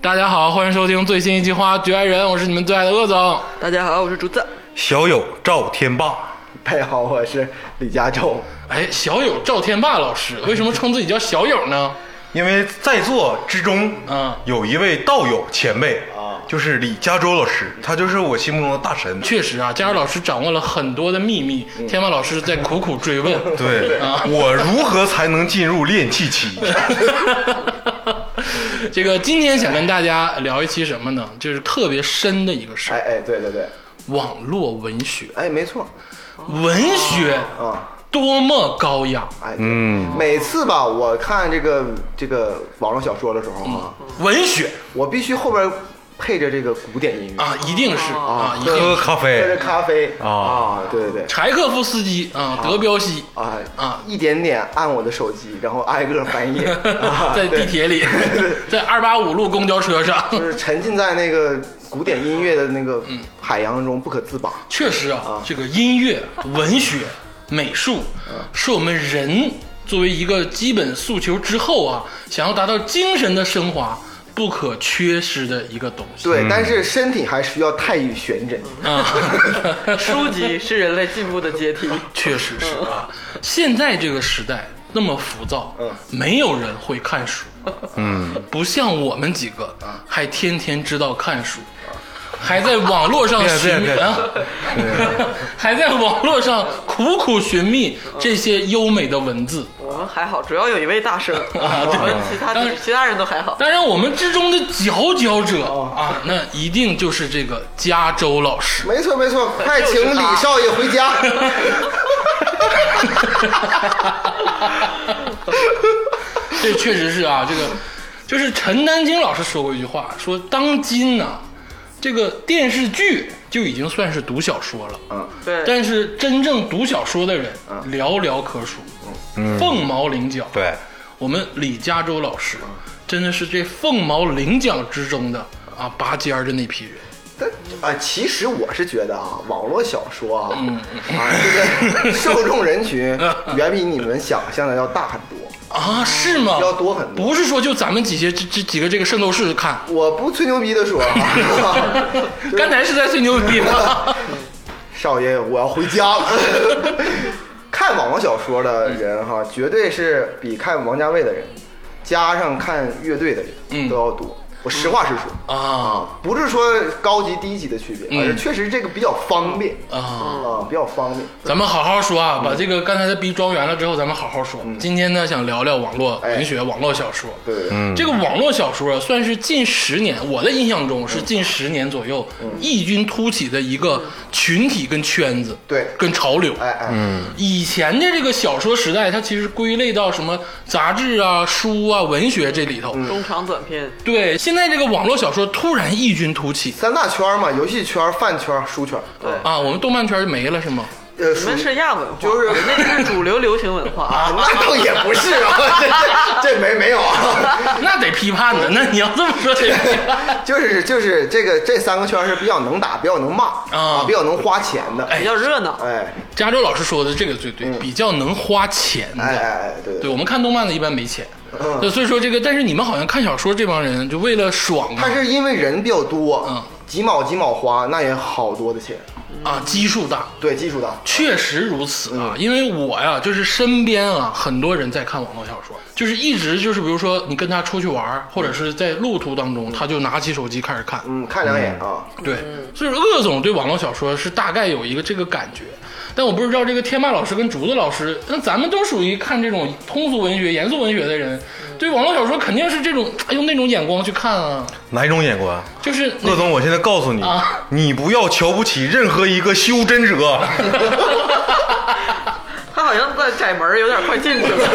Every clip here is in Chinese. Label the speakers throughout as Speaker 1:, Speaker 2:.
Speaker 1: 大家好，欢迎收听最新一期《花局爱人》，我是你们最爱的鄂总。
Speaker 2: 大家好，我是竹子。
Speaker 3: 小友赵天霸，
Speaker 4: 大家好，我是李佳洲。
Speaker 1: 哎，小友赵天霸老师，为什么称自己叫小友呢？
Speaker 3: 因为在座之中，
Speaker 1: 嗯
Speaker 3: 有一位道友前辈
Speaker 4: 啊
Speaker 3: 就是李嘉洲老师，他就是我心目中的 大神。
Speaker 1: 确实啊，佳儿老师掌握了很多的秘密，天霸老师在苦苦追问。
Speaker 3: 对，
Speaker 1: 啊
Speaker 3: 我如何才能进入练 气期？
Speaker 1: 嗯这个今天想跟大家聊一期什么呢？就是特别深的一个事
Speaker 4: 哎
Speaker 1: 儿
Speaker 4: 哎，对对对，
Speaker 1: ——网络文学。
Speaker 4: 哎，没错
Speaker 1: 哦文学
Speaker 4: 啊，
Speaker 1: 多么高雅，
Speaker 4: 哎，嗯，每次吧，我看这个这个网络小说的时候啊，
Speaker 1: 文学
Speaker 4: 我必须后边配着这个古典音乐，
Speaker 1: 啊，一定是啊，一定
Speaker 3: 喝
Speaker 1: 是
Speaker 3: 咖
Speaker 4: 喝着
Speaker 3: 啡，
Speaker 4: 咖啡
Speaker 3: 啊
Speaker 4: 啊，对对对，
Speaker 1: 柴可夫斯基啊，德彪西
Speaker 4: 啊
Speaker 1: 啊
Speaker 4: 一点点按我的手机，然后挨个 翻页，啊
Speaker 1: 在地，铁里，在二八五路公交车上，
Speaker 4: 对就是沉浸在那个古典音乐的那个
Speaker 1: 嗯
Speaker 4: 海洋中不可自拔。
Speaker 1: 确实啊，这个音乐、文学、美术，是我们人作为一个基本诉求之后啊，想要达到精神的升华不可缺失的一个东西。
Speaker 4: 对，但是身体还需要太乙玄针。
Speaker 1: 啊，
Speaker 2: 书籍是人类进步的阶梯。
Speaker 1: 确实是啊。现在这个时代那么浮躁，没有人会看书，嗯，不像我们几个还天天知道看书，还在网络上
Speaker 3: 别
Speaker 1: 寻
Speaker 3: 别别
Speaker 1: 啊， 还在网络上苦苦寻觅这些优美的文字。
Speaker 2: 我们还好，主要有一位大 生，我们其他
Speaker 1: 当
Speaker 2: 的其他人都还好。
Speaker 1: 当然，我们之中的佼佼者啊，那一定就是这个加州老师。
Speaker 4: 没错没错，快请李少爷回家。
Speaker 1: 这确实是啊，这个就是陈丹青老师说过一句话，说当今呢、这个电视剧就已经算是读小说了，
Speaker 4: 嗯，
Speaker 2: 对，
Speaker 1: 但是真正读小说的人寥寥可数，
Speaker 4: 嗯
Speaker 1: 凤毛麟角。
Speaker 3: 对，
Speaker 1: 我们李嘉洲老师
Speaker 4: 嗯
Speaker 1: 真的是这凤毛麟角之中的
Speaker 4: 嗯
Speaker 1: 啊拔尖儿的那批人。
Speaker 4: 但啊，其实我是觉得啊，网络小说啊，啊，这个受众人群远比你们想象的要大很多。
Speaker 1: 啊，是吗？
Speaker 4: 嗯要多很多
Speaker 1: 不是说就咱们几些这这几个这个圣斗士看，
Speaker 4: 我不吹牛逼的说啊， 就是
Speaker 1: 刚才是在吹牛逼 吗？
Speaker 4: 少爷，我要回家了。 看网络小说的人哈，
Speaker 1: 嗯
Speaker 4: 绝对是比看王家卫的人，加上看乐队的人都要多。我实话实说
Speaker 1: 嗯啊嗯
Speaker 4: 啊，不是说高级低级的区别，而是确实这个比较方便
Speaker 1: 啊，
Speaker 4: 啊，比较方便。
Speaker 1: 咱们好好说
Speaker 4: 嗯
Speaker 1: 啊，把这个刚才的逼装圆了之后，咱们好好说。今天呢，想聊聊网络文学、网络小说。
Speaker 4: 对对对，
Speaker 1: 这个网络小说啊算是近十年，我的印象中是近十年左右
Speaker 4: 嗯
Speaker 1: 异军突起的一个群体跟圈子，
Speaker 4: 对
Speaker 1: 跟潮流。
Speaker 4: 哎哎，
Speaker 1: 以前的这个小说时代，它其实归类到什么杂志啊、书啊、文学这里头。
Speaker 4: 嗯
Speaker 2: 中长短篇，
Speaker 1: 对，现在这个网络小说突然异军突起
Speaker 4: 三大圈嘛，游戏圈、饭圈、书圈。
Speaker 2: 对，
Speaker 1: 啊，我们动漫圈没了是吗？
Speaker 4: 呃，
Speaker 2: 你
Speaker 4: 书
Speaker 2: 们是亚文化，
Speaker 4: 就是
Speaker 2: 人家这是主流流行文化 啊。
Speaker 4: 那倒也不是啊，这这 这没没有啊，
Speaker 1: 那得批判的，那你要这么说得批 判。
Speaker 4: 就是就是这个这三个圈是比较能打、比较能骂
Speaker 1: 啊
Speaker 4: 比较能花钱的。
Speaker 2: 比较热闹，
Speaker 4: 哎
Speaker 1: 加州老师说的这个最对，比较能花钱
Speaker 4: 嗯哎
Speaker 1: 的。
Speaker 4: 哎，对
Speaker 1: 对
Speaker 4: 对，
Speaker 1: 我们看动漫的一般没钱，
Speaker 4: 嗯
Speaker 1: 对所以说这个，但是你们好像看小说这帮人就为了爽啊
Speaker 4: 他是因为人比较
Speaker 1: 嗯
Speaker 4: 多，几毛几毛花，那也好多的钱。
Speaker 1: 啊，基数大，
Speaker 4: 对，技术的，
Speaker 1: 确实如此啊，
Speaker 4: 嗯
Speaker 1: 因为我呀，就是身边啊，很多人在看网络小说，就是一直就是，比如说你跟他出去玩儿，或者是在路途当中，他就拿起手机开始看。
Speaker 4: 嗯，看两眼啊，
Speaker 1: 对，
Speaker 2: 嗯
Speaker 1: 所以说鄂总对网络小说是大概有一个这个感觉，但我不知道这个天霸老师跟竹子老师，那咱们都属于看这种通俗文学、严肃文学的人，
Speaker 2: 嗯
Speaker 1: 对网络小说肯定是这种哎用那种眼光去看啊，
Speaker 3: 哪一种眼光？
Speaker 1: 就是那
Speaker 3: 鄂总，我现在告诉你
Speaker 1: 啊，
Speaker 3: 你不要瞧不起任何一个修 真者。
Speaker 2: 他好像在窄门儿，有点快进去了。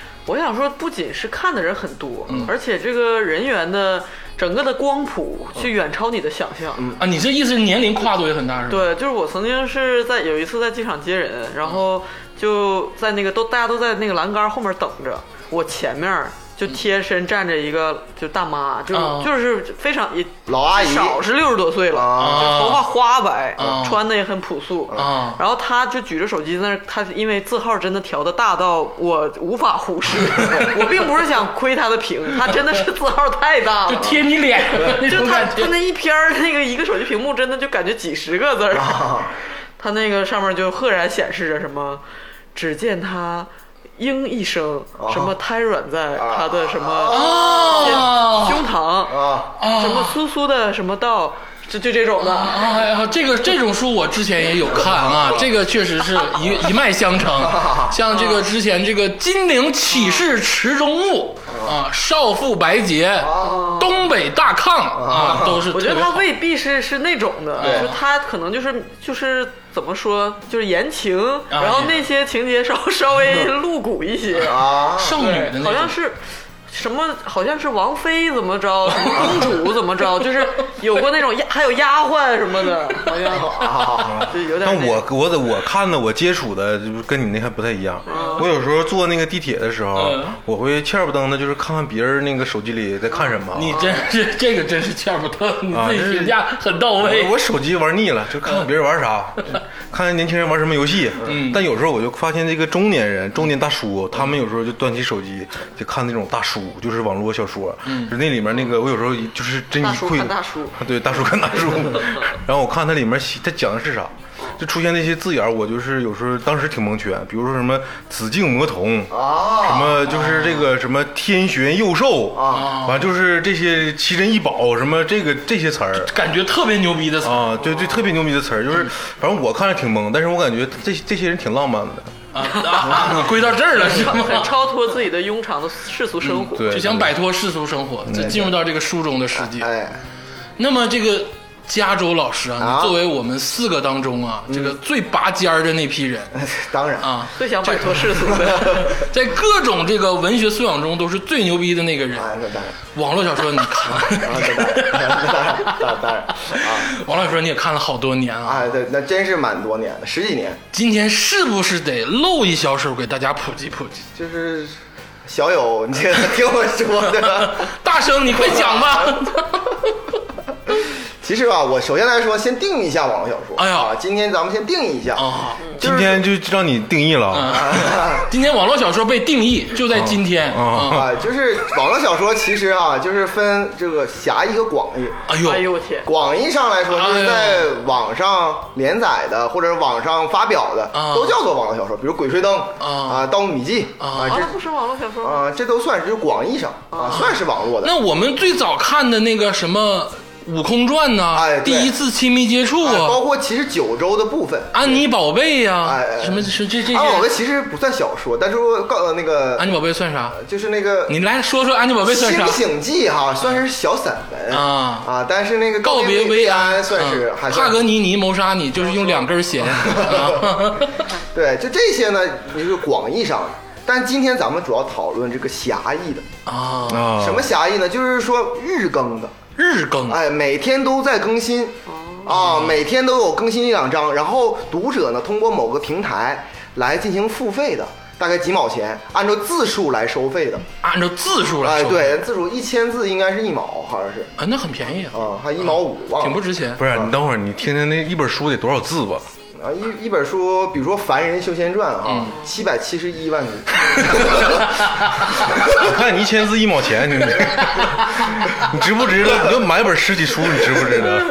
Speaker 2: 我想说，不仅是看的人很多，而且这个人员的整个的光谱去远超你的想象。
Speaker 1: 啊，你这意思是年龄跨度也很大是吧？
Speaker 2: 对，就是我曾经是在有一次在机场接人，然后就在那个都大家都在那个栏杆后面等着，我前面就
Speaker 1: 嗯
Speaker 2: 贴身站着一个就大妈，就、
Speaker 1: 啊
Speaker 2: 就是非常也
Speaker 4: 老阿姨
Speaker 2: 少是六十多岁了，
Speaker 4: 啊
Speaker 2: 就头发花白，
Speaker 1: 啊
Speaker 2: 穿的也很朴素。
Speaker 1: 啊
Speaker 2: 然后她就举着手机在那儿，她因为字号真的调的大到我无法忽视， 我并不是想窥她的屏，她真的是字号太大
Speaker 1: 就
Speaker 2: 了。
Speaker 1: 贴你脸那
Speaker 2: 就
Speaker 1: 种
Speaker 2: 他
Speaker 1: 感
Speaker 2: 他
Speaker 1: 觉。
Speaker 2: 那一篇儿那个一个手机屏幕，真的就感觉几十个字儿。
Speaker 4: 啊
Speaker 2: 他那个上面就赫然显示着什么，只见他应一声，
Speaker 1: 啊
Speaker 2: 什么胎软在他的什么
Speaker 1: 哦，
Speaker 2: 胸膛，
Speaker 4: 啊！
Speaker 2: 什么苏苏的什么道，就就这种的。
Speaker 1: 哎呀，这个这种书我之前也有看啊，这个确实是一一脉相承。像这个之前这个《金陵启事池中物》啊，《少妇白洁》、《东北大炕》啊，都是特
Speaker 2: 我觉
Speaker 1: 别好。
Speaker 2: 得他未必是是那种的，
Speaker 4: 对
Speaker 2: 就他可能就是就是怎么说，就是言情，
Speaker 1: 啊
Speaker 2: 然后那些情节稍稍 微露骨一些
Speaker 4: 啊，
Speaker 1: 剩女的那种，
Speaker 2: 好像是什么，好像是王妃怎么着，什么公主怎么着，就是有过那种丫， 还有丫鬟什么的，好像就有点那
Speaker 3: 但
Speaker 2: 种。
Speaker 3: 我我的我看的我接触的就是跟你那还不太一样。我有时候坐那个地铁的时候
Speaker 1: 啊嗯，
Speaker 3: 我会欠儿不登的，就是看看别人那个手机里在看什么。
Speaker 1: 你真是这个真是欠不得，你自己评价很到位。
Speaker 3: 啊我手机玩腻了，就看看别人玩啥，
Speaker 2: 嗯
Speaker 3: 看看年轻人玩什么游戏。但有时候我就发现这个中年人、中年大叔，他们有时候就端起手机就看那种大叔，就是网络小说，就那里面那个我有时候就是真一
Speaker 2: 嗯大叔
Speaker 3: 困
Speaker 2: 看大叔，
Speaker 3: 对大叔看大 叔。然后我看它里面写它讲的是
Speaker 2: 哦
Speaker 3: 啥，就出现那些字眼儿，我就是有时候当时挺蒙圈，比如说什么紫镜魔童
Speaker 2: 哦
Speaker 4: 啊
Speaker 3: 什么就是这个什么天玄佑寿
Speaker 2: 哦
Speaker 4: 啊，
Speaker 3: 完就是这些奇珍异宝什么这个这些词儿。
Speaker 1: 感觉特别牛逼的词
Speaker 3: 啊，对对，特别牛逼的词儿，
Speaker 1: 嗯
Speaker 3: 就是反正我看着挺懵，但是我感觉这这些人挺浪漫的，
Speaker 1: 啊啊，归到这儿了是吗？
Speaker 2: 很超脱自己的庸常的世俗生活，
Speaker 3: 对，
Speaker 1: 就想摆脱世俗生活，就进入到这个书中的世界。
Speaker 4: 哎，
Speaker 1: 那么这个加州老师啊，
Speaker 4: 啊嗯
Speaker 1: 你作为我们四个当中啊，这个最拔尖儿的那批 人
Speaker 4: 当然
Speaker 1: 啊，
Speaker 2: 最想摆脱世俗的。
Speaker 1: 在各种这个文学素养中都是最牛逼的那个人。
Speaker 4: 啊，那当然，
Speaker 1: 网络小说你看，
Speaker 4: 啊，那当然， 那当然，那当然 啊，
Speaker 1: 网络小说你也看了好多年啊，
Speaker 4: 哎，对，那真是蛮多年的，十几年，
Speaker 1: 今天是不是得露一小手给大家普及普及？
Speaker 4: 就是小友，你这听 我说的。
Speaker 1: 大声，你快讲吧！
Speaker 4: 其实吧，我首先来说，先定义一下网络小说。
Speaker 1: 哎呀
Speaker 4: 啊，今天咱们先定义一下。
Speaker 1: 啊，
Speaker 3: 今天就让你定义
Speaker 1: 嗯
Speaker 3: 了，啊
Speaker 1: 今天网络小说被定义就在今天啊！
Speaker 4: 啊，就是网络小说，其实啊，就是分这个狭义和广义。
Speaker 1: 哎呦，
Speaker 2: 哎呦我天！
Speaker 4: 广义上来说，就
Speaker 1: 哎
Speaker 4: 是
Speaker 1: 呦
Speaker 4: 在网上连载的或者网上发表的，
Speaker 1: 啊
Speaker 4: 都叫做网络小说，比如《鬼吹灯》
Speaker 1: 啊
Speaker 4: 啊，《盗墓笔记》
Speaker 1: 啊
Speaker 4: 啊，
Speaker 2: 啊，那
Speaker 4: 这
Speaker 2: 不是网络小说吗？
Speaker 4: 啊这都算是广义上啊，算是网络的。
Speaker 1: 那我们最早看的那个什么《悟空传》呐，
Speaker 4: 哎
Speaker 1: 第
Speaker 4: 对
Speaker 1: 一次亲密接触
Speaker 4: 啊
Speaker 1: 啊，
Speaker 4: 包括其实九州的部分，
Speaker 1: 安妮宝贝呀、
Speaker 4: 哎哎哎
Speaker 1: 什么是这这些，
Speaker 4: 安保卫其实不算小说，但是我告呃那个
Speaker 1: 安妮宝贝算啥？
Speaker 4: 就是那个
Speaker 1: 啊你来说说安妮宝贝算啥
Speaker 4: 清？醒记》哈，算是小散文
Speaker 1: 啊
Speaker 4: 啊，但是那个
Speaker 1: 告别
Speaker 4: 别
Speaker 1: 薇
Speaker 4: 安哎算是
Speaker 1: 嗯
Speaker 4: 还
Speaker 1: 帕
Speaker 4: 算
Speaker 1: 格尼尼谋杀你，就是用两根 弦。啊
Speaker 4: 对，就这些呢，就是广义上的。但今天咱们主要讨论这个狭义的，
Speaker 1: 啊，嗯
Speaker 3: 啊，
Speaker 4: 什么狭义呢？就是说日更的，
Speaker 1: 日更
Speaker 4: 哎，每天都在更新，啊，每天都有更新一两章，然后读者呢通过某个平台来进行付费的，大概几毛钱，按照字数来收费的，
Speaker 1: 按照字数来
Speaker 4: 哎，
Speaker 1: 说，
Speaker 4: 对，字数一千字应该是一毛，好像是，
Speaker 1: 啊，那很便宜啊，
Speaker 4: 啊，还一毛五，忘了，
Speaker 1: 挺不值钱
Speaker 3: 不是你等会儿你听听那一本书得多少字吧？
Speaker 4: 啊，一一本书，比如说《凡人修仙传》
Speaker 1: 嗯
Speaker 4: 啊，七百七十一万字，
Speaker 3: 我看你一千字一毛钱，你 你值不值得？你就买本实体书，你值不值得？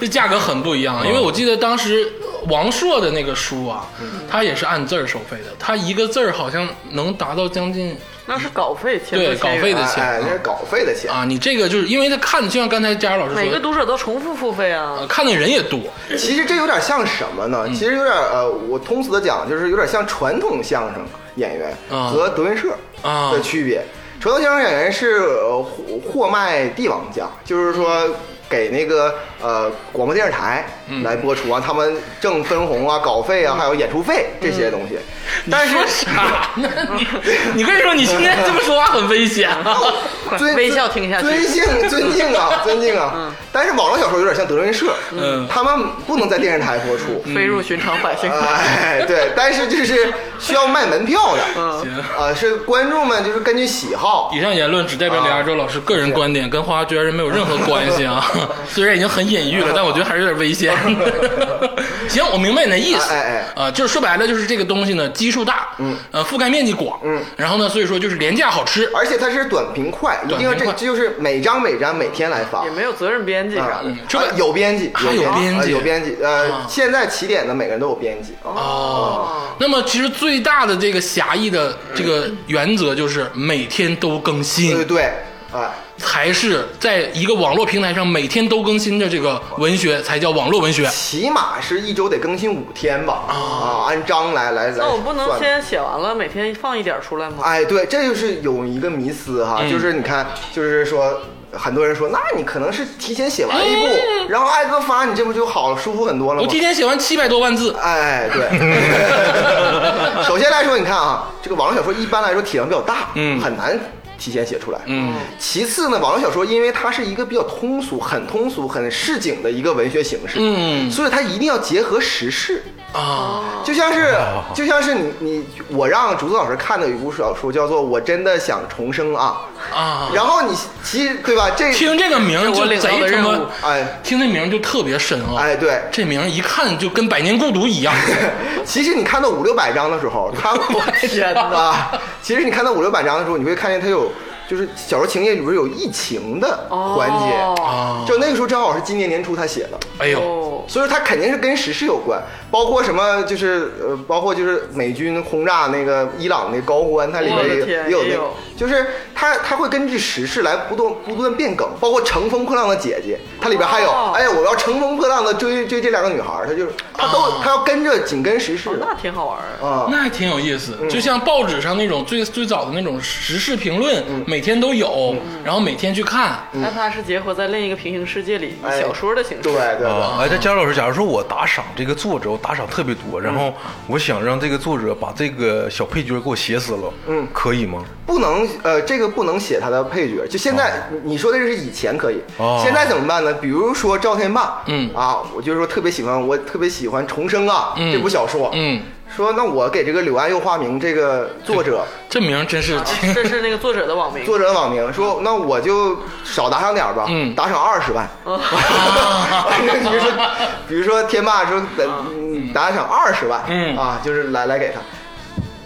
Speaker 1: 这价格很不一
Speaker 4: 哦
Speaker 1: 样，啊因为我记得当时王朔的那个书啊，
Speaker 4: 嗯
Speaker 1: 它也是按字儿收费的，它一个字儿好像能达到将近
Speaker 2: 那是稿费，啊千
Speaker 1: 对
Speaker 2: 多
Speaker 1: 稿
Speaker 2: 千
Speaker 1: 费
Speaker 2: 元
Speaker 1: 的钱
Speaker 4: 哎，哎那是稿费的钱。
Speaker 1: 啊，你这个就是因为他看，就像刚才佳茹老师
Speaker 2: 每
Speaker 1: 说
Speaker 2: 个
Speaker 1: 的，
Speaker 2: 读者都重复付费啊
Speaker 1: 呃。看的人也多，
Speaker 4: 其实这有点像什么
Speaker 1: 嗯
Speaker 4: 呢？其实有点呃，我通俗的讲，就是有点像传统相声演员
Speaker 1: 啊
Speaker 4: 和德云社
Speaker 1: 啊
Speaker 4: 的区别。传统相声演员是呃货货卖帝王家，就是说。给那个呃广播电视台
Speaker 1: 嗯
Speaker 4: 来播出啊，他们挣分红啊、稿费啊，还有演出费这些东西。
Speaker 1: 嗯
Speaker 4: 但是
Speaker 1: 你说啥呢？你 你跟你说，你今天这么说话很危险啊！
Speaker 2: 快
Speaker 4: 尊
Speaker 2: 微笑听下
Speaker 4: 尊
Speaker 2: 去。嗯
Speaker 4: 敬尊敬啊，尊敬啊。但是网络小说有点像德云社，
Speaker 1: 嗯
Speaker 4: 他们不能在电视台播出。
Speaker 2: 飞入寻常百姓。
Speaker 4: 哎，对，但是就是需要卖门票的，
Speaker 2: 嗯
Speaker 4: 啊、
Speaker 1: 行。
Speaker 4: 是观众们就是根据喜好，
Speaker 1: 以上言论只代表李亚洲老师个人观点，跟花花居然没有任何关系 啊！虽然已经很隐喻了，但我觉得还是有点危 险。行，我明白你的意思。
Speaker 4: 哎哎
Speaker 1: 啊，就是说白了，就是这个东西呢，基数大，嗯，呃，覆盖面积广，嗯，然后呢，所以说就是廉价好吃，
Speaker 4: 而且它是短平快，一定要
Speaker 1: 短
Speaker 4: 这
Speaker 1: 平快
Speaker 4: 这就是每张每张每天来发
Speaker 2: 也。没有责任编辑啥的。
Speaker 4: 嗯
Speaker 1: 这
Speaker 4: 啊有编辑，
Speaker 1: 还有编
Speaker 4: 呃
Speaker 1: 辑啊
Speaker 4: 有编辑。呃，现在起点的每个人都有编辑。
Speaker 2: 啊
Speaker 1: 哦，那么其实最大的这个狭义的这个原则就是每天都更
Speaker 4: 对
Speaker 1: 新，
Speaker 4: 对，哎，
Speaker 1: 才是在一个网络平台上每天都更新的这个文学才叫网络文学。
Speaker 4: 起码是一周得更新五天吧？啊，按章来来来。
Speaker 2: 那我不能
Speaker 4: 算
Speaker 2: 先写完了，每天放一点出来吗？
Speaker 4: 哎，对，这就是有一个迷思哈，
Speaker 1: 嗯
Speaker 4: 就是你看，就是说。很多人说，那你可能是提前写完一部，然后挨个发，你这不就好舒服很多了
Speaker 1: 我
Speaker 4: 吗？
Speaker 1: 嗯提前写完七百多万字，
Speaker 4: 哎，对。 首先来说，你看啊，这个网络小说一般来说体量比较大，
Speaker 1: 嗯
Speaker 4: 很难提前写出来，
Speaker 1: 嗯。
Speaker 4: 其次呢，网络小说因为它是一个比较通俗、很通俗、很市井的一个文学形式，
Speaker 1: 嗯
Speaker 4: 所以它一定要结合时事，
Speaker 1: 啊，
Speaker 4: 就像是
Speaker 2: 哦
Speaker 4: 就像是你你我让竹子老师看的有一部小说叫做《我真的想重生啊》，
Speaker 2: 哦
Speaker 1: 啊
Speaker 4: 然后你其实对吧？这
Speaker 1: 听这个名儿
Speaker 2: 这是
Speaker 1: 就
Speaker 2: 我领到的
Speaker 1: 贼他
Speaker 2: 任
Speaker 1: 妈
Speaker 2: 务，
Speaker 4: 哎
Speaker 1: 听这名儿就特别深啊、
Speaker 4: 哎对，
Speaker 1: 这名儿一看就跟《百年孤独》一 样。
Speaker 4: 其实你看到五六百章的时候，它
Speaker 2: 天哪！
Speaker 4: 啊，其实你看到五六百章的时候，你会看见它有，就是小说情节里边有疫情的环节，
Speaker 1: 啊
Speaker 4: 就那个时候正好是今年年初他写的，
Speaker 1: 哎呦，
Speaker 2: 哦，
Speaker 4: 所以说它肯定是跟时事有关，包括什么就是呃，包括就是美军轰炸那个伊朗那高官，它里
Speaker 2: 我的
Speaker 4: 面也
Speaker 2: 天
Speaker 4: 也有那
Speaker 2: 也
Speaker 4: 个
Speaker 2: 有，
Speaker 4: 就是它它会根据时事来不断不断变梗，包括《乘风破浪的姐姐》，它里边还有，
Speaker 2: 哦
Speaker 4: 哎呀，我要乘风破浪的追追这两个女孩儿，它就是它都它要跟着紧跟时事的
Speaker 2: 哦那挺好玩儿。
Speaker 4: 啊。
Speaker 1: 那还挺有意思，
Speaker 2: 嗯
Speaker 1: 就像报纸上那种最最早的那种时事评论，
Speaker 2: 嗯
Speaker 1: 每天都有，然后每天去看。
Speaker 2: 那它是结合在另一个平行世界里以
Speaker 4: 嗯哎
Speaker 2: 小说的形式。
Speaker 4: 对对对，
Speaker 3: 啊，哎，这佳老师，假如说我打赏这个作者，我打赏特别多，然
Speaker 1: 嗯
Speaker 3: 后我想让这个作者把这个小配角给我写死了，嗯，可以吗？
Speaker 4: 不能呃，这个不能写他的配角。就现在、
Speaker 1: 哦
Speaker 4: 你说的这是以前可以，
Speaker 3: 哦
Speaker 4: 现在怎么办呢？比如说赵天霸，
Speaker 1: 嗯
Speaker 4: 啊，我就是说特别喜欢，我特别喜欢《重生啊》
Speaker 1: 嗯
Speaker 4: 这部小说，
Speaker 1: 嗯，
Speaker 4: 说那我给这个柳暗又花明这个作 者
Speaker 1: 这名儿真是挺
Speaker 2: 这是那个作者的网名。
Speaker 4: 作者的网名说，那我就少打赏点儿吧，
Speaker 1: 嗯
Speaker 4: 打赏二十万。
Speaker 2: 啊
Speaker 4: 比如说， 比如说天霸说咱嗯打赏二十万，
Speaker 1: 嗯
Speaker 4: 啊，就是来来给他。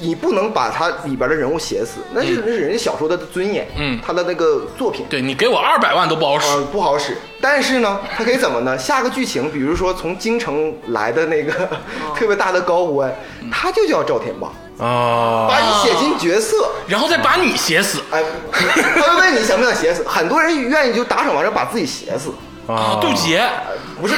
Speaker 4: 你不能把他里边的人物写死，那是那是人家小说的尊严，
Speaker 1: 嗯
Speaker 4: 他的那个作品，
Speaker 1: 对你给我二百万都不好使。
Speaker 2: 哦
Speaker 4: 呃，不好使。但是呢，它可以怎么呢？下个剧情，比如说从京城来的那个 特别大的高官，他就叫赵天霸，
Speaker 3: 啊
Speaker 4: 把你写进角色。
Speaker 1: 然后再把你写死
Speaker 4: 哎，他会问你想不想写死，很多人愿意就打赏完之后把自己写死，
Speaker 1: 啊，
Speaker 3: 啊
Speaker 1: 渡劫
Speaker 4: 不是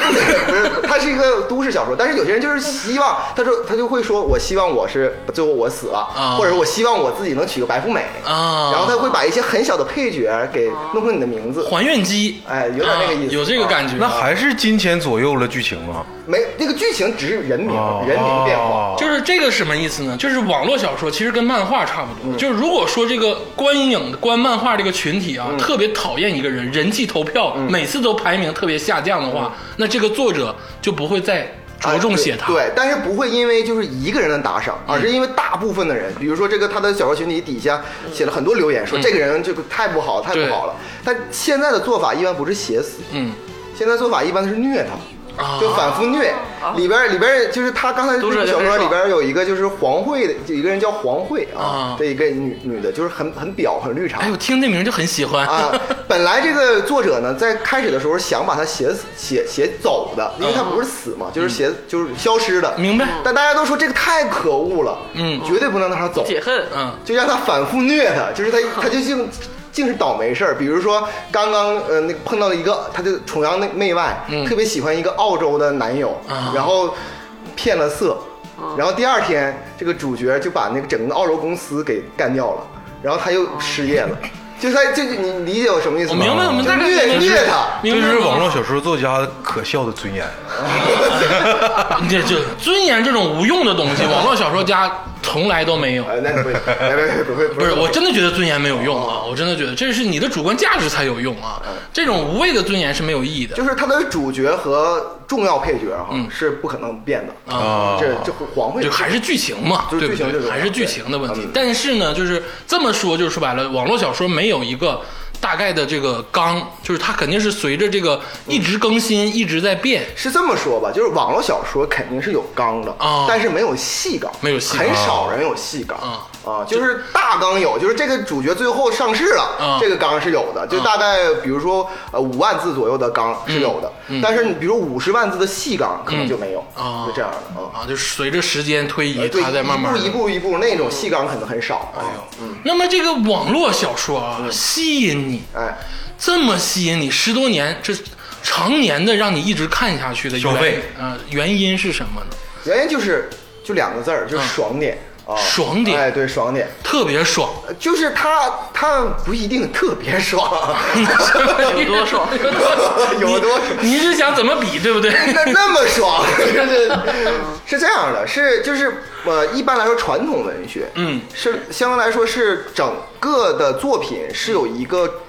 Speaker 4: 不是，它是一个都市小说，但是有些人就是希望，他说他就会说，我希望我是最后我死了，
Speaker 1: 啊
Speaker 4: 或者我希望我自己能娶个白富美，
Speaker 1: 啊
Speaker 4: 然后他会把一些很小的配角给弄成你的名字，
Speaker 1: 还愿机，
Speaker 4: 哎有点那个意思
Speaker 1: 啊有这个感觉。
Speaker 3: 那还是金钱左右了剧情啊，
Speaker 4: 没那个剧情只是人名
Speaker 3: 哦，
Speaker 4: 人名变化。
Speaker 1: 就是这个什么意思呢？就是网络小说其实跟漫画差不多。
Speaker 4: 嗯
Speaker 1: 就是如果说这个观影观漫画这个群体
Speaker 4: 嗯
Speaker 1: 啊，特别讨厌一个人，人气投票、每次都排名特别下降的话，那这个作者就不会再着重写他。嗯
Speaker 4: 啊嗯对，对但是不会因为就是一个人的打赏，而是因为大部分的人，比如说这个他的小说群体底下写了很多留言，
Speaker 1: 嗯
Speaker 4: 说这个人这个太不好，太不好了。但现在的做法一般不是写死，
Speaker 1: 嗯，
Speaker 4: 现在做法一般都是虐他。
Speaker 1: 啊
Speaker 4: 就反复虐，里边里边就是他刚才这
Speaker 2: 读者
Speaker 4: 个
Speaker 2: 就
Speaker 4: 小说
Speaker 2: 很
Speaker 4: 里
Speaker 2: 爽
Speaker 4: 边有一个就是黄慧的，有一个人叫黄慧
Speaker 1: 啊
Speaker 4: 啊，这一个女女的，就是很很表很绿茶
Speaker 1: 哎，我听这名就很喜欢。
Speaker 4: 啊。本来这个作者呢，在开始的时候想把他写死写写走的，因为他不是死嘛，就是写就是消失的，
Speaker 1: 嗯明白
Speaker 4: 但大家都说这个太可恶了，
Speaker 1: 嗯
Speaker 4: 绝对不能让他走，
Speaker 2: 解恨。
Speaker 1: 嗯，
Speaker 4: 就让他反复虐他，就是他他就净净是倒霉事儿。比如说刚刚呃那个碰到了一个，他就崇洋那媚外，特别喜欢一个澳洲的男友，
Speaker 1: 嗯啊哦
Speaker 4: 然后骗了色，然后第二天这个主角就把那个整个澳洲公司给干掉了，然后他又失业了。就是他，就是你你理解我什么意思
Speaker 1: 哦我
Speaker 4: 吗？
Speaker 1: 明白，我们
Speaker 4: 就
Speaker 1: 大概明白
Speaker 4: 虐虐他，
Speaker 1: 明
Speaker 3: 这
Speaker 1: 白
Speaker 3: 就是网络
Speaker 1: 明
Speaker 3: 小说作家可笑的尊严。
Speaker 1: 白啊你这这尊严这种无用的 东西，网络小说家从来都没有。
Speaker 4: 呃，那你不会，别别别不会，不
Speaker 1: 不是，
Speaker 4: 会
Speaker 1: 我真的觉得尊严没有用
Speaker 4: 哦
Speaker 1: 啊！我真的觉得这是
Speaker 4: 嗯
Speaker 1: 你的主观价值才有用啊！这种无谓的尊严是没有意义的。
Speaker 4: 就是他的主角和重要配角哈、是不可能变的，
Speaker 3: 啊，
Speaker 4: 这这黄会
Speaker 1: 就嗯还是剧情嘛，
Speaker 4: 就是
Speaker 1: 对不
Speaker 4: 剧情这
Speaker 1: 对？
Speaker 4: 种
Speaker 1: 还是剧情的问题
Speaker 4: 对嗯。
Speaker 1: 但是呢，就是这么说，就是说白了，网络小说没有一个大概的这个纲，就是它肯定是随着这个一直更新，一直在变。
Speaker 4: 是这么说吧，就是网络小说肯定是有纲的，
Speaker 1: 啊
Speaker 4: 但是没有细纲，
Speaker 1: 没有细纲
Speaker 4: 很少人有细纲
Speaker 1: 啊
Speaker 4: 就是大纲有，就是这个主角最后上市了，
Speaker 1: 啊
Speaker 4: 这个纲是有的，就大概比如说呃五万字左右的纲是有的，但是你比如五十万字的细纲可能就没有，
Speaker 1: 嗯啊
Speaker 4: 就这样的啊。
Speaker 1: 啊，就是随着时间推移，
Speaker 4: 呃对，
Speaker 1: 它在慢慢哎地
Speaker 4: 一步一步一步那种细纲可能很少啊。
Speaker 1: 那么这个网络小说
Speaker 4: 嗯
Speaker 1: 啊，吸引你
Speaker 4: 哎，
Speaker 1: 这么吸引你十多年，这常年的让你一直看下去的
Speaker 3: 消费
Speaker 1: 啊、呃原因是什么呢？
Speaker 4: 原因就是就两个字儿，就是爽点啊，
Speaker 1: 爽点
Speaker 4: 哎，对，爽点。
Speaker 1: 特别爽，
Speaker 4: 就是他，他不一定特别爽，
Speaker 2: 有多爽？
Speaker 4: 有多
Speaker 1: 你是想怎么比，对不 对？
Speaker 4: 那那么爽，是是这样的，是就是呃，一般来说传统文学，
Speaker 1: 嗯，
Speaker 4: 是相对来说是整个的作品是有一个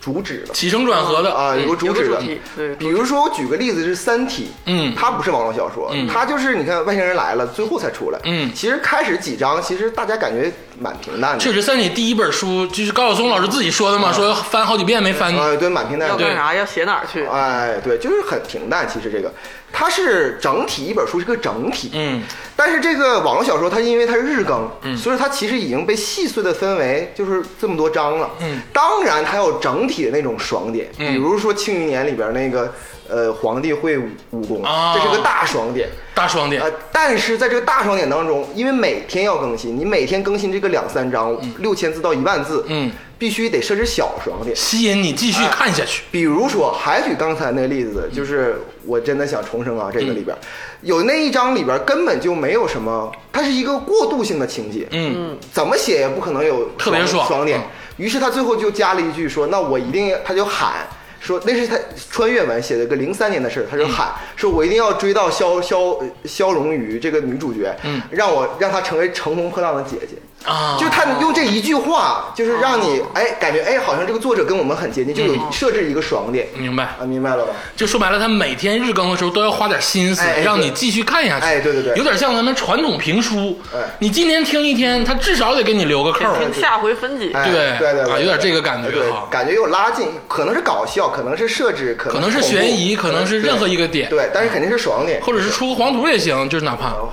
Speaker 4: 主旨的。
Speaker 1: 起承转合的
Speaker 4: 啊，有个主旨
Speaker 2: 有个
Speaker 4: 的
Speaker 2: 主题对，
Speaker 4: 比如说我举个例子是《三体》，
Speaker 1: 嗯
Speaker 4: 它不是网络小说，它就是你看外星人来了，最后才出来，
Speaker 1: 嗯
Speaker 4: 其实开始几章其实大家感觉蛮平淡的，
Speaker 1: 确实，《三体》第一本书就是高晓松老师自己说的嘛，说翻好几遍没翻。
Speaker 4: 啊啊，对，蛮平淡
Speaker 2: 要
Speaker 4: 的，
Speaker 2: 干啥？要写哪儿去？
Speaker 4: 哎，对，就是很平淡。其实这个，它是整体一本书是个整体，
Speaker 1: 嗯，
Speaker 4: 但是这个网络小说它因为它是日更，嗯，所以它其实已经被细碎的分为就是这么多章了，嗯，当然它有整体的那种爽点，比如说《庆余年》里边那个呃皇帝会武功，
Speaker 1: 啊
Speaker 4: 这是个大爽点。
Speaker 1: 大爽点
Speaker 4: 呃，但是在这个大爽点当中，因为每天要更新，你每天更新这个两三章，六千字到一万字，
Speaker 1: 嗯，
Speaker 4: 必须得设置小爽点，
Speaker 1: 吸引你继续看下去。
Speaker 4: 比如说，还举刚才那个例子，
Speaker 1: 嗯
Speaker 4: 就是我真的想重生啊，这个里边、有那一章里边根本就没有什么，它是一个过渡性的情节，
Speaker 1: 嗯，
Speaker 4: 怎么写也不可能有
Speaker 1: 特别爽
Speaker 4: 爽点。
Speaker 1: 嗯
Speaker 4: 于是他最后就加了一句说：“那我一定。”他就喊说：“那是他穿越文写的个零三年的事儿。”他
Speaker 1: 嗯
Speaker 4: 就喊、说：“我一定要追到萧萧萧荣瑜这个女主角，嗯，让我让她成为乘风破浪的姐姐。”
Speaker 1: 啊，
Speaker 4: 就他用这一句话，就是让你哎感觉哎好像这个作者跟我们很接近，就有设置一个爽点
Speaker 1: 嗯明白。
Speaker 4: 啊，明白了吧？
Speaker 1: 就说白了，他每天日更的时候都要花点心思，
Speaker 4: 哎哎对
Speaker 1: 让你继续看下去。
Speaker 4: 哎对对对
Speaker 1: 有点像咱们传统评书。
Speaker 4: 哎
Speaker 1: 你今天听一天，他至少得给你留个扣儿。
Speaker 2: 听下回分解。
Speaker 4: 哎
Speaker 1: 对
Speaker 4: 对对
Speaker 1: 啊
Speaker 4: 对，
Speaker 1: 有点这个感觉
Speaker 4: 对
Speaker 1: 哈
Speaker 4: 感觉有拉近，可能是搞笑，可能是设置，可
Speaker 1: 可
Speaker 4: 能
Speaker 1: 能是
Speaker 4: 恐怖
Speaker 1: 悬疑，可能是任何一个点，
Speaker 4: 对，但是肯定是爽点，嗯
Speaker 1: 或者是出个黄图也行，就是哪怕。
Speaker 4: 哦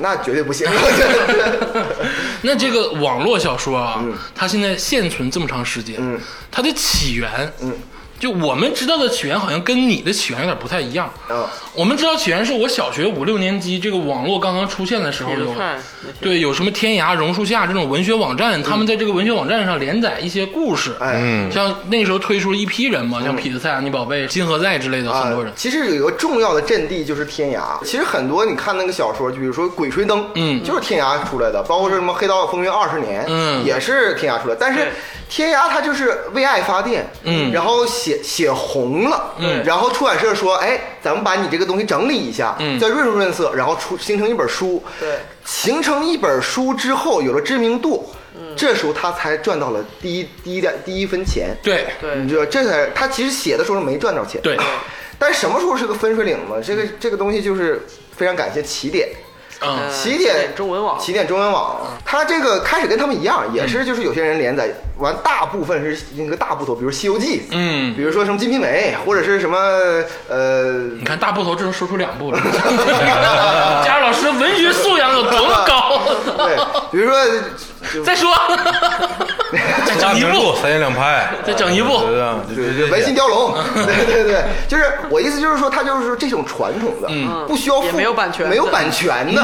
Speaker 4: 那绝对不 行。
Speaker 1: 那这个网络小说啊，它现在现存这么长时间，
Speaker 4: 嗯
Speaker 1: 它的起源，
Speaker 4: 嗯
Speaker 1: 就我们知道的起源好像跟你的起源有点不太一样。
Speaker 4: 啊
Speaker 1: 我们知道起源是我小学五六年级，这个网络刚刚出现的时候
Speaker 2: 铁
Speaker 1: 有
Speaker 2: 路，串
Speaker 1: 对，有什么天涯、榕树下这种文学网站，他们在这个文学网站上连载一些故事，
Speaker 4: 嗯哎嗯
Speaker 1: 像那时候推出了一批人嘛，像痞子蔡、安妮宝贝、金河在之类的很
Speaker 4: 啊
Speaker 1: 多人，，
Speaker 4: 其实有一个重要的阵地就是天涯。其实很多你看那个小说，就比如说《鬼吹灯》，
Speaker 1: 嗯
Speaker 4: 就是天涯出来的，包括说什么《黑道风云二十年》，
Speaker 1: 嗯
Speaker 4: 也是天涯出来。但是
Speaker 2: 对
Speaker 4: 天涯它就是为爱发电，
Speaker 1: 嗯
Speaker 4: 然后写写红了，
Speaker 1: 嗯
Speaker 4: 然后出版社说，哎，咱们把你这个东西整理一下，
Speaker 1: 嗯
Speaker 4: 再润色润色，然后出形成一本书，
Speaker 2: 对，
Speaker 4: 形成一本书之后有了知名度，这时候他才赚到了第一第一点第一分钱，
Speaker 1: 对，
Speaker 2: 对
Speaker 4: 你，知道，这才他其实写的时候没赚着钱。
Speaker 1: 对，
Speaker 4: 但什么时候是个分水岭呢？这个这个东西就是非常感谢起点，
Speaker 1: 嗯
Speaker 2: 呃
Speaker 4: 起
Speaker 2: 起
Speaker 4: 点
Speaker 2: 点中文网嗯
Speaker 4: 起点中文网，它这个开始跟他们一样，
Speaker 1: 嗯
Speaker 4: 也是就是有些人连载完，大部分是那个大部头，比如《西游记》，
Speaker 1: 嗯
Speaker 4: 比如说什么《金瓶梅》，或者是什么呃。
Speaker 1: 你看大部头这能说出两部了， 佳儿老师的文学素养有多么 高？
Speaker 4: 对，比如说，
Speaker 1: 再说，再
Speaker 3: 大
Speaker 1: 整一
Speaker 3: 名
Speaker 1: 部
Speaker 3: 著，三言两拍，
Speaker 1: 再整一
Speaker 3: 我觉
Speaker 1: 部，
Speaker 3: 得啊
Speaker 4: 对
Speaker 3: 这
Speaker 4: 对，文心雕龙，
Speaker 1: 嗯
Speaker 4: 对对对，就是我意思就是说，它就是这种传统的，
Speaker 1: 嗯
Speaker 4: 不需要
Speaker 2: 也
Speaker 4: 付
Speaker 2: 没有版权的
Speaker 4: 没有版权的，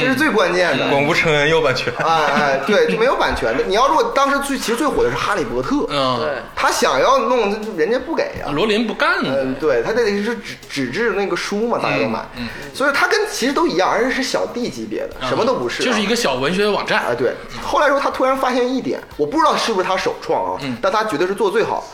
Speaker 4: 这是最关键的。
Speaker 1: 嗯
Speaker 3: 广不成人要版权，
Speaker 4: 哎哎，对，就没有版权的。你要如果当时最其实最火的是《哈利波特》，
Speaker 1: 嗯，
Speaker 2: 对，
Speaker 4: 他想要弄，人家不给呀、
Speaker 1: 罗琳不干了，
Speaker 4: 嗯，对，他这得是纸纸质那个书嘛，大家都买，
Speaker 1: 嗯
Speaker 4: 所以他跟其实都一样，而且是小弟级别的，什么都不是啊、
Speaker 1: 就是一个小文学网
Speaker 4: 啊，
Speaker 1: 站，
Speaker 4: 对。后来说他突然发现一点，我不知道是不是他首创啊，
Speaker 1: 嗯
Speaker 4: 但他绝对是做最好。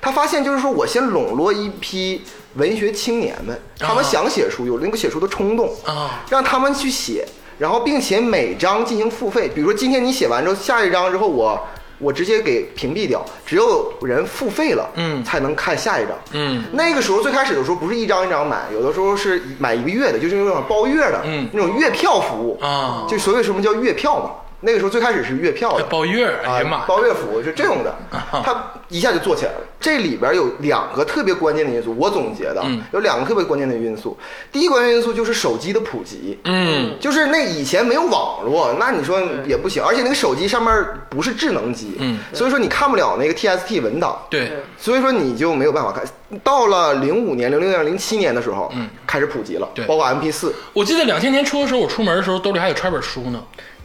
Speaker 4: 他发现就是说我先笼络一批文学青年们，他们想写书，有那个写书的冲动
Speaker 1: 啊，
Speaker 4: 让他们去写，然后并且每章进行付费。比如说今天你写完之后，下一章之后我我直接给屏蔽掉，只有人付费了，
Speaker 1: 嗯
Speaker 4: 才能看下一张。
Speaker 1: 嗯，
Speaker 4: 那个时候最开始的时候不是一张一张买，有的时候是买一个月的，就是那种包月的，
Speaker 1: 嗯
Speaker 4: 那种月票服务
Speaker 1: 啊
Speaker 4: 就所以什么叫月票嘛。那个时候最开始是月票
Speaker 1: 还
Speaker 4: 的，
Speaker 1: 包月儿，哎
Speaker 4: 啊
Speaker 1: 呀妈，，
Speaker 4: 包月服务是这种的，
Speaker 1: 啊
Speaker 4: 它一下就做起来了。这里边有两个特别关键的因素，我总结的啊
Speaker 1: 嗯
Speaker 4: 有两个特别关键的因素。第一关键因素就是手机的普及，
Speaker 1: 嗯
Speaker 4: 就是那以前没有网络，那你说也不行，而且那个手机上面不是智能机，
Speaker 1: 嗯
Speaker 4: 所以说你看不了那个 TST 文档，
Speaker 1: 对，
Speaker 4: 所以说你就没有办法看。到了零五年、零六年、零七年的时候，嗯，开始普及了
Speaker 1: 对，
Speaker 4: 包括 MP 四，
Speaker 1: 我记得两千年初的时候，我出门的时候兜里还得揣本书呢。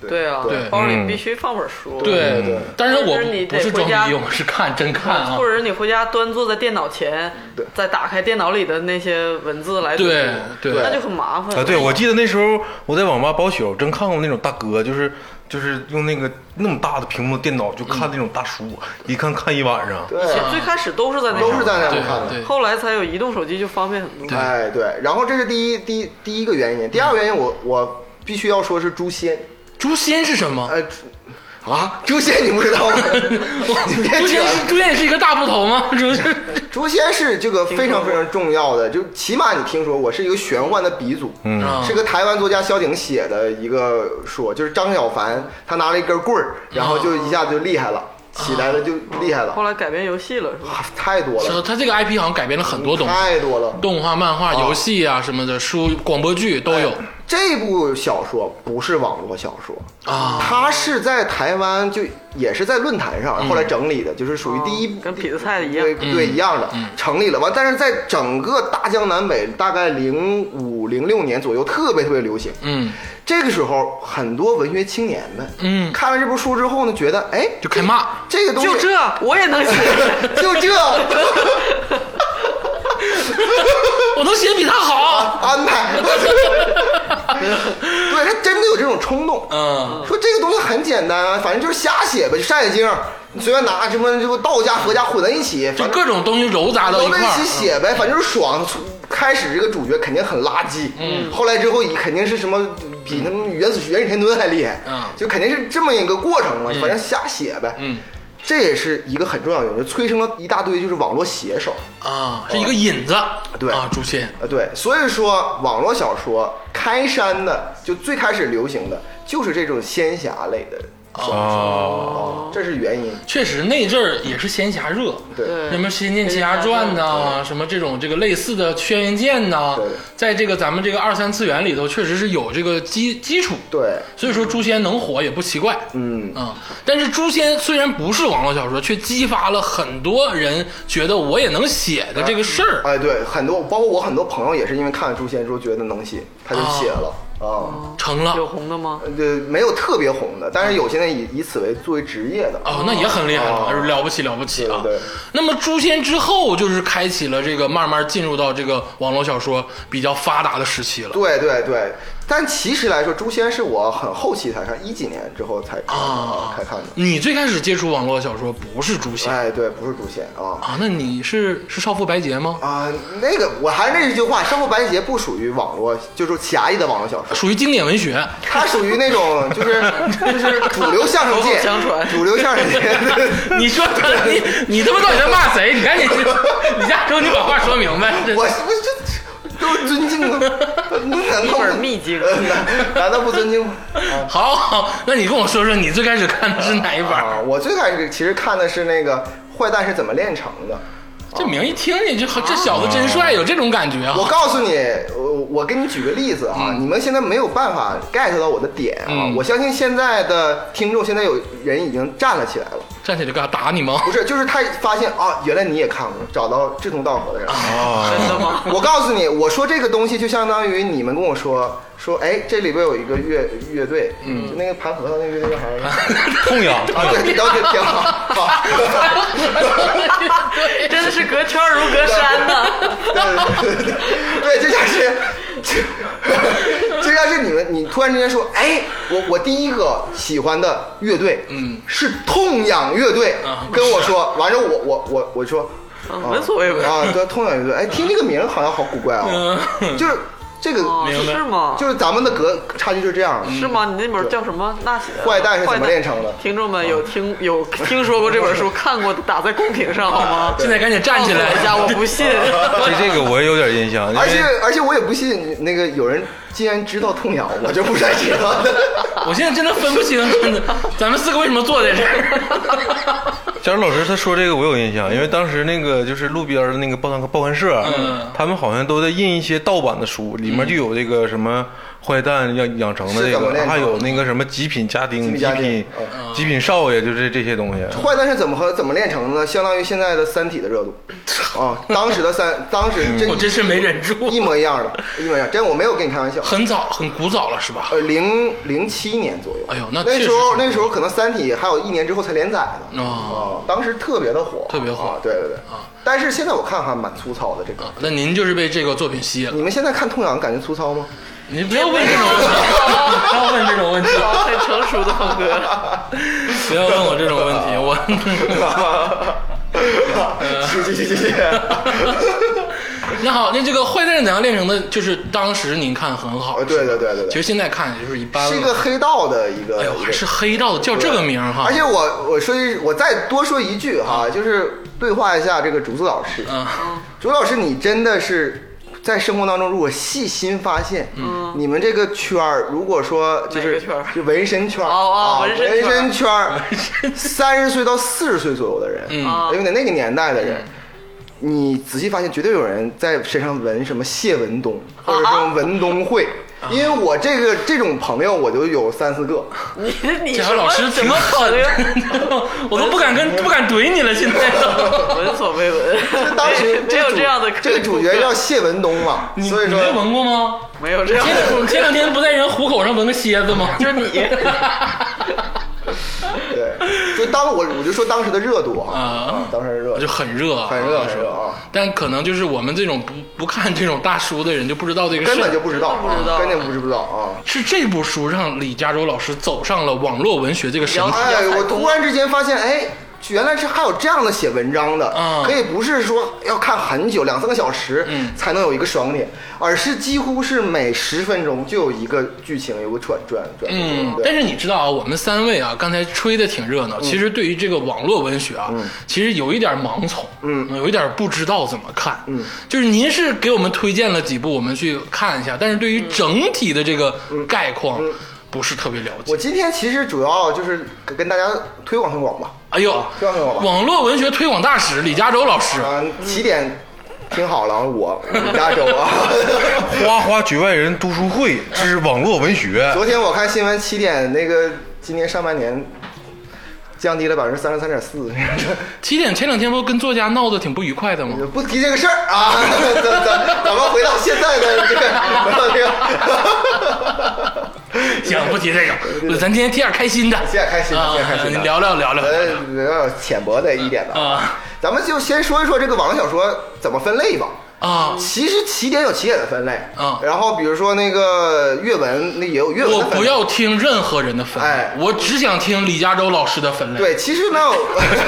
Speaker 2: 对啊
Speaker 1: 对，
Speaker 2: 包里必须放本书。
Speaker 1: 对
Speaker 4: 对，
Speaker 1: 当然我
Speaker 2: 嗯但是你
Speaker 1: 不
Speaker 2: 得
Speaker 1: 不是装
Speaker 2: 回家
Speaker 1: 逼，我是看真看啊
Speaker 2: 或。者是你回家端坐在电脑前
Speaker 4: 对，
Speaker 2: 再打开电脑里的那些文字来读，
Speaker 1: 对对
Speaker 2: 那就很麻烦
Speaker 3: 啊，对，我记得那时候我在网吧包宿，真看过那种大哥，就是就是用那个那么大的屏幕电脑就看那种大书，一看看一晚上。
Speaker 4: 对
Speaker 2: 以，前最开始都是在那
Speaker 4: 都是在那
Speaker 1: 对
Speaker 4: 样看的。
Speaker 1: 对，
Speaker 2: 后来才有移动手机就方便很多。
Speaker 4: 哎，对，然后这是第一第一第一个原因，第二个原因我我必须要说是诛仙，
Speaker 1: 诛仙是什么？
Speaker 4: 呃，啊，诛仙你不知道吗？你别
Speaker 1: 诛仙
Speaker 4: 讲
Speaker 1: 是诛仙也是一个大部头吗？ 诛仙
Speaker 4: 诛仙是这个非常非常重要的，就起码你听说过，是一个玄幻的鼻祖，
Speaker 3: 嗯
Speaker 1: 啊
Speaker 4: 是个台湾作家萧鼎写的一个说，就是张小凡他拿了一根棍儿，然后就一下就厉害了，起来了就厉害
Speaker 1: 啊
Speaker 4: 了，
Speaker 2: 后来改变游戏了，是吧？
Speaker 4: 啊太多
Speaker 1: 是
Speaker 4: 了，
Speaker 1: 他这个 IP 好像改编了很多东西，
Speaker 4: 太多了。
Speaker 1: 动画、漫画、游戏啊什么的，书、广播剧都有。
Speaker 4: 这部小说不是网络小说
Speaker 1: 啊
Speaker 4: 它是在台湾就也是在论坛
Speaker 1: 嗯
Speaker 4: 上后来整理的，就是属于第一
Speaker 2: 哦跟痞子菜一样
Speaker 4: 对对一样的
Speaker 1: 嗯
Speaker 4: 成立了。完，但是在整个大江南北，大概零五零六年左右，特别特别流行。
Speaker 1: 嗯
Speaker 4: 这个时候，很多文学青年们，
Speaker 1: 嗯
Speaker 4: 看了这部书之后呢，觉得哎，
Speaker 1: 就开骂
Speaker 4: 这这个东西
Speaker 2: 就这我也 能写，
Speaker 4: 就这
Speaker 1: 我能写得比他好。
Speaker 4: 安排， 对他真的有这种冲动。
Speaker 1: 嗯，
Speaker 4: 说这个东西很简单啊，反正就是瞎写呗，《山海经》你随便拿什么，这不道家、佛家混在一起，
Speaker 1: 就
Speaker 4: 反正
Speaker 1: 各种东西揉杂到一
Speaker 4: 揉
Speaker 1: 块
Speaker 4: 在
Speaker 1: 儿
Speaker 4: 一起。写呗，反正就是爽。从开始这个主角肯定很垃圾，嗯，后来之后也肯定是什么比他们原始原始天尊还厉害，
Speaker 1: 嗯
Speaker 4: 就肯定是这么一个过程嘛，反正瞎写呗，
Speaker 1: 嗯，
Speaker 4: 这也是一个很重要的原因，就催生了一大堆就是网络写手，
Speaker 1: 啊，是一个引子。
Speaker 4: 对
Speaker 1: 啊，诛仙。
Speaker 4: 呃，对，所以说网络小说开山的，就最开始流行的就是这种仙侠类的小说，
Speaker 3: 啊
Speaker 4: 哦，这是原因，
Speaker 1: 确实那阵儿也是仙侠热，
Speaker 4: 对
Speaker 1: 什么《仙剑奇侠传》呐，什么这种这个类似的《轩辕剑》呐
Speaker 4: 对，
Speaker 1: 在这个咱们这个二三次元里头，确实是有这个基基础。
Speaker 4: 对，
Speaker 1: 所以说诛仙能火也不奇怪。
Speaker 4: 嗯，
Speaker 1: 嗯，但是诛仙虽然不是网络小说，却激发了很多人觉得我也能写的这个事儿。
Speaker 4: 哎，对，很多包括我很多朋友也是因为看了《诛仙》之后觉得能写，他就写了
Speaker 2: 哦
Speaker 4: 啊。
Speaker 1: 成了
Speaker 2: 有红的吗？
Speaker 4: 呃，没有特别红的，但是有些人以以此为作为职业的。
Speaker 1: 哦，那也很厉害了，
Speaker 4: 哦
Speaker 1: 了不起了不起啊！
Speaker 4: 对对对
Speaker 1: 那么诛仙之后，就是开启了这个慢慢进入到这个网络小说比较发达的时期了。
Speaker 4: 对对对，但其实来说，《诛仙》是我很后期才看，一几年之后才看的
Speaker 2: 哦
Speaker 1: 啊
Speaker 4: 才看的。
Speaker 1: 你最开始接触网络小说不是诛仙、
Speaker 4: 哎，对，不是《诛仙》啊
Speaker 1: 啊？那你是是少妇白洁吗？
Speaker 4: 啊，那个我还是那句话，《生活白洁》不属于网络，就是狭义的网络小说。
Speaker 1: 属于经典文学，
Speaker 4: 它属于那种，就是就是主流相声
Speaker 2: 口
Speaker 4: 界
Speaker 2: 口相传，
Speaker 4: 主流 相声界，
Speaker 1: 你说他你你他妈到底在骂谁？你赶紧，李嘉诚，你把话说明白。 这
Speaker 4: 我我这都是尊敬啊，难道
Speaker 2: 一本
Speaker 4: 不
Speaker 2: 秘经
Speaker 4: 呃 难难道不尊敬吗？
Speaker 1: 好好，那你跟我说说，你最开始看的是哪一本？
Speaker 4: 啊，我最开始其实看的是那个《坏蛋是怎么炼成的》。
Speaker 1: 这名一听你就好，这小子真帅，有这种感觉啊
Speaker 4: 我！告诉你，我我给你举个例子啊，
Speaker 2: 嗯
Speaker 4: 你们现在没有办法 get 到我的点啊
Speaker 1: 嗯，
Speaker 4: 我相信现在的听众现在有人已经站了起来了，
Speaker 1: 站起来干啥？打你吗？
Speaker 4: 不是，就是他发现啊，原来你也看过，找到志同道合的人。
Speaker 3: 啊，
Speaker 2: 真的 吗？
Speaker 4: 我告诉你，我说这个东西就相当于你们跟我说说，哎，这里边有一个乐乐队，嗯，就那个盘核桃那个乐队叫啥 来着？
Speaker 3: 痛痒，痛
Speaker 4: 啊，
Speaker 3: 痒，
Speaker 4: 对，了解挺好。好
Speaker 2: 真的是隔圈儿如隔山呐。
Speaker 4: 对对对，对，就像是， 就就像是你们，你突然之间说，哎，我我第一个喜欢的乐队，
Speaker 1: 嗯
Speaker 4: 是痛痒乐队
Speaker 1: 啊，
Speaker 4: 跟我说，完了我我我我说，
Speaker 2: 啊闻所未闻
Speaker 4: 哦
Speaker 1: 嗯
Speaker 4: 啊，对，痛痒乐队，哎，听这个名儿好像好古怪哦，就是这个
Speaker 2: 哦，
Speaker 1: 明白
Speaker 2: 是吗？
Speaker 4: 就是咱们的隔差距就是这样的。
Speaker 1: 嗯
Speaker 2: 是吗？你那本叫什么？那些
Speaker 4: 坏蛋是怎么练成的
Speaker 2: 坏
Speaker 4: 嗯
Speaker 2: 蛋听众们有听有听说过这本书， 看过打在公屏上好
Speaker 4: 嗯
Speaker 2: 吗？
Speaker 1: 现在赶紧站起来
Speaker 2: 告诉我一下，我不 信。
Speaker 3: 对这个我也有点印象，因
Speaker 4: 而
Speaker 1: 哎
Speaker 4: 且
Speaker 3: 为
Speaker 4: 而且我也不信那个有人竟然知道痛痒，我就不太知道的。
Speaker 1: 我现在真的分不清，真的，咱们四个为什么坐在这儿？
Speaker 3: 佳茹老师他说这个我有印象，因为当时那个就是路边的那个报刊报刊社，啊
Speaker 1: 嗯
Speaker 3: 他们好像都在印一些盗版的书，里面就有这个什么坏蛋养养成的
Speaker 4: 是
Speaker 3: 这
Speaker 4: 怎么
Speaker 3: 个，
Speaker 4: 练成的
Speaker 3: 还有那个什么极品家
Speaker 4: 极
Speaker 3: 丁、
Speaker 4: 品
Speaker 3: 极
Speaker 4: 家哦丁
Speaker 3: 品极品少爷，就这这些东西。
Speaker 4: 坏蛋是怎么和怎么练成的呢？相当于现在的《三体》的热度啊，当时的三，当时
Speaker 1: 嗯我真
Speaker 4: 真
Speaker 1: 是没忍
Speaker 4: 一
Speaker 1: 住。
Speaker 4: 模一样的，一模一样，真我没有跟你开玩笑。
Speaker 1: 很早，很古早了，是吧？
Speaker 4: 呃，零零七年左右，
Speaker 1: 哎呦那
Speaker 4: 那
Speaker 1: 确
Speaker 4: 时
Speaker 1: 实
Speaker 4: 候
Speaker 1: 是
Speaker 4: 那时候可能《三体》还有一年之后才连载呢，
Speaker 1: 哦
Speaker 4: 啊，当时特别的火，
Speaker 1: 特别火啊
Speaker 4: 啊对对对，但是现在我看还蛮粗糙的这
Speaker 2: 哦
Speaker 4: 个。
Speaker 1: 那您就是被这个作品吸引了。
Speaker 4: 你们现在看痛痒感觉粗 糙吗？
Speaker 1: 您不要问这种问题，不要问这种问题，
Speaker 2: 很成熟的峰哥，
Speaker 1: 不要问我这种问题，我。
Speaker 4: 谢谢谢谢谢谢。
Speaker 1: 那好，那这个坏蛋怎样炼成的，就是当时您看很好，
Speaker 4: 呃对对对对
Speaker 1: 其
Speaker 4: 对，
Speaker 1: 实现在看也就是一般
Speaker 4: 是一
Speaker 1: 了。
Speaker 4: 个黑道的一个，
Speaker 1: 哎呦，
Speaker 4: 一个
Speaker 1: 还是黑道的叫这个名儿哈，
Speaker 4: 而且我我说一我再多说一句哈，就是对话一下这个竹子老师，
Speaker 1: 嗯，
Speaker 4: 竹子老师你真的是。在生活当中，如果细心发现，嗯，你们这个圈儿，如果说就
Speaker 2: 哪
Speaker 4: 是
Speaker 2: 个圈儿
Speaker 4: 就纹身圈儿
Speaker 2: 哦哦
Speaker 4: 啊，
Speaker 2: 纹身圈儿
Speaker 4: 身圈儿，三十岁到四十岁左右的人，
Speaker 2: 啊
Speaker 4: 因为在那个年代的人，你仔细发现，绝对有人在身上纹什么谢文东，或者
Speaker 2: 啊
Speaker 4: 说文东会，因为我这个这种朋友，我就有三四个，
Speaker 2: 你你
Speaker 1: 这
Speaker 2: 什
Speaker 1: 还老
Speaker 2: 么
Speaker 1: 师
Speaker 2: 什
Speaker 1: 挺
Speaker 2: 么
Speaker 1: 狠
Speaker 2: 朋友？
Speaker 1: 的，我都不敢跟不敢怼你了，现在都。
Speaker 2: 闻所未闻，
Speaker 4: 当时
Speaker 2: 没
Speaker 4: 这
Speaker 2: 有
Speaker 4: 个
Speaker 2: 这
Speaker 4: 主
Speaker 2: 样的
Speaker 4: 这个主角叫谢文东嘛，
Speaker 1: 你
Speaker 4: 所以
Speaker 1: 你没
Speaker 4: 说
Speaker 1: 闻过吗？
Speaker 2: 没有这样
Speaker 1: 前
Speaker 2: 的，
Speaker 1: 两前两天不在人虎口上纹个蝎子吗？
Speaker 2: 就是你。
Speaker 4: 对，就当我我就说当时的热度啊，
Speaker 1: 啊
Speaker 4: 啊当时的热
Speaker 1: 就
Speaker 4: 度
Speaker 1: 很热啊，
Speaker 4: 很热很热啊，
Speaker 1: 但可能就是我们这种不不看这种大书的人就不知道这个事儿，
Speaker 4: 根本就不知道啊，
Speaker 2: 不知道
Speaker 4: 根本不知道啊。
Speaker 1: 是这部书让李嘉洲老师走上了网络文学这个神
Speaker 2: 了
Speaker 1: 坛。
Speaker 2: 解
Speaker 4: 哎，我突然之间发现，哎。原来是还有这样的写文章的，
Speaker 1: 嗯
Speaker 4: 可以不是说要看很久两三个小时
Speaker 1: 嗯
Speaker 4: 才能有一个爽点，而是几乎是每十分钟就有一个剧情，有个转转转折。
Speaker 1: 嗯，
Speaker 4: 对
Speaker 1: 但是你知道啊，我们三位啊，刚才吹的挺热闹。
Speaker 4: 嗯
Speaker 1: 其实对于这个网络文学啊，其实有一点盲从，嗯，有一点不知道怎么看。嗯，就是您是给我们推荐了几部，我们去看一下，但是对
Speaker 4: 嗯
Speaker 1: 于整体的这个概况，不是特别了解
Speaker 4: 我。今天其实主要就是跟跟大家推广推广吧，
Speaker 1: 哎呦，
Speaker 4: 推广推广吧。
Speaker 1: 网络文学推广大使李嘉洲老师，
Speaker 4: 嗯，起点听好了，我 李嘉洲啊。
Speaker 3: 花花局外人读书会之网络文学，
Speaker 4: 昨天我看新闻，起点那个今年上半年降低了百分之三十三点四，
Speaker 1: 起点前两天不跟作家闹得挺不愉快的吗？
Speaker 4: 不提这个事儿啊。咱咱咱们回到现在的这个，回到这个。
Speaker 1: 行，不提这个，咱今天提点开心的，
Speaker 4: 现在开心了，
Speaker 1: 啊
Speaker 4: 现在开心了，
Speaker 1: 聊聊聊聊
Speaker 4: 呃，聊聊浅薄的一点的
Speaker 1: 啊
Speaker 4: 咱们就先说一说这个网络小说怎么分类吧。
Speaker 1: 啊！
Speaker 4: 其实起点有起点的分类，
Speaker 1: 嗯
Speaker 4: 然后比如说那个阅文，那也有阅文
Speaker 1: 我
Speaker 4: 的分类。
Speaker 1: 不要听任何人的分类，
Speaker 4: 哎
Speaker 1: 我只想听李嘉洲老师的分类。，
Speaker 4: 对，其实呢，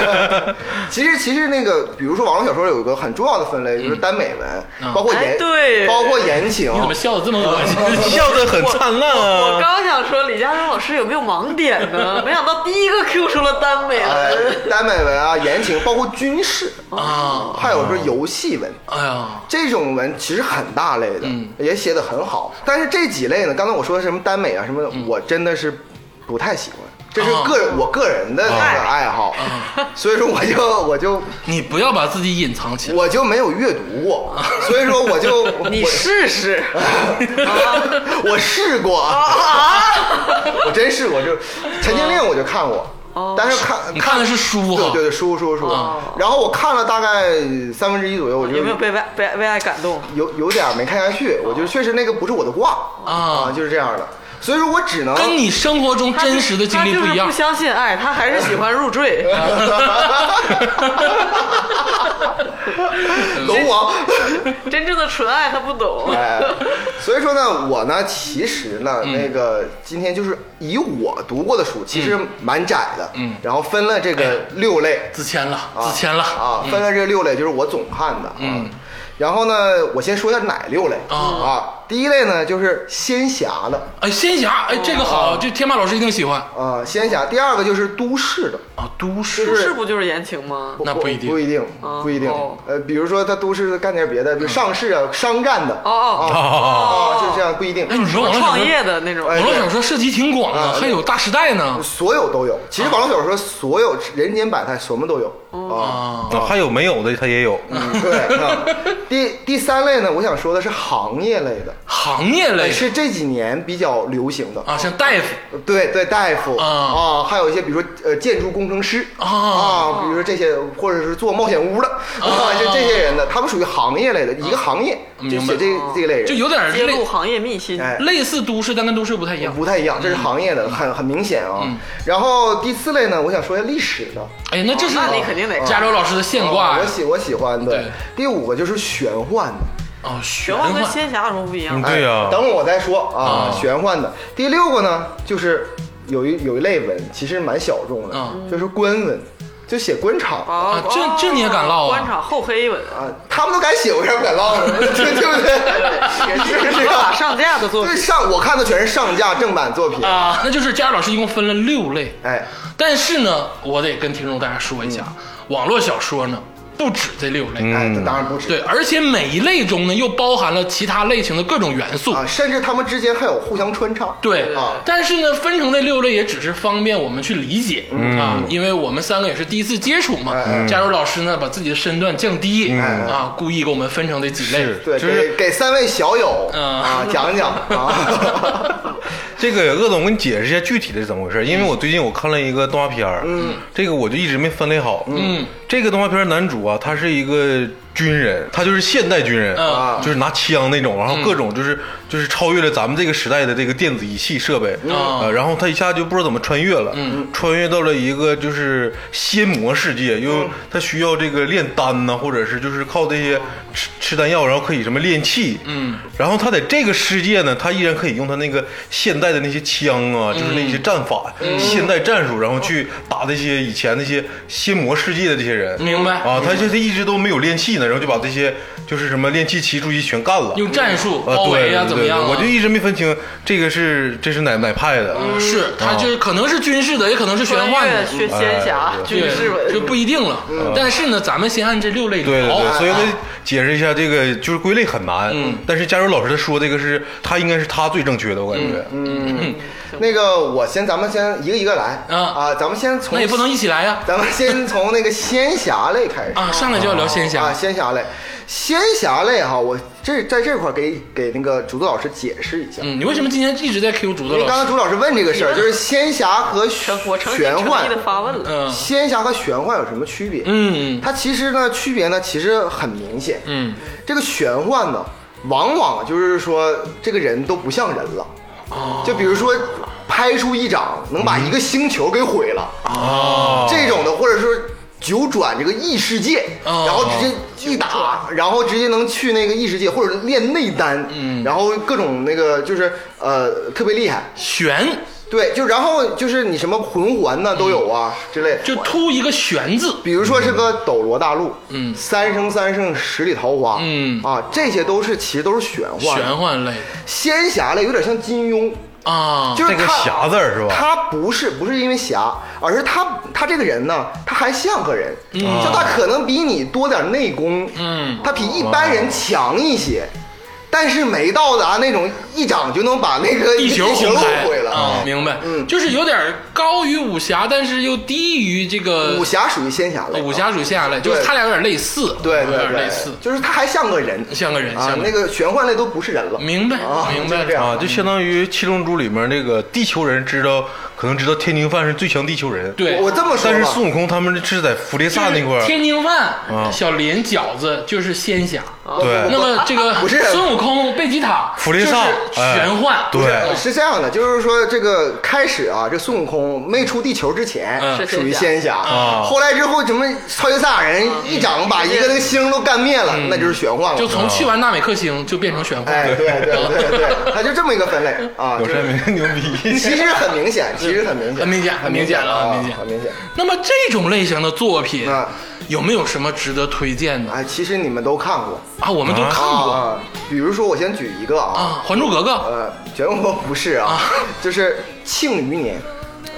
Speaker 4: 其实其实那个，比如说网络小说有一个很重要的分类，就是耽美文，
Speaker 1: 嗯
Speaker 4: 包括言
Speaker 2: 哎，对
Speaker 4: 包括言情。
Speaker 1: 你怎么笑的这么恶心？
Speaker 3: 笑得很灿烂
Speaker 2: 我
Speaker 3: 啊！
Speaker 2: 刚想说李嘉诚老师有没有盲点呢？没想到第一个 Q 出了耽美
Speaker 4: 哎
Speaker 2: 文，
Speaker 4: 耽美文啊，言情，包括军事，
Speaker 1: 啊！
Speaker 4: 还有说游戏文，
Speaker 1: 哎呀，
Speaker 4: 这种文其实很大类的，
Speaker 1: 嗯
Speaker 4: 也写的很好。但是这几类呢，刚才我说什么耽美啊什么的，
Speaker 1: 嗯
Speaker 4: 我真的是不太喜欢，这是
Speaker 1: 啊
Speaker 4: 个人我个人的那个
Speaker 1: 哦
Speaker 4: 爱好，所以说我就我就
Speaker 1: 你不要把自己隐藏起来。
Speaker 4: 我就没有阅读过，所以说我就
Speaker 2: 你
Speaker 4: 我
Speaker 2: 试试。
Speaker 4: 我试过，
Speaker 2: 啊
Speaker 4: 我真试过，就《陈情令》我就看过，
Speaker 2: 哦
Speaker 4: 但是看
Speaker 1: 你看的是书
Speaker 4: 对
Speaker 1: 哈
Speaker 4: 对，对，书书书
Speaker 1: 哦，
Speaker 4: 然后我看了大概三分之一左右，我就
Speaker 2: 有没有被哦为被为爱感动？
Speaker 4: 有有点没看下去，我就确实那个不是我的卦
Speaker 1: 啊
Speaker 4: 啊，就是这样的，所以说我只能
Speaker 1: 跟你生活中真实的经历
Speaker 2: 他
Speaker 1: 不
Speaker 2: 就
Speaker 1: 一
Speaker 2: 是
Speaker 1: 样
Speaker 2: 不。相信爱，他还是喜欢入赘。
Speaker 4: 龙王。
Speaker 2: 真正的纯爱他不懂。
Speaker 4: 哎， 所以说呢，我呢，其实呢，那
Speaker 1: 嗯
Speaker 4: 个今天就是以我读过的书，其实蛮窄的，嗯，然后分了这
Speaker 1: 哎
Speaker 4: 个六类，
Speaker 1: 自谦了，
Speaker 4: 啊
Speaker 1: 自谦了嗯
Speaker 4: 啊，分了这六类，就是我总看的，嗯。然后呢，我先说一下哪六类
Speaker 1: 啊
Speaker 4: 啊？第一类呢就是仙侠的
Speaker 1: 哎，仙侠，
Speaker 4: 哦
Speaker 1: 哎，这个好，这天马老师一定喜欢
Speaker 4: 啊、仙侠；第二个就是都市的，
Speaker 1: 啊，都市
Speaker 4: 就是
Speaker 2: 是不就是言情吗？
Speaker 1: 那不一定
Speaker 4: 不一定，
Speaker 2: 哦
Speaker 4: 不一定
Speaker 2: 哦。
Speaker 4: 呃，比如说他都市干点别的，比
Speaker 1: 嗯
Speaker 4: 如上市啊、商战的，
Speaker 2: 哦哦
Speaker 4: 啊，就这样不一定
Speaker 1: 哎，。你说
Speaker 2: 哦，
Speaker 1: 网络小
Speaker 2: 创
Speaker 1: 说，
Speaker 2: 业的那种。
Speaker 4: 哎
Speaker 1: 网络小说涉及挺广的，
Speaker 4: 啊
Speaker 1: 还有大时代呢
Speaker 4: 所有
Speaker 1: 啊
Speaker 4: 都有，其实网络小说所有人间百态什么都有啊。
Speaker 1: 啊，
Speaker 3: 啊还有没有的他也有，
Speaker 4: 嗯对，啊 第第三类呢，我想说的是行业类的，
Speaker 1: 行业类
Speaker 4: 是这几年比较流行的。
Speaker 1: 啊，像大夫
Speaker 4: 对对，大夫
Speaker 1: 啊
Speaker 4: 啊，还有一些比如说呃建筑工程师
Speaker 1: 啊
Speaker 4: 啊，比如说这些，或者是做冒险屋的啊，就这些人的，他们属于行业类的一个行业，就
Speaker 1: 啊明白啊
Speaker 4: 写这这一类人，
Speaker 1: 就有点
Speaker 2: 揭露
Speaker 1: 类
Speaker 2: 行业秘辛，
Speaker 4: 哎
Speaker 1: 类似都市，但跟都市不太一样。
Speaker 4: 不太一样，
Speaker 1: 嗯
Speaker 4: 这是行业的，很很明显啊。然后第四类呢，我想说一下历史的，
Speaker 1: 哎，那这是
Speaker 2: 那你肯定得看
Speaker 1: 加州老师的现挂
Speaker 4: 啊
Speaker 1: 呀
Speaker 3: 哦
Speaker 4: 我喜我喜欢
Speaker 1: 对
Speaker 4: 对。第五个就是玄幻的，
Speaker 1: 哦，玄
Speaker 2: 玄幻跟
Speaker 1: 幻
Speaker 2: 仙侠有什么不一样
Speaker 3: 嗯？
Speaker 4: 哎
Speaker 3: 对呀
Speaker 4: 等会儿我再说啊
Speaker 1: 啊，
Speaker 4: 玄幻的。第六个呢，就是有一有一类文，其实蛮小众的
Speaker 1: 嗯，
Speaker 4: 就是官文，就写官场啊，
Speaker 1: 啊这这你也敢唠啊
Speaker 2: 官场厚黑文，
Speaker 4: 他们都敢写，我为啥不敢唠呢？ 对对不对？是不是
Speaker 2: 合法
Speaker 4: 啊？
Speaker 2: 上架的作品
Speaker 4: 对。上我看的全是上架正版作品，
Speaker 1: 啊，那就是加州老师一共分了六类。
Speaker 4: 哎，
Speaker 1: 但是呢，我得跟听众大家说一下，网络小说呢不止这六类，
Speaker 4: 哎，
Speaker 3: 嗯
Speaker 4: 这当然不止。
Speaker 1: 对，而且每一类中呢又包含了其他类型的各种元素。
Speaker 4: 啊，甚至他们之间还有互相穿插。
Speaker 1: 对
Speaker 4: 啊
Speaker 1: 但是呢，分成那六类也只是方便我们去理解、
Speaker 3: 嗯
Speaker 1: 啊，因为我们三个也是第一次接触嘛。
Speaker 3: 哎
Speaker 4: 嗯
Speaker 1: 加州老师呢，把自己的身段降低、
Speaker 4: 嗯
Speaker 1: 啊，故意给我们分成这几类。
Speaker 4: 对，
Speaker 3: 就是
Speaker 4: 给给三位小友
Speaker 1: 嗯
Speaker 4: 啊讲讲 啊，
Speaker 3: 这个鄂总，我给你解释一下具体的是怎么回事，因为我最近我看了一个动画片嗯，这个我就一直没分类好，嗯，这个动画片男主啊，他是一个军人，他就是现代军人
Speaker 1: 嗯
Speaker 3: 就是拿枪那种，然后各种就是就是超越了咱们这个时代的这个电子仪器设备，呃，然后他一下就不知道怎么穿越了，穿越到了一个就是仙魔世界，因
Speaker 1: 嗯
Speaker 3: 为他需要这个炼丹呐，或者是就是靠这些吃吃丹药，然后可以什么炼气，嗯，然后他在这个世界呢，他依然可以用他那个现代的那些枪
Speaker 1: 嗯
Speaker 3: 啊，就是那些战法、现代战术，然后去打那些以前那些仙魔世界的这些人，
Speaker 1: 明白
Speaker 3: 啊，他就是一直都没有练气呢，然后就把这些就是什么练气奇术一全干了。
Speaker 1: 用战术
Speaker 3: 啊，
Speaker 1: 包围
Speaker 3: 对
Speaker 1: 啊，
Speaker 3: 对
Speaker 1: 怎么样、啊？
Speaker 3: 对我就一直没分清这个是这是哪哪派的。
Speaker 4: 哦
Speaker 1: 是他就是可能是军事的，也可能是玄
Speaker 2: 穿
Speaker 1: 幻的嗯
Speaker 2: 越，学仙侠
Speaker 3: 哎、对
Speaker 2: 军事
Speaker 1: 就
Speaker 2: 文，
Speaker 1: 不一定了。
Speaker 4: 嗯
Speaker 1: 但是呢，咱们先按这六类
Speaker 3: 对对
Speaker 1: 聊。
Speaker 3: 对，所以我解释一下，这个就是归类很难。嗯，但是加州老师他说这个是他应该是他最正确的，我感觉。嗯，
Speaker 4: 那个我先咱们先一个一个来
Speaker 1: 啊
Speaker 4: 啊，咱们先从
Speaker 1: 那也不能一起来呀、
Speaker 4: 咱们先从那个仙侠类开始
Speaker 1: 啊！上来就要聊仙侠，
Speaker 4: 啊，仙侠类，仙侠类哈，我这在这块儿给给那个竹子老师解释一下，
Speaker 1: 嗯，你为什么今天一直在 Q 竹子
Speaker 4: 因为刚
Speaker 1: 老
Speaker 4: 刚
Speaker 1: 师？
Speaker 4: 竹老师问这个事儿，就是仙侠和
Speaker 2: 成我诚心
Speaker 4: 玄
Speaker 2: 诚意
Speaker 4: 幻，
Speaker 2: 的发问了，
Speaker 1: 嗯
Speaker 4: 仙侠和玄幻有什么区别？
Speaker 1: 嗯
Speaker 4: 它其实呢区别呢其实很明显，
Speaker 1: 嗯
Speaker 4: 这个玄幻呢，往往就是说这个人都不像人了，
Speaker 1: 哦
Speaker 4: 就比如说拍出一掌能把一个星球给毁了，
Speaker 3: 哦，
Speaker 4: 这种的，或者说九转这个异世界，
Speaker 1: 哦
Speaker 4: 然后直接一打，然后直接能去那个异世界，或者练内丹，
Speaker 1: 嗯
Speaker 4: 然后各种那个就是呃特别厉害，
Speaker 1: 玄
Speaker 4: 对，就然后就是你什么魂环呢都有啊、之类的，
Speaker 1: 嗯就突一个玄字，
Speaker 4: 比如说这个《斗罗大陆》，嗯，三生三世十里桃花，
Speaker 1: 嗯
Speaker 4: 啊，这些都是其实都是玄幻，
Speaker 1: 玄幻类
Speaker 4: 仙侠类有点像金庸，
Speaker 1: 啊，
Speaker 4: 就是
Speaker 3: 这个
Speaker 4: 他
Speaker 3: 侠字儿是吧？
Speaker 4: 他不是不是因为侠，而是他他这个人呢，他还像个人，就他可能比你多点内功，
Speaker 1: 嗯，
Speaker 4: 他比一般人强一些，但是没到达那种一掌就能把那个
Speaker 1: 地球
Speaker 4: 球
Speaker 1: 红开
Speaker 4: 毁了。
Speaker 1: 啊，明白？
Speaker 4: 嗯
Speaker 1: 就是有点高于武侠，但是又低于这个
Speaker 4: 武侠属于仙侠类，
Speaker 1: 武侠属于仙侠类，就是他俩有点类似，
Speaker 4: 对对
Speaker 1: 有点
Speaker 4: 对，
Speaker 1: 类似，
Speaker 4: 就是他还像个人，
Speaker 1: 像个人，
Speaker 4: 啊
Speaker 1: 像，个
Speaker 4: 那
Speaker 1: 人。
Speaker 4: 个玄幻类都不是人了，
Speaker 1: 明白
Speaker 4: 啊，
Speaker 1: 明白
Speaker 4: 就是这样
Speaker 3: 啊，就相当于《七龙珠》里面那个地球人知道，可能知道天津饭是最强地球人。
Speaker 1: 对，
Speaker 4: 我我这么说
Speaker 3: 但是
Speaker 4: 吧，
Speaker 3: 孙悟空他们是在弗利萨那
Speaker 1: 就
Speaker 3: 块
Speaker 1: 是
Speaker 3: 儿，
Speaker 1: 天津
Speaker 3: 啊
Speaker 1: 饭、小林饺子就是仙侠，
Speaker 4: 哦
Speaker 3: 对
Speaker 1: 那么这个
Speaker 4: 啊不是
Speaker 1: 孙悟空、贝吉塔、
Speaker 3: 弗利萨
Speaker 1: 就是
Speaker 3: 哎
Speaker 1: 玄幻，
Speaker 3: 对，
Speaker 4: 是这样的，就是说这个开始啊，这孙悟空没出地球之前
Speaker 1: 嗯
Speaker 4: 属于仙侠，啊
Speaker 3: 啊
Speaker 4: 后来之后什么超级赛亚人一掌把一个那个星都干灭了，那就是玄幻了
Speaker 1: 嗯就。从去完纳美克星就变成
Speaker 4: 哎
Speaker 1: 玄幻。
Speaker 4: 哎，对对对对，他就这么一个分类啊，
Speaker 3: 有
Speaker 4: 就是
Speaker 3: 这没牛逼。
Speaker 4: 其实很明显，其其实很明显，
Speaker 1: 很明显
Speaker 4: 很
Speaker 1: 很明显了
Speaker 4: 啊
Speaker 1: 很明显
Speaker 4: 很明显。
Speaker 1: 那么这种类型的作品
Speaker 4: 那
Speaker 1: 有没有什么值得推荐的
Speaker 4: 哎，其实你们都看过
Speaker 1: 啊？我们都看过
Speaker 4: 啊，比如说我先举一个啊，
Speaker 1: 啊，《还珠格格》
Speaker 3: 哦
Speaker 4: 呃，全国不是啊， 就是《庆余年》，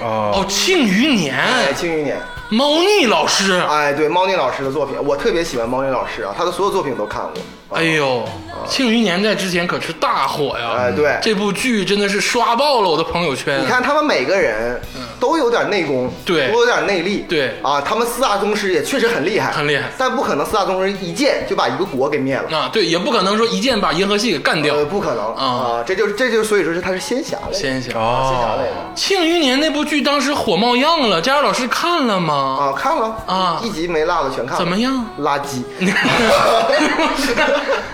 Speaker 3: 啊
Speaker 1: 哦，《庆余年
Speaker 4: 哎，《庆余年》，
Speaker 1: 猫腻老师，
Speaker 4: 哎，对，猫腻老师的作品，我特别喜欢猫腻老师啊，他的所有作品都看过。
Speaker 1: 哎呦，《庆余年》在之前可是大火呀！
Speaker 4: 哎对
Speaker 1: 这部剧真的是刷爆了我的朋友圈。
Speaker 4: 你看他们每个人都有点内功，
Speaker 1: 嗯对
Speaker 4: 都有点内力，
Speaker 1: 对
Speaker 4: 啊，他们四大宗师也确实很厉害，
Speaker 1: 很厉害
Speaker 4: 但不可能四大宗师一剑就把一个国给灭了，
Speaker 1: 啊，对，也不可能说一剑把银河系给干掉。
Speaker 4: 呃，不可能
Speaker 1: 啊
Speaker 4: 啊，这就是这就是所以说是他是仙侠类的，
Speaker 1: 仙侠，
Speaker 4: 仙侠
Speaker 3: 啊
Speaker 4: 类的
Speaker 1: 庆余年》那部剧当时火冒样了，佳儿老师看了吗？
Speaker 4: 啊，看了
Speaker 1: 啊
Speaker 4: 一集没落的全看了，
Speaker 1: 怎么样？
Speaker 4: 垃圾，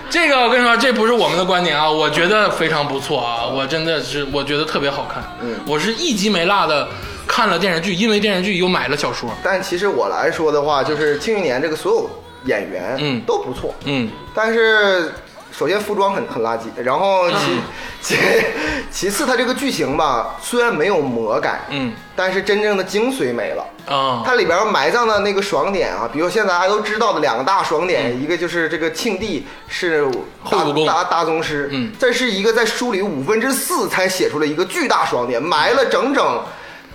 Speaker 1: 这个我跟你说，这不是我们的观点啊，我觉得非常不错啊，我真的是我觉得特别好看，
Speaker 4: 嗯
Speaker 1: 我是一集没落的看了电视剧，因为电视剧又买了小说，
Speaker 4: 但其实我来说的话，就是庆余年这个所有演员
Speaker 1: 嗯
Speaker 4: 都不错，
Speaker 1: 嗯，
Speaker 4: 但是首先服装很很垃圾，然后其、
Speaker 1: 嗯
Speaker 4: 其其次它这个剧情吧，虽然没有魔改，
Speaker 1: 嗯，
Speaker 4: 但是真正的精髓没了。
Speaker 1: 啊，
Speaker 4: 它里边埋葬的那个爽点啊，比如现在大家都知道的两个大爽点，一个就是这个庆帝是大
Speaker 1: 嗯后武功
Speaker 4: 大大宗师，
Speaker 1: 嗯
Speaker 4: 这是一个在书里五分之四才写出了一个巨大爽点，埋了整整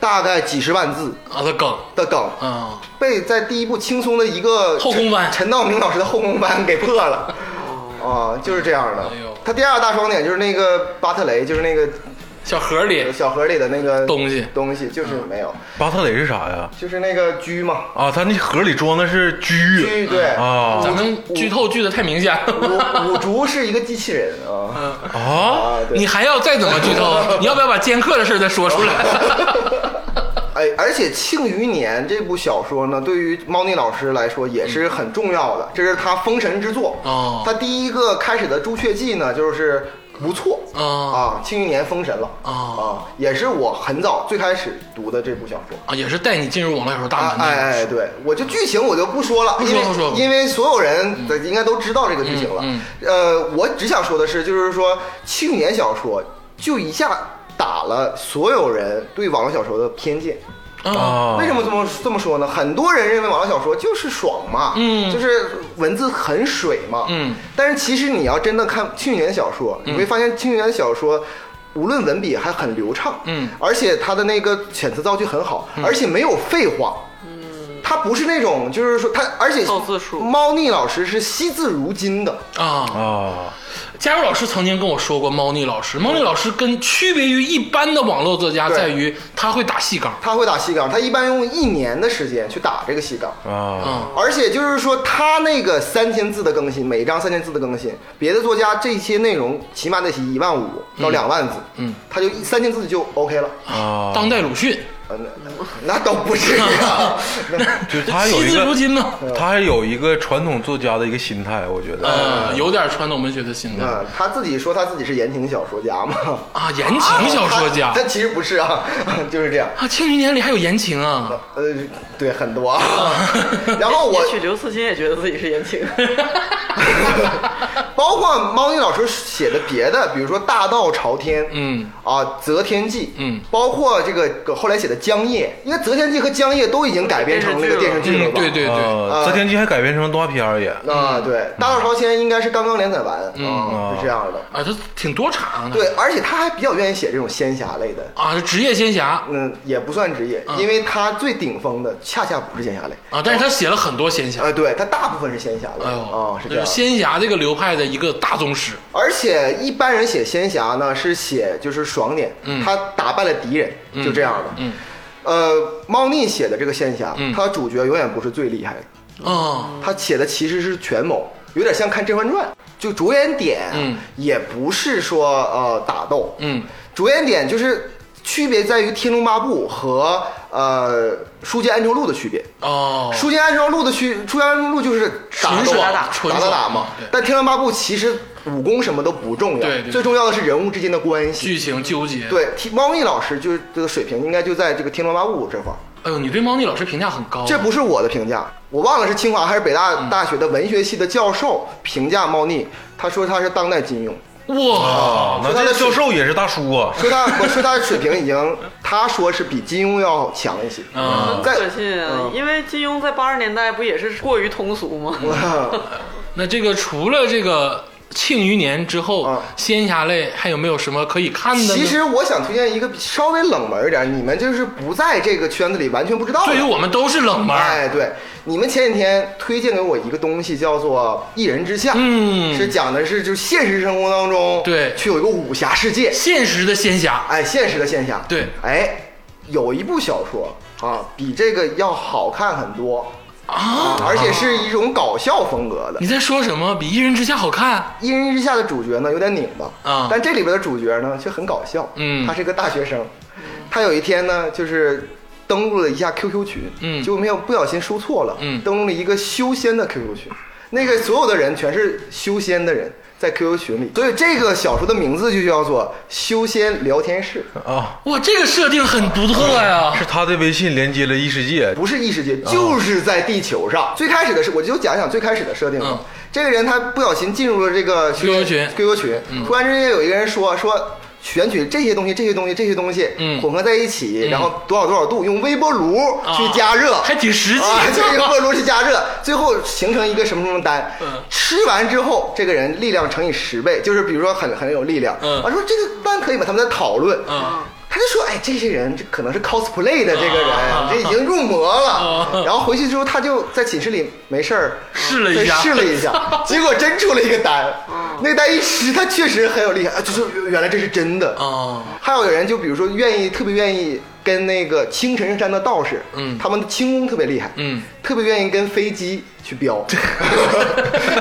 Speaker 4: 大概几十万字
Speaker 1: 啊的梗
Speaker 4: 的梗，
Speaker 1: 啊，
Speaker 4: 被在第一部轻松的一个
Speaker 1: 后宫班
Speaker 4: 陈陈道明老师的后宫班给破了。 啊，就是这样的
Speaker 1: 哎呦。
Speaker 4: 他第二大爽点就是那个巴特雷，就是那个
Speaker 1: 小盒里
Speaker 4: 小盒里的那个
Speaker 1: 哎东西嗯
Speaker 4: 东西就是没有，
Speaker 3: 巴特雷是啥呀？
Speaker 4: 就是那个狙嘛，
Speaker 3: 啊，他那盒里装的是
Speaker 4: 狙
Speaker 3: 狙
Speaker 4: 对
Speaker 1: 嗯
Speaker 3: 啊
Speaker 1: 咱们
Speaker 4: 嗯
Speaker 1: 剧透剧的太明显了，
Speaker 4: 五五竹是一个机器人
Speaker 1: 嗯
Speaker 3: 啊！
Speaker 4: 啊啊！对
Speaker 1: 你还要再怎么剧 透？你要不要把剑客的事儿再说出来？
Speaker 4: 哎，而且《庆余年》这部小说呢，对于猫腻老师来说也是很重要的，这是他封神之作。
Speaker 1: 嗯哦
Speaker 4: 他第一个开始的《朱雀记》呢，就是不错。
Speaker 1: 哦
Speaker 4: 啊，《庆余年》封神了。
Speaker 1: 哦
Speaker 4: 啊，也是我很早最开始读的这部小说。
Speaker 1: 啊，也是带你进入网络小说大
Speaker 4: 啊，
Speaker 1: 门的。
Speaker 4: 哎哎，对，我就剧情我就不说了，
Speaker 1: 嗯不说
Speaker 4: 因为
Speaker 1: 不说
Speaker 4: 因为所有人的应该都知道这个剧情了。
Speaker 1: 嗯
Speaker 4: 呃，我只想说的是，就是说庆年小说就一下打了所有人对网络小说的偏见。
Speaker 1: 啊，
Speaker 3: 啊
Speaker 4: 为什么这么这么说呢？很多人认为网络小说就是爽嘛，
Speaker 1: 嗯
Speaker 4: 就是文字很水嘛，
Speaker 1: 嗯。
Speaker 4: 但是其实你要真的看庆余年小说，你会发现庆余年小说。无论文笔还很流畅，
Speaker 1: 嗯，
Speaker 4: 而且他的那个遣词造句很好，而且没有废话，嗯，他不是那种就是说他，而且
Speaker 2: 凑字数
Speaker 4: 猫腻老师是惜字如金的，
Speaker 1: 啊！
Speaker 3: 啊？
Speaker 1: 佳茹老师曾经跟我说过，猫腻老师，猫腻老师跟区别于一般的网络作家，
Speaker 4: 对
Speaker 1: 在于他会打细稿
Speaker 4: 他会打细稿，他一般用一年的时间去打这个细稿，
Speaker 3: 啊
Speaker 1: 啊
Speaker 4: 而且就是说，他那个三千字的更新，每一章三千字的更新，别的作家这些内容起码得写一万五到两万字，
Speaker 1: 嗯，
Speaker 4: 他就一三千字就 OK 了，
Speaker 3: 啊！
Speaker 1: 当代鲁迅，
Speaker 4: 呃那那倒不至于啊，
Speaker 3: 就是他有
Speaker 1: 惜
Speaker 3: 一
Speaker 1: 字如
Speaker 3: 个，
Speaker 1: 金呢，
Speaker 3: 他还有一个传统作家的一个心态，我觉得
Speaker 1: 呃，有点传统文学的心态
Speaker 4: 嗯，他自己说他自己是言情小说家嘛，
Speaker 1: 啊，言情小说家
Speaker 4: 他其实不是啊，就是这样，
Speaker 1: 啊，《庆余年》里还有言情啊，
Speaker 4: 呃，对，很 多啊，然后哦我
Speaker 2: 也许刘慈欣也觉得自己是言 情，
Speaker 4: 包括猫腻老师写的别的，比如说《大道朝天》，
Speaker 1: 嗯，
Speaker 4: 啊，《择天记》，
Speaker 1: 嗯，
Speaker 4: 包括这个呃后来写的《江夜》，因为《择天记》和《江夜》都已经改编成那个电视剧了
Speaker 1: 嗯，
Speaker 4: 吧？
Speaker 1: 对嗯对对，
Speaker 3: 啊，择天记还改编成动画片儿也
Speaker 4: 啊，对，《大道朝天》应该是刚刚连载完，
Speaker 1: 嗯
Speaker 4: 啊，是这样的。
Speaker 1: 啊，他挺多产的，
Speaker 4: 对，而且他还比较愿意写这种仙侠类的，
Speaker 1: 啊，是职业仙侠
Speaker 4: 嗯，也不算职业，因为他最顶峰的恰恰不是仙侠类，
Speaker 1: 啊，但是他写了很多仙侠，
Speaker 4: 呃，对他大部分是仙侠类
Speaker 1: 哎呦，
Speaker 4: 啊，是这
Speaker 1: 就是
Speaker 4: 样的。
Speaker 1: 仙侠这个流派的一个大宗师
Speaker 4: 而且一般人写仙侠
Speaker 1: 嗯
Speaker 4: 呢，是写就是爽点，他打败了敌人，就这样的。
Speaker 1: 嗯
Speaker 4: 呃，猫腻写的这个仙侠，他主角永远不是最厉害的，
Speaker 1: 啊，
Speaker 4: 他写的其实是权谋，有点像看《甄嬛传》，就着眼点，
Speaker 1: 嗯，
Speaker 4: 也不是说呃打斗，
Speaker 1: 嗯，
Speaker 4: 着眼点就是区别在于《天龙八部》和呃《书剑恩仇录》的区别。
Speaker 1: 哦，
Speaker 4: 书剑恩仇录》的区，《书剑恩仇录》就是打
Speaker 1: 纯
Speaker 4: 斗啊
Speaker 1: 爽
Speaker 4: 打
Speaker 1: 纯
Speaker 4: 打打
Speaker 1: 爽
Speaker 4: 打嘛
Speaker 1: 对。
Speaker 4: 但《天龙八部》其实武功什么都不重要，
Speaker 1: 对对
Speaker 4: 最重要的是人物之间的关系。
Speaker 1: 剧情纠结，
Speaker 4: 对，提猫腻老师就是这个水平，应该就在这个《天龙八部》这块儿。
Speaker 1: 哎呦，你对猫腻老师评价很高啊，
Speaker 4: 这不是我的评价，我忘了是清华还是北大大学的文学系的教授评价猫腻，他说他是当代金庸，
Speaker 1: 哇，
Speaker 3: 啊，那
Speaker 4: 哦他
Speaker 3: 这
Speaker 4: 的
Speaker 3: 教授也是大叔啊，
Speaker 4: 说他 我说他的水平已经，他说是比金庸要强一些。
Speaker 1: 嗯
Speaker 2: 很
Speaker 4: 在
Speaker 2: 可信
Speaker 4: 嗯
Speaker 2: 啊，因为金庸在八十年代不也是过于通俗吗？
Speaker 1: 那这个除了这个《庆余年》之后
Speaker 4: 啊，
Speaker 1: 仙侠类还有没有什么可以看的呢？
Speaker 4: 其实我想推荐一个稍微冷门一点，你们就是不在这个圈子里，完全不知道的。
Speaker 1: 对于我们都是冷门儿。
Speaker 4: 哎，对，你们前几天推荐给我一个东西，叫做《一人之下》，
Speaker 1: 嗯
Speaker 4: 是讲的是就是现实生活当中，
Speaker 1: 对
Speaker 4: 去有一个武侠世界，
Speaker 1: 现实的仙侠，
Speaker 4: 哎，现实的现象，
Speaker 1: 对
Speaker 4: 哎，有一部小说啊，比这个要好看很多啊，而且是一种搞笑风格的
Speaker 1: 你。在说什么？比《一人之下》好看？
Speaker 4: 《一人之下》的主角呢有点拧巴
Speaker 1: 啊
Speaker 4: 但这里边的主角呢却很搞笑。
Speaker 1: 嗯
Speaker 4: 他是一个大学生，他有一天呢就是登录了一下 QQ 群，
Speaker 1: 嗯
Speaker 4: 就没有不小心输错了，
Speaker 1: 嗯
Speaker 4: 登录了一个修仙的 QQ 群，那个所有的人全是修仙的人在 QQ 群里，所以这个小说的名字就叫做《修仙聊天室》，
Speaker 3: 啊，
Speaker 1: 哇，这个设定很独特呀、
Speaker 3: 是他的微信连接了异世界，
Speaker 4: 不是异世界，
Speaker 1: 嗯
Speaker 4: 就是在地球上。最开始的是，我就讲讲最开始的设定吧。
Speaker 1: 嗯
Speaker 4: 这个人他不小心进入了这个
Speaker 1: QQ 群嗯
Speaker 4: QQ 群，突然之间有一个人说说。选取这些东西、这些东西、这些东西，
Speaker 1: 嗯啊
Speaker 4: 混合在一起，然后多少多少度，用微波炉去加热，
Speaker 1: 还挺实际
Speaker 4: 啊，这个微波炉去加热，最后形成一个什么什么单。
Speaker 1: 嗯
Speaker 4: 吃完之后，这个人力量乘以十倍，就是比如说很很有力量。
Speaker 1: 嗯
Speaker 4: 啊，说这个单可以吗？他们在讨论。
Speaker 1: 嗯
Speaker 4: 他就说，哎，这些人这可能是 cosplay 的这个人，
Speaker 1: 啊
Speaker 4: 这已经入魔
Speaker 1: 啊
Speaker 4: 了。然后回去之后，他就在寝室里没事儿
Speaker 1: 试了一下
Speaker 4: 对试了 一下，结果真出了一个单。那单一吃，他确实很有厉害，啊就是原来这是真的。
Speaker 1: 哦
Speaker 4: 还有人就比如说愿意特别愿意跟那个青城山的道士，
Speaker 1: 嗯
Speaker 4: 他们的轻功特别厉害，
Speaker 1: 嗯，
Speaker 4: 特别愿意跟飞机去 飙，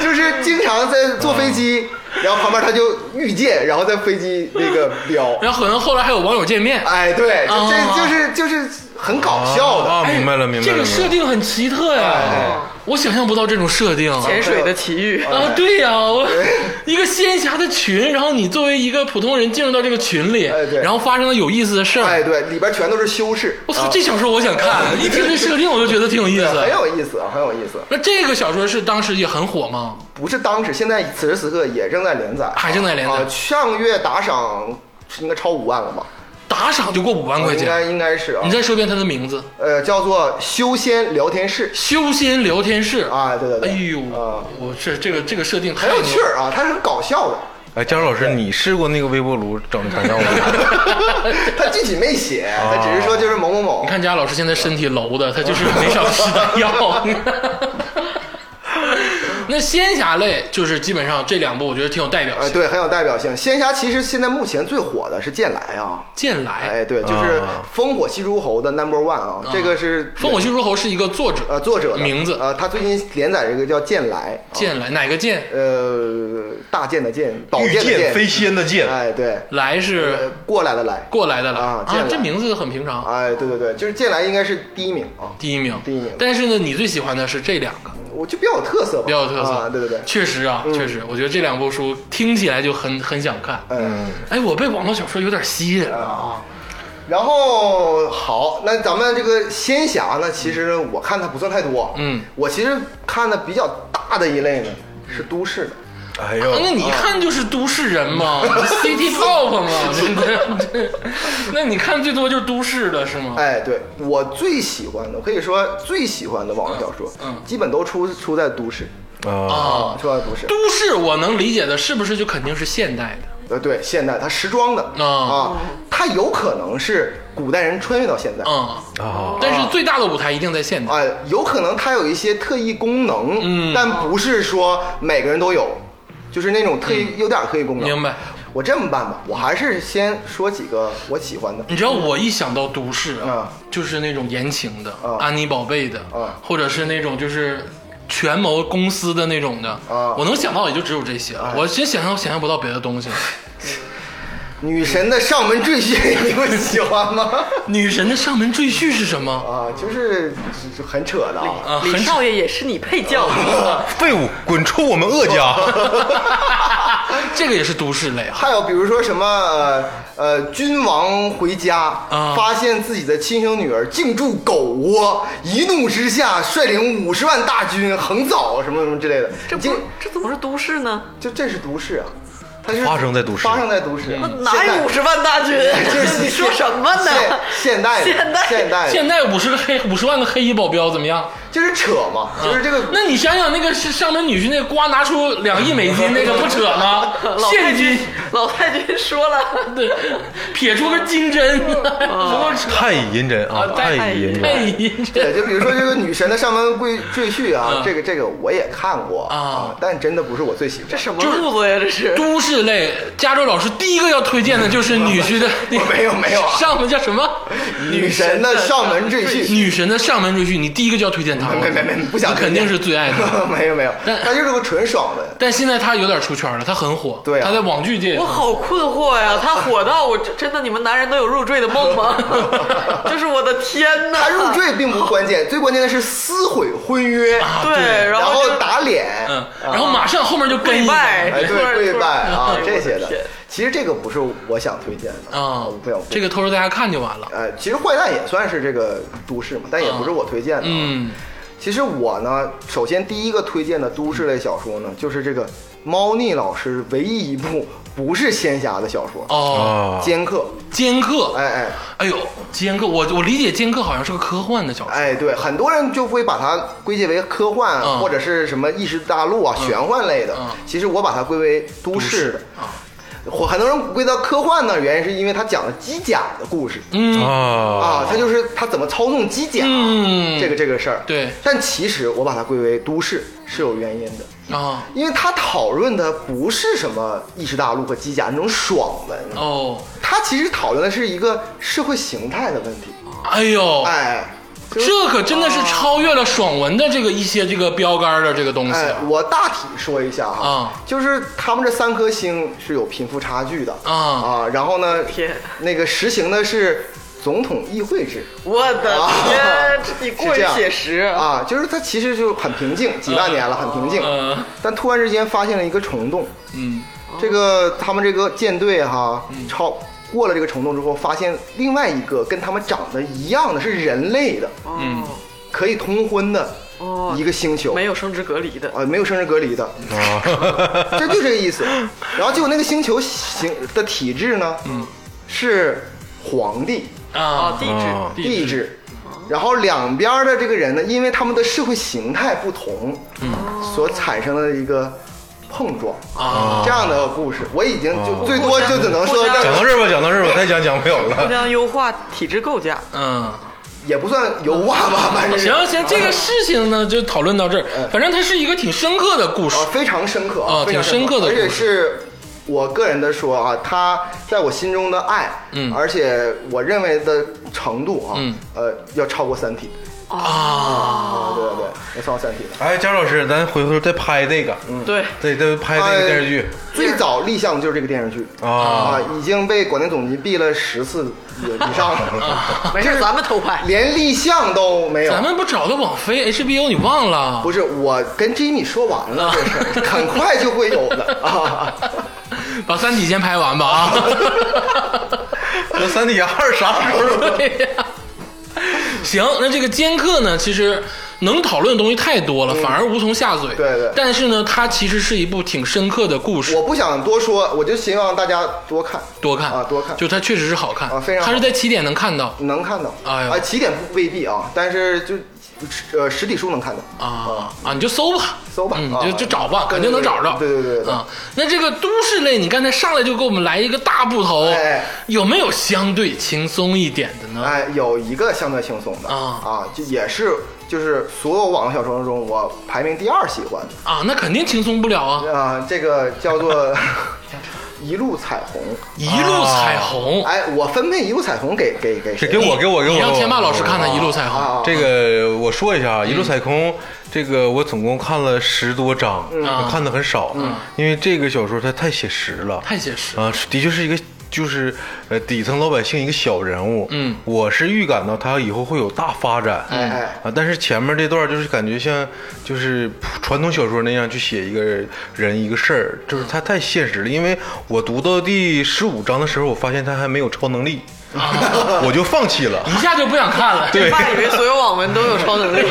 Speaker 4: 就是经常在坐飞机，
Speaker 1: 哦
Speaker 4: 然后旁边他就遇见，然后在飞机那个飙，
Speaker 1: 然后可能后来还有网友见面。
Speaker 4: 哎，对，就这
Speaker 1: 哦
Speaker 4: 就是就是很搞笑的，
Speaker 3: 啊，明白了，明白
Speaker 1: 哎这个
Speaker 3: 了，明白了
Speaker 1: 设定很奇特呀、
Speaker 4: 哎
Speaker 1: 我想象不到这种设定。
Speaker 2: 潜水的奇遇，
Speaker 4: 嗯
Speaker 1: 啊，对呀、我
Speaker 4: 哎
Speaker 1: 一个仙侠的群，然后你作为一个普通人进入到这个群里，
Speaker 4: 哎对
Speaker 1: 然后发生了有意思的事儿。
Speaker 4: 哎，啊对，里边全都是修饰，啊
Speaker 1: 我操，这小说我想看，一听这设定我就觉得挺有意
Speaker 4: 很
Speaker 1: 思。
Speaker 4: 有意思啊，很有意思。
Speaker 1: 那这个小说是当时也很火吗？
Speaker 4: 不是当时，现在此时此刻也正在连载，
Speaker 1: 还正在连载
Speaker 4: 啊上月打赏应该超五万了吧？
Speaker 1: 打赏就过五万块
Speaker 4: 应该
Speaker 1: 钱。
Speaker 4: 应该是啊
Speaker 1: 你。再说一遍它的名字，《
Speaker 4: 呃，叫做修仙聊天室
Speaker 1: 修仙聊天室》。
Speaker 4: 啊，对对
Speaker 1: 哎
Speaker 4: 对，
Speaker 1: 呦，
Speaker 4: 啊，
Speaker 1: 我这这个这个设定太
Speaker 4: 很有
Speaker 1: 牛
Speaker 4: 趣儿啊，它是很搞 笑的，
Speaker 3: 哎，佳茹老师，你试过那个微波炉整的啥样 吗？
Speaker 4: 它具体没写，它只是说就是某某某
Speaker 1: 你，看佳老师现在身体楼的，他就是没少吃丹药。 那仙侠类就是基本上这两部，我觉得挺有代表
Speaker 4: 呃，
Speaker 1: 性。
Speaker 4: 对，很有代表性。仙侠其实现在目前最火的是剑来啊，
Speaker 1: 剑来
Speaker 4: 哎，，对，就是
Speaker 3: 啊
Speaker 4: 烽火戏诸侯的 number one 啊，这个是
Speaker 1: 烽火戏诸侯是一个作者，
Speaker 4: 呃作者的
Speaker 1: 名字
Speaker 4: 呃，他最近连载这个叫剑来，啊
Speaker 1: 剑来哪个剑？
Speaker 4: 呃，大剑的剑，宝
Speaker 3: 御
Speaker 4: 剑的
Speaker 3: 剑飞仙的剑，
Speaker 4: 哎，对，
Speaker 1: 来
Speaker 4: 呃
Speaker 1: 是，
Speaker 4: 过来的来，
Speaker 1: 过来的来
Speaker 4: 啊剑来
Speaker 1: 这名字很平常。
Speaker 4: 哎，对对对，就是剑来应该是第一名啊，
Speaker 1: 第一名，
Speaker 4: 第一名
Speaker 1: 但是呢，你最喜欢的是这两个，
Speaker 4: 我就比较有特色吧，
Speaker 1: 比较有特色。
Speaker 4: 啊，对对对，
Speaker 1: 确实啊，确实，我觉得这两部书听起来就很很想看。
Speaker 4: 嗯，
Speaker 1: 哎，我被网络小说有点吸引了啊。
Speaker 4: 然后好，那咱们这个仙侠呢，其实我看的不算太多，
Speaker 1: 嗯，
Speaker 4: 我其实看的比较大的一类呢是都市的，
Speaker 3: 哎
Speaker 1: 啊那
Speaker 3: 呦，
Speaker 1: 你一看就是都市人 嘛，City Pop 嘛，真 的。那你看最多就是都市的是吗？
Speaker 4: 哎，对我最喜欢的，我可以说最喜欢的网络小说，
Speaker 1: 嗯嗯
Speaker 4: 基本都出出在都市，
Speaker 3: 啊，
Speaker 1: 啊，
Speaker 4: 出在都市，
Speaker 1: 都市我能理解的，是不是就肯定是现代的？
Speaker 4: 呃，对，现代它时装的
Speaker 1: 哦
Speaker 4: 啊，它有可能是古代人穿越到现在，
Speaker 1: 嗯，
Speaker 3: 啊
Speaker 1: 但是最大的舞台一定在现代。
Speaker 4: 啊，有可能它有一些特异功能，
Speaker 1: 嗯
Speaker 4: 但不是说每个人都有，就是那种特异、有点特异功
Speaker 1: 嗯
Speaker 4: 能。
Speaker 1: 明白？
Speaker 4: 我这么办吧，我还是先说几个我喜欢的。
Speaker 1: 你知道我一想到都市啊
Speaker 4: 啊，
Speaker 1: 就是那种言情的，
Speaker 4: 啊
Speaker 1: 安妮宝贝的
Speaker 4: 啊，
Speaker 1: 或者是那种就是权谋公司的那种的
Speaker 4: 啊，
Speaker 1: 我能想到也就只有这些了，我真想象想象不到别的东西。
Speaker 4: 女神的上门赘婿， 你会喜欢吗？
Speaker 1: 女神的上门赘婿是什么？
Speaker 4: 啊，就是就是很扯的啊。
Speaker 1: 啊，
Speaker 2: 李
Speaker 1: 很少。
Speaker 4: 嗯
Speaker 2: 少爷也是你配教。
Speaker 3: 废物，滚出我们鄂家！
Speaker 1: 这个也是都市类啊。
Speaker 4: 还有比如说什么呃呃，君王回家、
Speaker 1: 啊
Speaker 4: 发现自己的亲生女儿竟住狗窝，一怒之下率领五十万大军横扫什么什么之类的，
Speaker 2: 这不
Speaker 4: 就
Speaker 2: 这怎么是都市呢？
Speaker 4: 就这是都市啊，它是
Speaker 3: 发生在都市
Speaker 4: 发生在都市，
Speaker 2: 哪有五
Speaker 4: 十？
Speaker 2: 十万大军？
Speaker 4: 嗯 就是
Speaker 2: 你说什么呢？
Speaker 4: 现现代的
Speaker 2: 现代
Speaker 4: 现代的
Speaker 1: 现在五十个黑五十万个黑衣保镖怎么样？
Speaker 4: 就是扯嘛，就是这个
Speaker 1: 那你想想那个是上门女婿那瓜拿出两亿美金那个不扯吗
Speaker 2: 老？太
Speaker 1: 现金
Speaker 2: 君，老太君说了，
Speaker 1: 对，撇出个金针， 不扯。
Speaker 3: 太乙银针啊，
Speaker 1: 太
Speaker 3: 太乙银针，
Speaker 1: 哎，你这
Speaker 4: 对，就比如说这个女神的上门跪赘婿啊
Speaker 1: 嗯，
Speaker 4: 这个这个我也看过
Speaker 1: 啊
Speaker 4: 但真的不是我最喜欢。
Speaker 2: 这什么路子呀？这是
Speaker 1: 都市类，加州老师第一个要推荐的就是女 婿的，
Speaker 4: 没有没有啊
Speaker 1: 上门叫什么？
Speaker 4: 女神的上门赘婿，
Speaker 1: 女神的上门追剧，你第一个就要推荐她吗？
Speaker 4: 没没没，不想
Speaker 1: 你肯定是最爱她。
Speaker 4: 的，没有没有，
Speaker 1: 但
Speaker 4: 他就是个纯爽文。
Speaker 1: 但现在她有点出圈了，她很火，
Speaker 4: 对啊
Speaker 1: 她在网剧界也
Speaker 2: 我
Speaker 1: 很火。
Speaker 2: 好困惑呀！他火到我真真的，你们男人都有入赘的梦吗？ 就是我的天呐！
Speaker 4: 他入赘并不关键，最关键的是撕毁婚约，
Speaker 2: 嗯对，
Speaker 4: 然
Speaker 2: 然后就
Speaker 4: 打脸，
Speaker 1: 啊嗯，然后马上后面就跟
Speaker 2: 跪
Speaker 1: 一个
Speaker 2: 拜，
Speaker 4: 哎，
Speaker 2: 突然
Speaker 4: 对，跪拜啊
Speaker 2: 突然
Speaker 4: 这些
Speaker 2: 哎呦我天
Speaker 4: 的。其实这个不是我想推荐的
Speaker 1: 啊
Speaker 4: 我不想
Speaker 1: 这个偷着大家看就完了。
Speaker 4: 呃，其实坏蛋也算是这个都市嘛，但也不是我推荐的。
Speaker 1: 啊
Speaker 4: 啊
Speaker 1: 嗯，
Speaker 4: 其实我呢，首先第一个推荐的都市类小说呢，就是这个猫腻老师唯一一部不是仙侠的小说
Speaker 1: 哦，
Speaker 4: 《
Speaker 3: 啊，
Speaker 4: 剑客》。
Speaker 1: 剑客，
Speaker 4: 哎哎
Speaker 1: 哎呦，剑客，我我理解剑客好像是个科幻的小说。
Speaker 4: 哎，对，很多人就会把它归结为科幻、啊
Speaker 1: 嗯
Speaker 4: 或者是什么异世大陆啊、玄幻类的。
Speaker 1: 嗯啊
Speaker 4: 其实我把它归为都市的。我很多人归到科幻呢，原因是因为它讲了机甲的故事、
Speaker 1: 嗯
Speaker 3: 啊
Speaker 4: 啊，它就是它怎么操纵机甲、
Speaker 1: 嗯
Speaker 4: 这个这个事儿。
Speaker 1: 对
Speaker 4: 但其实我把它归为都市是有原因的。
Speaker 1: 啊，
Speaker 4: 因为他讨论的不是什么意识大陆和机甲那种爽文，
Speaker 1: 哦，
Speaker 4: 他其实讨论的是一个社会形态的问题。
Speaker 1: 哎呦，
Speaker 4: 哎，就是
Speaker 1: 这可真的是超越了爽文的这个一些这个标杆的这个东西
Speaker 4: 哎
Speaker 1: 啊，
Speaker 4: 我大体说一下哈
Speaker 1: 啊，
Speaker 4: 就是他们这三颗星是有贫富差距的
Speaker 1: 啊
Speaker 4: 然后呢
Speaker 2: 天，
Speaker 4: 那个实行的是总统议会制
Speaker 2: 我的天，这你过
Speaker 4: 哦
Speaker 2: 于
Speaker 4: 是这样
Speaker 2: 写实啊！
Speaker 4: 啊，就是他其实就很平静，几万年了很平静
Speaker 1: 嗯，
Speaker 4: 但突然之间发现了一个虫洞，
Speaker 1: 嗯，
Speaker 2: 哦
Speaker 4: 这个他们这个舰队哈、超过了这个虫洞之后，发现另外一个跟他们长得一样的是人类的，
Speaker 2: 嗯，
Speaker 4: 可以通婚的
Speaker 2: 哦
Speaker 4: 一个星球，
Speaker 2: 没有生殖隔离的，
Speaker 4: 呃没有生殖隔离的，
Speaker 3: 啊
Speaker 4: 这 就这个意思。然后结果那个星球形的体制呢，
Speaker 1: 嗯
Speaker 4: 是皇帝
Speaker 2: 啊，
Speaker 1: 啊
Speaker 2: 地，
Speaker 3: 啊
Speaker 2: 址，
Speaker 1: 帝
Speaker 4: 帝制。然后两边的这个人呢，因为他们的社会形态不同，
Speaker 1: 嗯
Speaker 4: 所产生的一个碰撞
Speaker 1: 啊哦
Speaker 4: 这样的故事，我已经就最多就只能说
Speaker 2: 互相
Speaker 4: 到 这
Speaker 3: 讲到这儿吧，讲到这儿吧，再讲讲不了
Speaker 2: 互
Speaker 3: 了。
Speaker 2: 相优化体制构架。
Speaker 1: 嗯。
Speaker 4: 也不算油画吧，反正是
Speaker 1: 行行，这个事情呢就讨论到这
Speaker 4: 嗯
Speaker 1: 儿，反正它是一个挺深刻的故事
Speaker 4: 啊，非常深刻
Speaker 1: 啊
Speaker 4: 非
Speaker 1: 挺
Speaker 4: 常
Speaker 1: 深刻的
Speaker 4: 而且
Speaker 1: 故事
Speaker 4: 是我个人的说啊，他在我心中的爱，
Speaker 1: 嗯
Speaker 4: 而且我认为的程度啊，
Speaker 1: 嗯
Speaker 4: 呃，要超过《三体
Speaker 1: 啊》
Speaker 4: 啊，对对对，要超过《三体》的。
Speaker 3: 哎，佳老师，咱回头再拍那个，
Speaker 4: 嗯
Speaker 2: 对，
Speaker 3: 对，再拍那个电视剧
Speaker 4: 呃最早立项的就是这个电视剧
Speaker 3: 啊，
Speaker 4: 已经被广电总局毙了十次以以上了，
Speaker 2: 没事，咱们偷 拍。
Speaker 4: 连立项都没有
Speaker 1: 啊咱。们不找的网飞 HBO，你忘了？
Speaker 4: 啊不是，我跟 Jimmy 说完了这事儿，很快就会有的啊。
Speaker 1: 把《三体》先拍完吧 啊！
Speaker 3: 哎那《三体二》啥时候？
Speaker 1: 对呀、行，那这个尖刻呢，其实能讨论的东西太多了，反而无从下嘴。
Speaker 4: 嗯对对
Speaker 1: 但是呢，它其实是一部挺深刻的故事
Speaker 4: 我，不想多说，我就希望大家多看，
Speaker 1: 多看
Speaker 4: 啊多看
Speaker 1: 就它确实是好看，
Speaker 4: 啊非常好
Speaker 1: 它是在起点能看到
Speaker 4: 能看到。
Speaker 1: 哎呦
Speaker 4: 啊，起点不未必啊，但是就呃实体书能看到。
Speaker 1: 啊啊，你就搜吧，
Speaker 4: 搜吧
Speaker 1: 嗯，
Speaker 4: 啊
Speaker 1: 就就找吧，
Speaker 4: 对
Speaker 1: 肯定能找着。
Speaker 4: 对对对对对
Speaker 1: 啊，那这个都市类，你刚才上来就给我们来一个大部头
Speaker 4: 哎，
Speaker 1: 有没有相对轻松一点的
Speaker 3: 啊
Speaker 1: 呢？
Speaker 4: 哎，有一个相对轻松的
Speaker 1: 啊
Speaker 4: 就也是就是所有网络小说中我排名第二喜欢的
Speaker 1: 啊，那肯定轻松不了啊，
Speaker 4: 啊、这个叫 做《一路彩虹
Speaker 1: 一路彩虹》。。
Speaker 4: 哎，我分配《一路彩虹给》给给
Speaker 3: 这
Speaker 4: 谁？
Speaker 3: 给啊我给我给我！
Speaker 1: 你让天霸老师看的《一路彩虹》
Speaker 4: 啊，
Speaker 3: 这个我说一下啊，《一路彩虹》这个我总共看了十多嗯章，我看的很少，因为这个小说它太写实了，
Speaker 1: 太写实了
Speaker 3: 啊，是的确是一个就是呃底层老百姓一个小人物，
Speaker 1: 嗯
Speaker 3: 我是预感到他以后会有大发展，
Speaker 4: 哎哎，
Speaker 3: 啊，但是前面这段就是感觉像就是传统小说那样去写一个人一个事儿，就是他太现实了。因为我读到第十五章的时候，我发现他还没有超能力，
Speaker 4: 啊
Speaker 3: 我就放弃 了。
Speaker 1: 一下就不想看了。
Speaker 3: 对
Speaker 2: 爸以为所有网文都有超能 力，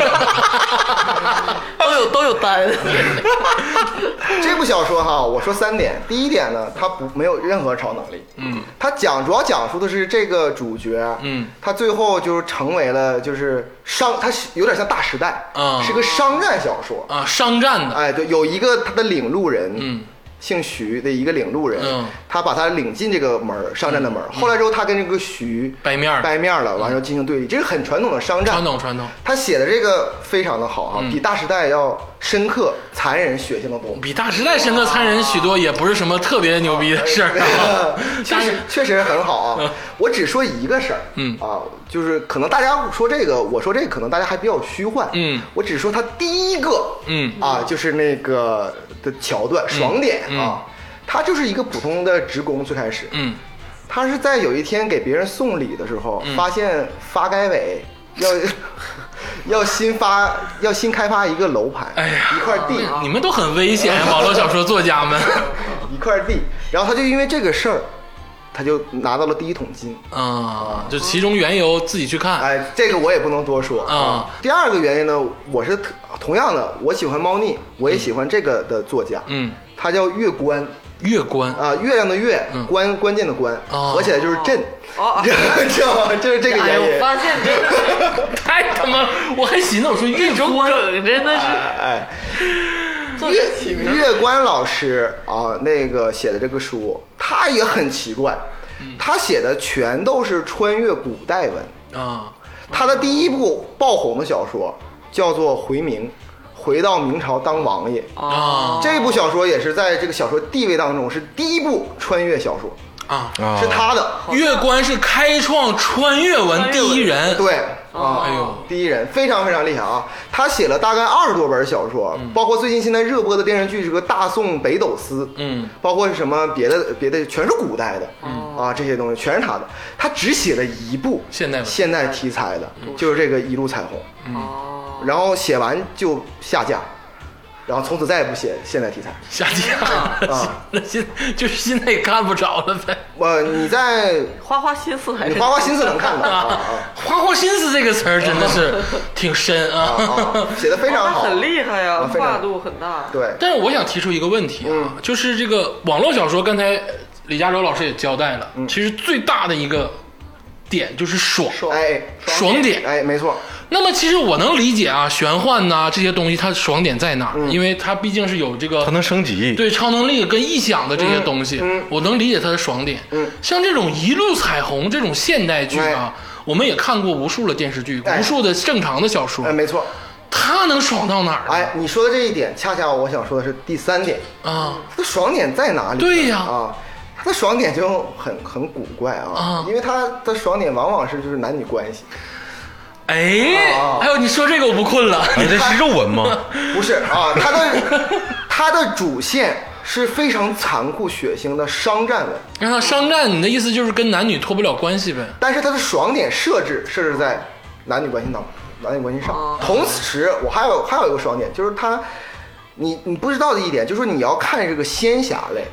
Speaker 2: 都有都有单，
Speaker 4: 这部小说哈，我说三点。第一点呢，它不没有任何超能力，嗯，它讲主要讲述的是这个主角，
Speaker 1: 嗯，
Speaker 4: 他最后就是成为了就是商，他是有点像大时代，
Speaker 1: 啊
Speaker 4: 是个商战小说，
Speaker 1: 啊，商战的，
Speaker 4: 哎，对，有一个他的领路人，
Speaker 1: 嗯，
Speaker 4: 姓徐的一个领路人，
Speaker 1: 嗯
Speaker 4: 他把他领进这个门儿商战的门儿。后来之后，他跟这个徐
Speaker 1: 掰面儿嗯
Speaker 4: 掰面儿了，完了之后进行对立，这是很传统的商战，
Speaker 1: 传统传嗯统，
Speaker 4: 他写的这个非常的好啊，比大时代要深刻、残忍、血腥的多。
Speaker 1: 比大时代深刻残忍许多，也不是什么特别牛逼的事
Speaker 4: 哎
Speaker 1: 儿、
Speaker 4: 确实确实很好啊！我只说一个事儿，
Speaker 1: 嗯
Speaker 4: 啊，就是可能大家说这个，我说这个，可能大家还比较虚幻，
Speaker 1: 嗯
Speaker 4: 我只说它第一个，
Speaker 1: 嗯
Speaker 4: 啊，就是那个的桥段爽点啊，他就是一个普通的职工，最开始，
Speaker 1: 嗯，
Speaker 4: 他是在有一天给别人送礼的时候，发现发 改委要要新发要新开发一个楼盘，
Speaker 1: 哎呀
Speaker 4: 一块地，啊
Speaker 1: 你们都很危险，网络小说作家们。
Speaker 4: 一块地，然后他就因为这个事儿，他就拿到了第一桶金。
Speaker 1: 啊，就其中缘由自己去看。
Speaker 4: 哎，这个我也不能多说
Speaker 1: 啊
Speaker 4: 第二个原因呢，我是特同样的，我喜欢猫腻，我也喜欢这个的作家，
Speaker 1: 嗯，
Speaker 4: 他叫月关
Speaker 1: 月关
Speaker 4: 啊、月亮的月，关关键的关，
Speaker 1: 嗯哦
Speaker 4: 合起来就是朕，
Speaker 2: 哦
Speaker 4: 知道吗？就是这个
Speaker 2: 哎，
Speaker 4: 原
Speaker 2: 我
Speaker 4: 因。
Speaker 2: 发现真的
Speaker 1: 太他妈，我还寻思我说月
Speaker 2: 整
Speaker 1: 关
Speaker 2: 真的是
Speaker 4: 哎，
Speaker 2: 做
Speaker 4: 月
Speaker 2: 神奇名。
Speaker 4: 月关老师啊，那个写的这个书，他也很奇怪，
Speaker 1: 嗯
Speaker 4: 他写的全都是穿越古代文，
Speaker 1: 啊，
Speaker 4: 他的第一部爆红的小说叫做《回明》，回到明朝当王爷。
Speaker 1: 啊
Speaker 2: 哦
Speaker 4: 这部小说也是在这个小说地位当中是第一部穿越小说，
Speaker 1: 啊，
Speaker 3: 啊，
Speaker 4: 是他的。
Speaker 1: 月关是开创穿越文第一人。
Speaker 4: 对啊，
Speaker 1: 哎呦
Speaker 4: 第一人非常非常厉害啊！他写了大概二十多本小说，包括最近现在热播的电视剧这个《大宋北斗司》，
Speaker 1: 嗯，
Speaker 4: 包括什么别的别的，全是古代的，啊，这些东西全是他的。他只写了一部
Speaker 1: 现代嗯文
Speaker 4: 现代题材的，就是这个《一路彩虹》，
Speaker 2: 哦，
Speaker 1: 嗯
Speaker 4: 然后写完就下架，然后从此再也不写现代题材。
Speaker 1: 下架
Speaker 4: 啊，
Speaker 1: 那现就是现在也看不着了呗。
Speaker 4: 我呃你在
Speaker 2: 花花心思还
Speaker 4: 你
Speaker 2: 是
Speaker 4: 花花心思能看到啊
Speaker 1: 花花心思这个词儿真的是挺深
Speaker 4: 啊啊
Speaker 1: 啊。
Speaker 4: 啊，写的非常好，
Speaker 2: 花花很厉害呀，
Speaker 4: 啊非常
Speaker 2: 跨度很大。
Speaker 4: 对，
Speaker 1: 但是我想提出一个问题啊，就是这个网络小说，刚才李嘉洲老师也交代了，其实最大的一个点就是爽，
Speaker 4: 哎
Speaker 1: 爽点。
Speaker 4: 哎，没错，
Speaker 1: 那么其实我能理解啊，玄幻呐、这些东西，它爽点在哪儿？因为它毕竟是有这个
Speaker 3: 他能升级，
Speaker 1: 对超能力跟臆想的这些东西，我能理解它的爽点。
Speaker 4: 嗯
Speaker 1: 像这种一路彩虹这种现代剧啊，我们也看过无数的电视剧，
Speaker 4: 哎
Speaker 1: 无数的正常的小说，
Speaker 4: 哎，没错，
Speaker 1: 它能爽到哪儿呢？
Speaker 4: 哎，你说的这一点，恰恰我想说的是第三点，
Speaker 1: 啊，
Speaker 4: 它的爽点在哪里呢？
Speaker 1: 对呀
Speaker 4: 啊。它的爽点就很很古怪啊
Speaker 1: 啊，
Speaker 4: 因为它的爽点往往是就是男女关系，
Speaker 1: 哎，
Speaker 4: 哦
Speaker 1: 还有你说这个我不困了。
Speaker 3: 啊，这是肉 文吗？
Speaker 4: 不是啊，它的它的主线是非常残酷血腥的商战文，
Speaker 1: 让他商战，你的意思就是跟男女脱不了关系呗？
Speaker 4: 但是它的爽点设置设置在男女关系当男女关系上。
Speaker 2: 哦
Speaker 4: 同时，我还有还有一个爽点，就是它，你你不知道的一点，就是你要看这个仙侠类，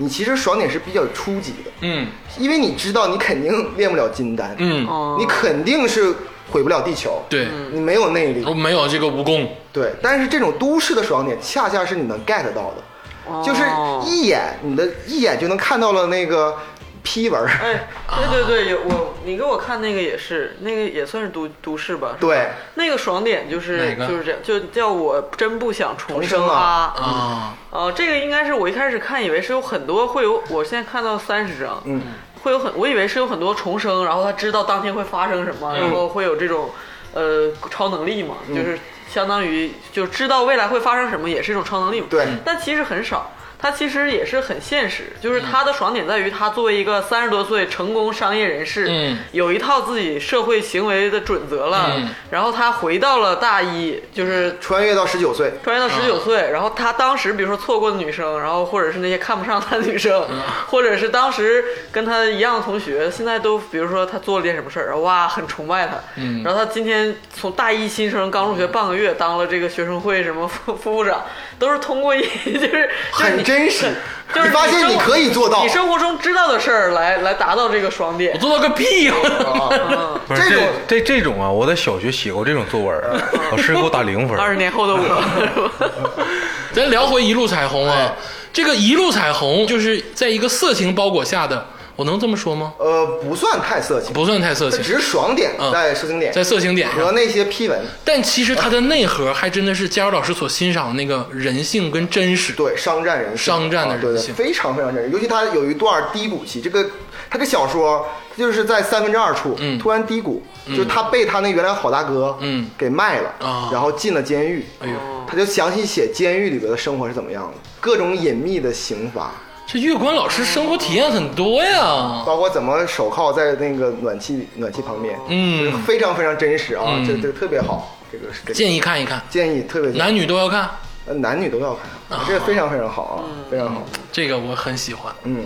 Speaker 4: 你其实爽点是比较初级的，
Speaker 1: 嗯
Speaker 4: 因为你知道你肯定练不了金丹，，
Speaker 1: 嗯，
Speaker 2: 哦嗯
Speaker 4: 你肯定是毁不了地球，，
Speaker 1: 对，哦
Speaker 4: 你没有内力
Speaker 1: 我，没有这个蜈蚣
Speaker 4: 对。但是这种都市的爽点，恰恰是你能 get 到的，
Speaker 2: 哦
Speaker 4: 就是一眼你的一眼就能看到了那个批文儿，
Speaker 2: 哎，对对对，有我，你给我看那个也是，那个也算是都都市吧？是吧
Speaker 4: 对，
Speaker 2: 那个爽点就是
Speaker 1: 哪个
Speaker 2: 就是这样，就叫我真不想重
Speaker 4: 重生
Speaker 2: 啊
Speaker 4: 啊！
Speaker 1: 啊，
Speaker 2: 哦，这个应该是我一开始看以为是有很多会有，我现在看到三十章，
Speaker 4: 嗯，
Speaker 2: 会有很，我以为是有很多重生，然后他知道当天会发生什么，然后会有这种呃超能力嘛，就是相当于就知道未来会发生什么，也是一种超能力嘛。
Speaker 4: 对
Speaker 2: 但其实很少。它其实也是很现实，就是它的爽点在于它作为一个三十多岁成功商业人士，
Speaker 1: 嗯
Speaker 2: 有一套自己社会行为的准则了，
Speaker 1: 嗯
Speaker 2: 然后他回到了大一，就是
Speaker 4: 穿越到十九岁，
Speaker 2: 穿越到十
Speaker 4: 啊
Speaker 2: 九岁，然后他当时比如说错过的女生，然后或者是那些看不上他的女生，
Speaker 4: 嗯
Speaker 2: 或者是当时跟他一样的同学，现在都比如说他做了件什么事儿，然后哇很崇拜他，
Speaker 1: 嗯
Speaker 2: 然后他今天从大一新生刚入学半个月当了这个学生会什么 副副部长，都是通过一 就是就是
Speaker 4: 很
Speaker 2: 你
Speaker 4: 真实。
Speaker 2: 就是
Speaker 4: 你发现
Speaker 2: 生
Speaker 4: 你
Speaker 2: 活
Speaker 4: 可以做到
Speaker 2: 你，生活中知道的事儿来来达到这个爽
Speaker 1: 我
Speaker 2: 点，
Speaker 1: 做到个屁 呀！哦
Speaker 2: 嗯，
Speaker 3: 不是
Speaker 4: 这种
Speaker 3: 这这种啊，我在小学写过这种作文， 老师给我打零分。
Speaker 2: 二十年后的我，是吧
Speaker 1: 咱聊回一路彩虹
Speaker 4: 哎
Speaker 1: 啊，这个一路彩虹就是在一个色情包裹下的，我能这么说吗？
Speaker 4: 呃，不算太色情，
Speaker 1: 不算太色
Speaker 4: 它只
Speaker 1: 情，
Speaker 4: 是爽点
Speaker 1: 嗯
Speaker 4: 在色情点
Speaker 1: 在色情点
Speaker 4: 和
Speaker 1: 上，
Speaker 4: 那些批文
Speaker 1: 但其实它的内核还真的是佳柔老师所欣赏的那个人性跟真实。
Speaker 4: 对商战人性
Speaker 1: 商战的
Speaker 4: 啊对
Speaker 1: 人
Speaker 4: 对，
Speaker 1: 性
Speaker 4: 非常非常真实。尤其他有一段低谷期，这个他这小说就是在三分之二处
Speaker 1: 嗯
Speaker 4: 突然低谷，就是他被他那原来好大哥
Speaker 1: 嗯
Speaker 4: 给卖了
Speaker 1: 啊，
Speaker 4: 然后进了监狱，
Speaker 1: 哎呦，
Speaker 2: 哦
Speaker 4: 他就详细写监狱里边的生活是怎么样的，各种隐秘的刑罚，
Speaker 1: 这月光老师生活体验很多呀。
Speaker 4: 包括怎么手铐在那个暖气暖气旁边，
Speaker 1: 嗯
Speaker 4: 就是非常非常真实啊，
Speaker 1: 嗯
Speaker 4: 这这个特别好，这个是这个
Speaker 1: 建议看一看，
Speaker 4: 建议特别
Speaker 1: 男女都要看，
Speaker 4: 呃男女都要看，这个非常非常好啊，非常好。
Speaker 1: 这个我很喜欢。
Speaker 4: 嗯，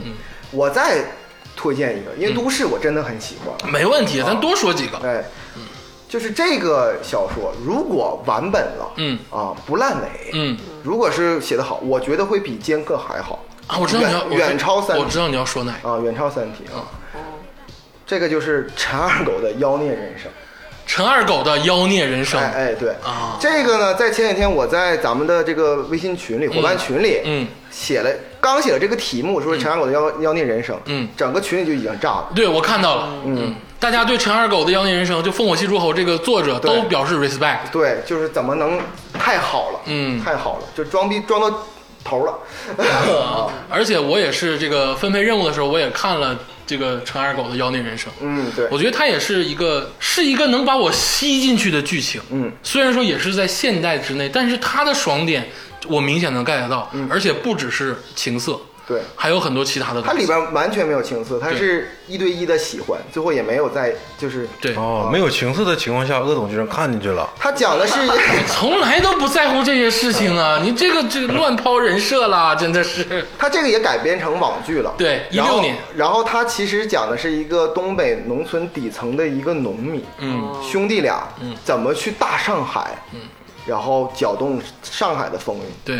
Speaker 4: 我再推荐一个，
Speaker 1: 嗯
Speaker 4: 因为都市我真的很喜欢。
Speaker 1: 没问题，咱多说几个。
Speaker 4: 哎，就是这个小说，如果完本了，
Speaker 1: 嗯
Speaker 4: 啊，不烂尾，
Speaker 1: 嗯，
Speaker 4: 如果是写得好，我觉得会比《剑客》还好
Speaker 1: 啊，我知道你要
Speaker 4: 远远超三
Speaker 1: 我
Speaker 4: 体
Speaker 1: 知道你要说哪个。
Speaker 4: 啊，远超三体啊。
Speaker 1: 嗯
Speaker 4: 这个就是陈二狗的妖孽人生。
Speaker 1: 陈二狗的妖孽人生，
Speaker 4: 哎哎，对
Speaker 1: 啊
Speaker 4: 这个呢，在前几天我在咱们的这个微信群里、伙伴群里，
Speaker 1: 嗯
Speaker 4: 写了刚写了这个题目，说陈二狗的妖妖孽人生，
Speaker 1: 嗯
Speaker 4: 整个群里就已经炸了。
Speaker 1: 对我看到了，嗯，大家对陈二狗的妖孽人生，就《烽火戏诸侯》这个作者
Speaker 4: 对
Speaker 1: 都表示 respect。
Speaker 4: 对，就是怎么能太好了，
Speaker 1: 嗯
Speaker 4: 太好了，就装逼装到头 了。
Speaker 1: 而且我也是这个分配任务的时候，我也看了这个陈二狗的妖孽人生。
Speaker 4: 嗯，对
Speaker 1: 我，觉得它也是一个是一个能把我吸进去的剧情。
Speaker 4: 嗯，
Speaker 1: 虽然说也是在现代之内，但是它的爽点我明显能 get 到，
Speaker 4: 嗯
Speaker 1: 而且不只是情色，
Speaker 4: 对，
Speaker 1: 还有很多其他的
Speaker 4: 它
Speaker 1: 东
Speaker 4: 里
Speaker 1: 西。
Speaker 4: 边完全没有情色，它是一对一的喜欢，最后也没有在就是，
Speaker 1: 对，
Speaker 3: 哦，没有情色的情况下，恶总就能看进去了。
Speaker 4: 它 讲的是
Speaker 1: 从来都不在乎这些事情啊！
Speaker 4: 嗯
Speaker 1: 你这个这个乱抛人设啦，真的是。
Speaker 4: 它这个也改编成网剧了，
Speaker 1: 对
Speaker 4: 然后
Speaker 1: 16年，
Speaker 4: 然后它其实讲的是一个东北农村底层的一个农民，
Speaker 1: 嗯，
Speaker 4: 兄弟俩，嗯，怎么去大上海，嗯，然后搅动上海的风云，
Speaker 1: 对，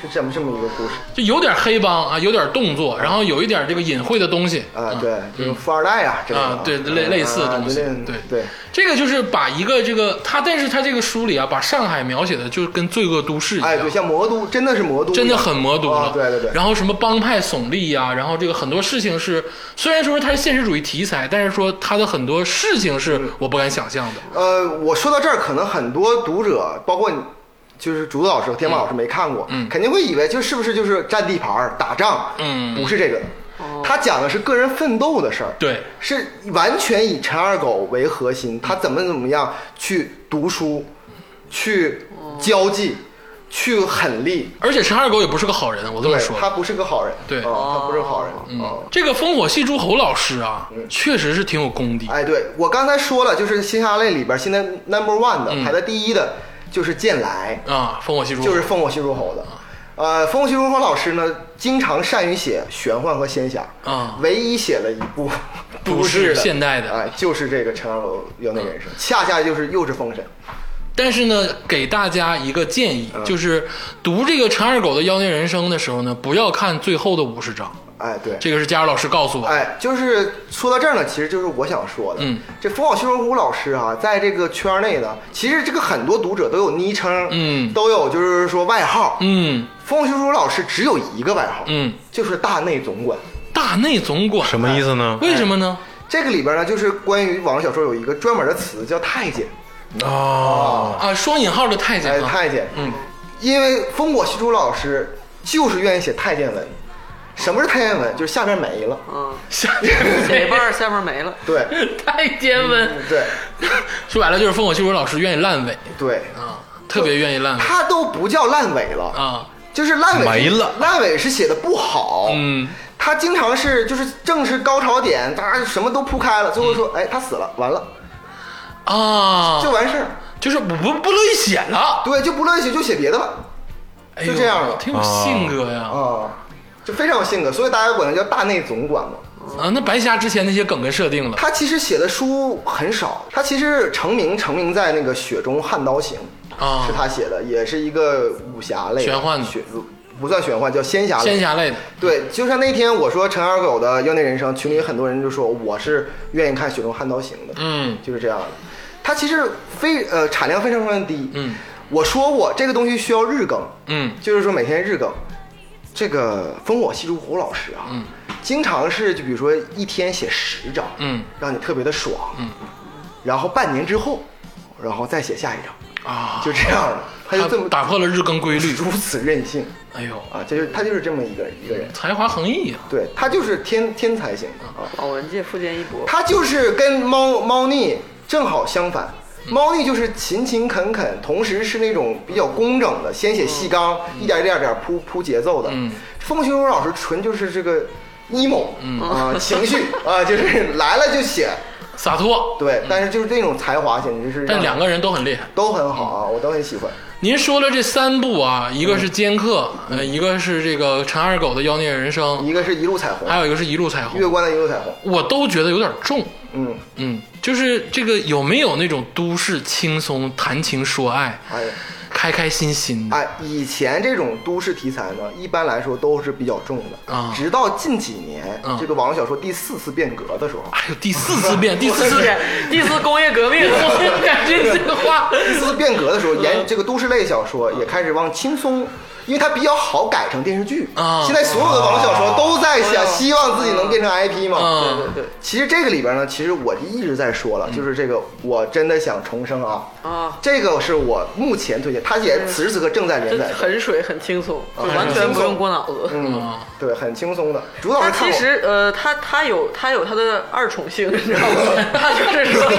Speaker 4: 是这么这么一个故事。
Speaker 1: 就有点黑帮啊，有点动作，然后有一点这个隐晦的东西。
Speaker 4: 嗯啊，对，就是富二代啊，这
Speaker 1: 嗯
Speaker 4: 个
Speaker 1: 啊对类类似的东西
Speaker 4: 啊
Speaker 1: 对
Speaker 4: 对对，
Speaker 1: 这个就是把一个这个他，但是他这个书里啊，把上海描写的就跟罪恶都市一样，
Speaker 4: 哎，对，像魔都，真的是魔都，
Speaker 1: 真的很魔都了、
Speaker 4: 啊对对对
Speaker 1: 然后什么帮派耸立呀、然后这个很多事情是，虽然说它是现实主义题材，但是说它的很多事情是
Speaker 4: 嗯
Speaker 1: 我不敢想象的。
Speaker 4: 呃，我说到这儿，可能很多读者，包括你，就是竹子老师和天马老师没看过，
Speaker 1: 嗯
Speaker 4: 肯定会以为就是不是就是占地盘儿、打仗，
Speaker 1: 嗯
Speaker 4: 不是这个的，他讲的是个人奋斗的事儿，
Speaker 1: 对，
Speaker 4: 是完全以陈二狗为核心，他怎么怎么样去读书，去交际，去狠力，
Speaker 1: 而且陈二狗也不是个好人，我这么
Speaker 4: 对
Speaker 1: 说。
Speaker 4: 他不是个好人，
Speaker 1: 对嗯
Speaker 4: 啊，他不是个好人，啊。
Speaker 1: 这个烽火戏诸侯老师啊，确实是挺有功底。
Speaker 4: 嗯哎，对我刚才说了，就是新沙类里边现在 number one 的、
Speaker 1: 嗯
Speaker 4: 排在第一的，就是剑来，
Speaker 1: 啊，烽火戏诸侯
Speaker 4: 就是凤凰新诸侯的。呃，凤凰新诸侯老师呢，经常善于写玄幻和仙侠，
Speaker 1: 啊
Speaker 4: 唯一写了一 部
Speaker 1: 都
Speaker 4: 都
Speaker 1: 市
Speaker 4: 市的
Speaker 1: 现代的
Speaker 4: 哎，就是这个《陈二楼妖孽人生》，恰恰就是又是封神，
Speaker 1: 但是呢，给大家一个建
Speaker 4: 嗯
Speaker 1: 议，就是读这个陈二狗的《妖孽人生》的时候呢，不要看最后的五十章，
Speaker 4: 哎，对。
Speaker 1: 这个是佳儿老师告诉我。
Speaker 4: 哎，就是说到这儿呢，其实就是我想说的，
Speaker 1: 嗯，
Speaker 4: 这冯小修虎老师啊，在这个圈内呢，其实这个很多读者都有昵称，
Speaker 1: 嗯
Speaker 4: 都有就是说外号，
Speaker 1: 嗯
Speaker 4: 冯小修虎老师只有一个外号，
Speaker 1: 嗯，
Speaker 4: 就是大内总管。
Speaker 1: 大内总管
Speaker 3: 什么意思呢？
Speaker 1: 为什么呢？
Speaker 4: 这个里边呢，就是关于网络小说有一个专门的词叫太监，哦
Speaker 3: 啊，
Speaker 1: 啊，双引号的太监
Speaker 4: 哎，
Speaker 1: 啊，
Speaker 4: 太监，
Speaker 1: 嗯，
Speaker 4: 因为烽火戏诸老师就是愿意写太监文。什么是太监文？就是下边没了，
Speaker 1: 啊
Speaker 2: 嗯，
Speaker 1: 下
Speaker 2: 哪半儿下面没了，
Speaker 4: 对，
Speaker 1: 太监文，
Speaker 4: 对，
Speaker 1: 说白了就是烽火戏诸侯老师愿意烂尾
Speaker 4: 对，
Speaker 1: 啊，特别愿意烂尾
Speaker 4: 他都不叫烂尾了，
Speaker 1: 啊，
Speaker 4: 就是烂尾
Speaker 3: 没了
Speaker 4: 烂尾是写的不好，
Speaker 1: 嗯，
Speaker 4: 他经常是就是正是高潮点，大家什么都铺开了，最后说、哎他死了，完了
Speaker 1: 啊，
Speaker 4: 就完事儿，
Speaker 1: 就是我不不乐意写了，
Speaker 4: 对，就不乐意写就写别的吧，
Speaker 1: 哎呦
Speaker 4: 就这样了
Speaker 1: 挺有性格呀。
Speaker 4: 啊，就非常有性格，所以大家管他叫大内总管嘛。
Speaker 1: 啊，那白瞎之前那些梗跟设定了
Speaker 4: 他其实写的书很少，他其实成名成名在那个《雪中悍刀行》
Speaker 1: 啊
Speaker 4: 是，他写的，也是一个武侠类的
Speaker 1: 玄幻的
Speaker 4: 玄不算玄幻，叫仙侠类。
Speaker 1: 仙侠类的，
Speaker 4: 对，就像那天我说陈二狗的《妖孽人生》，群里很多人就说我是愿意看《雪中悍刀行》的，
Speaker 1: 嗯
Speaker 4: 就是这样的。它其实非呃产量非常非常低，
Speaker 1: 嗯，
Speaker 4: 我说过这个东西需要日更，
Speaker 1: 嗯
Speaker 4: 就是说每天日更。这个烽火戏诸侯老师啊，
Speaker 1: 嗯
Speaker 4: 经常是就比如说一天写十章，
Speaker 1: 嗯
Speaker 4: 让你特别的爽，
Speaker 1: 嗯
Speaker 4: 然后半年之后，然后再写下一章，
Speaker 1: 啊，
Speaker 4: 就这样的，他就这么
Speaker 1: 打破了日更规律，
Speaker 4: 如此任性
Speaker 1: 哎呦，
Speaker 4: 啊，这就是他就是这么一个一个人，
Speaker 1: 才华横溢啊，
Speaker 4: 对他就是天天才型的啊，
Speaker 2: 老文界富坚义博，
Speaker 4: 他就是跟猫猫腻正好相反。猫腻就是勤勤恳恳，同时是那种比较工整的，先写细纲，一点一点一点铺铺节奏的。
Speaker 1: 嗯，
Speaker 4: 风修荣老师纯就是这个 emo
Speaker 1: 嗯
Speaker 4: 啊、情绪啊，就是来了就写。
Speaker 1: 洒脱，
Speaker 4: 对，但是就是这种才华，简直是
Speaker 1: 嗯但
Speaker 4: 让
Speaker 1: 两个人都很厉害。
Speaker 4: 都很好啊，我都很喜欢。
Speaker 1: 您说了这三部啊，一个是《剑客》，
Speaker 4: 嗯
Speaker 1: 呃，一个是这个陈二狗的《妖孽人生
Speaker 4: 一》，个是一路彩虹
Speaker 1: 嗯还，有一个是一路彩
Speaker 4: 月
Speaker 1: 虹，
Speaker 4: 光的一路彩虹。
Speaker 1: 我都觉得有点重。
Speaker 4: 嗯，
Speaker 1: 嗯，就是这个有没有那种都市轻松谈情说爱，
Speaker 4: 哎呀，
Speaker 1: 开开心心的？
Speaker 4: 哎，以前这种都市题材呢，一般来说都是比较重的。
Speaker 1: 啊
Speaker 4: 直到近几年、
Speaker 1: 啊
Speaker 4: 这个网络小说第四次变革的时候，
Speaker 1: 哎呦，第四次变，第 四次
Speaker 2: 是
Speaker 1: 变，
Speaker 2: 第四工业革命，
Speaker 1: 我感觉这个话，
Speaker 4: 第四次变革的时候，沿这个都市类小说也开始往轻松，因为它比较好改成电视剧。
Speaker 1: 啊
Speaker 4: 现在所有的网络小说都在想，
Speaker 2: 啊
Speaker 4: 希望自己能变成 IP 嘛。
Speaker 1: 啊
Speaker 2: 对对
Speaker 4: 其实这个里边呢，其实我一直在说了，就是这个我真的想重生啊，
Speaker 2: 对啊，
Speaker 4: 这个是我目前推荐，它也此时此刻正在连
Speaker 2: 这
Speaker 4: 载中。
Speaker 2: 很水很轻松，就
Speaker 4: 很
Speaker 2: 完全
Speaker 4: 轻
Speaker 2: 不
Speaker 4: 松
Speaker 2: 用过脑子。
Speaker 4: 嗯
Speaker 1: 啊，
Speaker 4: 对，很轻松的。主导
Speaker 2: 他
Speaker 4: 人看
Speaker 2: 其
Speaker 4: 我，
Speaker 2: 实呃，他他有他有他的二重性，你知道吗？他就是说，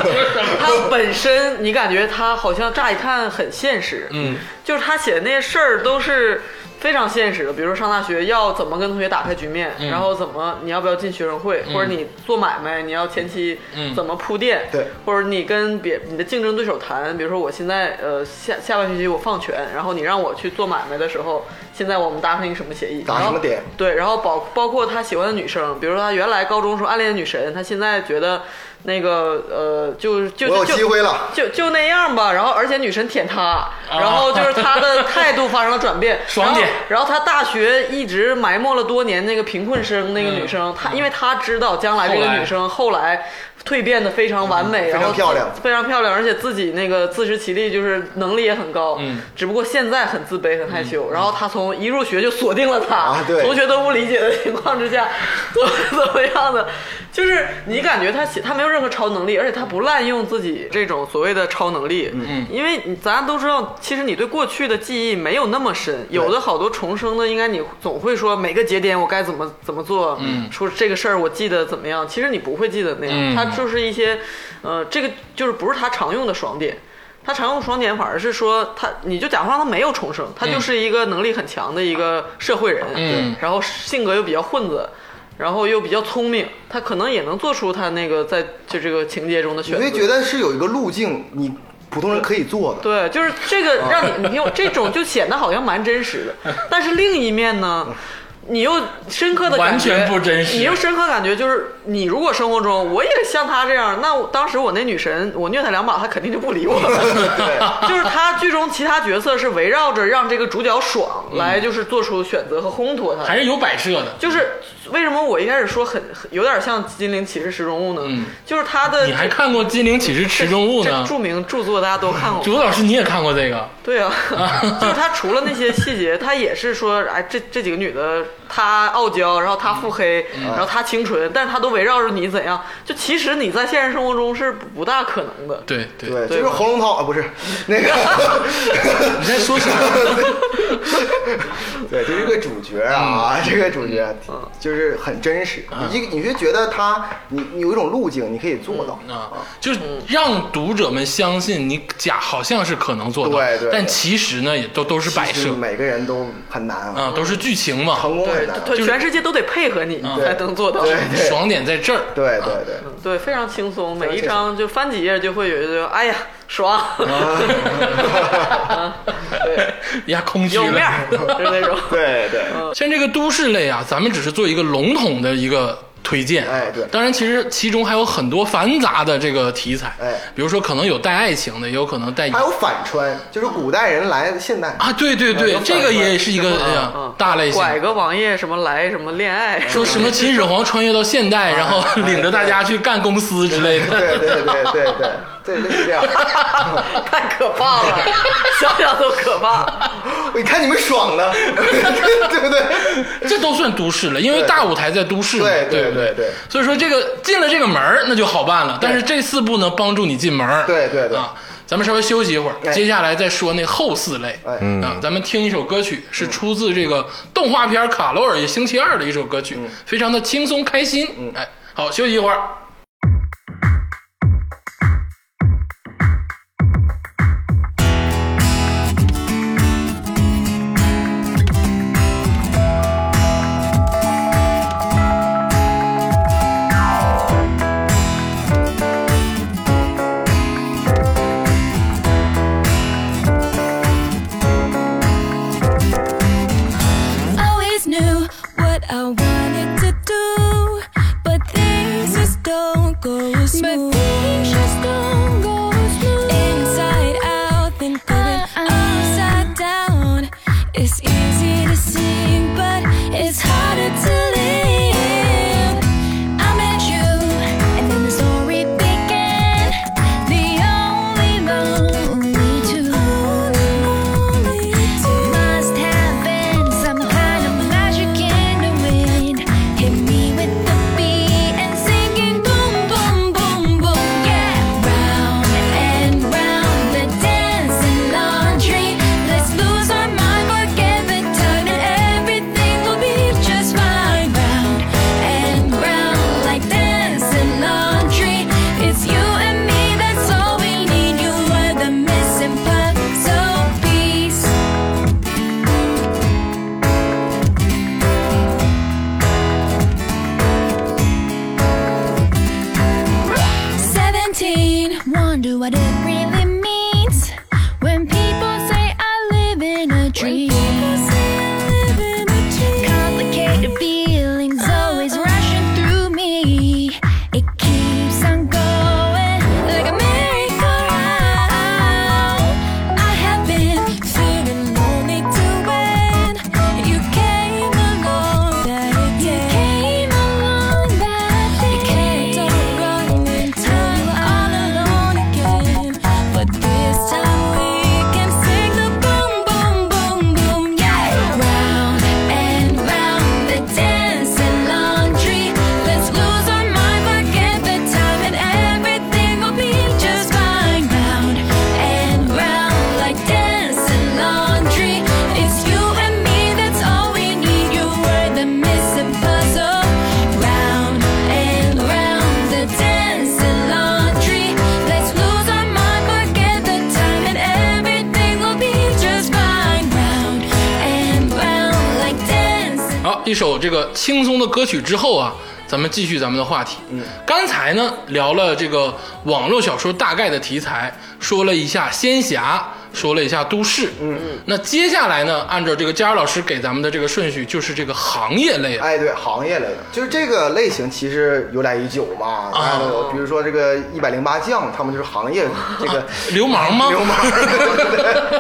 Speaker 2: 他本身你感觉他好像乍一看很现实，
Speaker 1: 嗯，
Speaker 2: 就是他写的那些事儿都是非常现实的，比如说上大学要怎么跟同学打开局面，然后怎么你要不要进学生会，或者你做买卖你要前期
Speaker 1: 嗯
Speaker 2: 怎么铺垫，
Speaker 4: 对
Speaker 2: 或者你跟别你的竞争对手谈，比如说我现在呃下下半学期我放权，然后你让我去做买卖的时候，现在我们达成一个什么协议，
Speaker 4: 打什么点
Speaker 2: 然后对，然后包包括他喜欢的女生，比如说他原来高中时候暗恋的女神，他现在觉得那个呃，就就
Speaker 4: 我有
Speaker 2: 就
Speaker 4: 机会了
Speaker 2: 就就那样吧。然后而且女神舔
Speaker 4: 啊
Speaker 2: 他，然后就是他的 态度发生了转变，
Speaker 1: 爽点
Speaker 2: 然后。然后他大学一直埋没了多年那个贫困生那个
Speaker 4: 嗯
Speaker 2: 女生，他因为他知道将来这个
Speaker 1: 后来
Speaker 2: 女生后来。蜕变的非常完美，然后
Speaker 4: 嗯非常漂亮
Speaker 2: 非常漂亮，而且自己那个自食其力，就是能力也很高。
Speaker 1: 嗯，
Speaker 2: 只不过现在很自卑、很害羞。然后他从一入学就锁定了他，
Speaker 4: 嗯啊对
Speaker 2: 同学都不理解的情况之下，怎么怎么样的，就是你感觉他写他没有任何超能力，而且他不滥用自己这种所谓的超能力，嗯，因为你咱都知道，其实你对过去的记忆没有那么深，有的好多重生的，应该你总会说每个节点我该怎么怎么做，嗯，说这个事儿我记得怎么样，其实你不会记得那样，
Speaker 1: 嗯
Speaker 2: 他就是一些，呃，这个就是不是他常用的爽点。他常用双点，反而是说他，你就假如说他没有重生，他就是一个能力很强的一个社会人，
Speaker 1: 嗯
Speaker 2: 然后性格又比较混子，然后又比较聪明，他可能也能做出他那个在就这个情节中的选
Speaker 4: 你会
Speaker 2: 择。
Speaker 4: 觉得是有一个路径，你普通人可以做的。
Speaker 2: 对，就是这个
Speaker 1: 哦
Speaker 2: 让你，你听我这种就显得好像蛮真实的， 但是另一面呢，你又深刻的感觉
Speaker 1: 完全不真实
Speaker 2: 你又深刻感觉就是你如果生活中我也像他这样，那我当时我那女神我虐他两把，他肯定就不 理我了。 就是他剧中其他角色是围绕着让这个主角爽来，就是做出选择和烘托他
Speaker 1: 嗯
Speaker 2: 的，
Speaker 1: 还是有摆设的。
Speaker 2: 就是为什么我一开始说很很有点像《金陵启示池中物》呢？就是他的
Speaker 1: 嗯你还看过《金陵启示池中物》
Speaker 2: 这
Speaker 1: 呢？
Speaker 2: 著名著作，大家都看 过。
Speaker 1: 竹子老师，你也看过这个？
Speaker 2: 对啊，就是他除了那些细节，他也是说，哎，这这几个女的他傲娇，然后他腹黑，然后他清纯，但是他都围绕着你怎样？就其实你在现实生活中是不大可能的。
Speaker 1: 对对，
Speaker 4: 对，就是洪龙涛啊，不是那个，
Speaker 1: 你 在说啥？
Speaker 4: 对，就这个主角啊， 这个主角就是很真实，你就你就觉得他，你你有一种路径，你可以做到。
Speaker 1: 啊，就是让读者们相信你假好像是可能做到，
Speaker 4: 对对
Speaker 1: 但其实呢也都都是摆
Speaker 4: 其实
Speaker 1: 设
Speaker 4: 每个人都很难啊，
Speaker 1: 啊，都是剧情嘛。
Speaker 4: 成功很难。啊
Speaker 2: 对，全世界都得配合你才能做到。
Speaker 4: 对对
Speaker 1: 爽点在这儿，
Speaker 4: 对对对，
Speaker 2: 对，非常轻松，每一张就翻几页就会有一个，哎呀，爽， 对，
Speaker 1: 呀，空虚
Speaker 2: 有面
Speaker 1: 了
Speaker 2: 儿。，就那种。
Speaker 4: 对嗯对，
Speaker 1: 像这个都市类啊，咱们只是做一个笼统的一个推荐。
Speaker 4: 哎对
Speaker 1: 当然其实其中还有很多繁杂的这个题材，
Speaker 4: 哎
Speaker 1: 比如说可能有带爱情的，也有可能带
Speaker 4: 还有反穿，就是古代人来现代，
Speaker 1: 啊，对对对，这个也是一个哎呀
Speaker 2: 嗯
Speaker 1: 大类型。嗯
Speaker 2: 拐个网页什么来什么恋爱，
Speaker 1: 说什么秦始皇穿越到现代，然后领着大家去干公司之类的。
Speaker 4: 对对对对对对，对是这样。
Speaker 2: 太可怕了，想想都可怕。
Speaker 4: 你看你们爽的， 对不对？
Speaker 1: 这都算都市了，因为
Speaker 4: 对
Speaker 1: 大舞台在都市嘛，
Speaker 4: 对对
Speaker 1: 不
Speaker 4: 对对
Speaker 1: 所以说这个进了这个门儿，那就好办了。但是这四步呢，帮助你进门儿。
Speaker 4: 对对对
Speaker 1: 啊，咱们稍微休息一会儿，
Speaker 4: 哎
Speaker 1: 接下来再说那后四类。
Speaker 4: 哎
Speaker 1: 啊，咱们听一首歌曲，是出自这个动画片《卡罗尔星期二》的一首歌
Speaker 4: 嗯
Speaker 1: 曲，非常的轻松开心。哎，好，休息一会儿。
Speaker 5: always knew what I wanted to do, but things just don't go smooth. Inside out, then going upside down. It's easy to sing, but it's harder to live. I met you, and then the story began. The only lonely two. Must have been some kind of magic in the wind. Hit me with the beat and singing boom, boom, boom, boom, yeah. Round and round the dancing laundry. Let's lose our mind, forget the time, and everything will be just fine. Round and round like dancing laundry. It's you and me, that's all we need. You are the missing puzzle piece. Seventeen, wonder what it really means when people say I live in a dream. Complicated feelings always rushing through me. It keeps on going like a merry-go-round. I have been feeling lonely too when you came along that day. Came along that day. Don't run until we're all alone again. But this time we can sing the boom, boom, boom, boom, yeah. Round and round the dancing laundry. Let's lose our mind, forget the time, and everything will be just fine. Round and round like dancing laundry. It's you and me, that's all we need. You were the missing puzzle. Round and round the dancing laundry. Let's lose our mind, forget the time, and everything will be just fine. Round and round like dancing.
Speaker 1: 好，一首这个轻松的歌曲之后啊，咱们继续咱们的话题。嗯，刚才呢聊了这个网络小说大概的题材，说了一下仙侠，说了一下都市。嗯嗯，那接下来呢，按照这个佳儿老师给咱们的这个顺序，就是这个行业类了。
Speaker 4: 哎，对，行业类的，就是这个类型其实由来已久嘛。大家都
Speaker 2: 哦
Speaker 4: 有，比如说这个一百零八将，他们就是行业 这个
Speaker 1: 流氓吗？
Speaker 4: 流氓，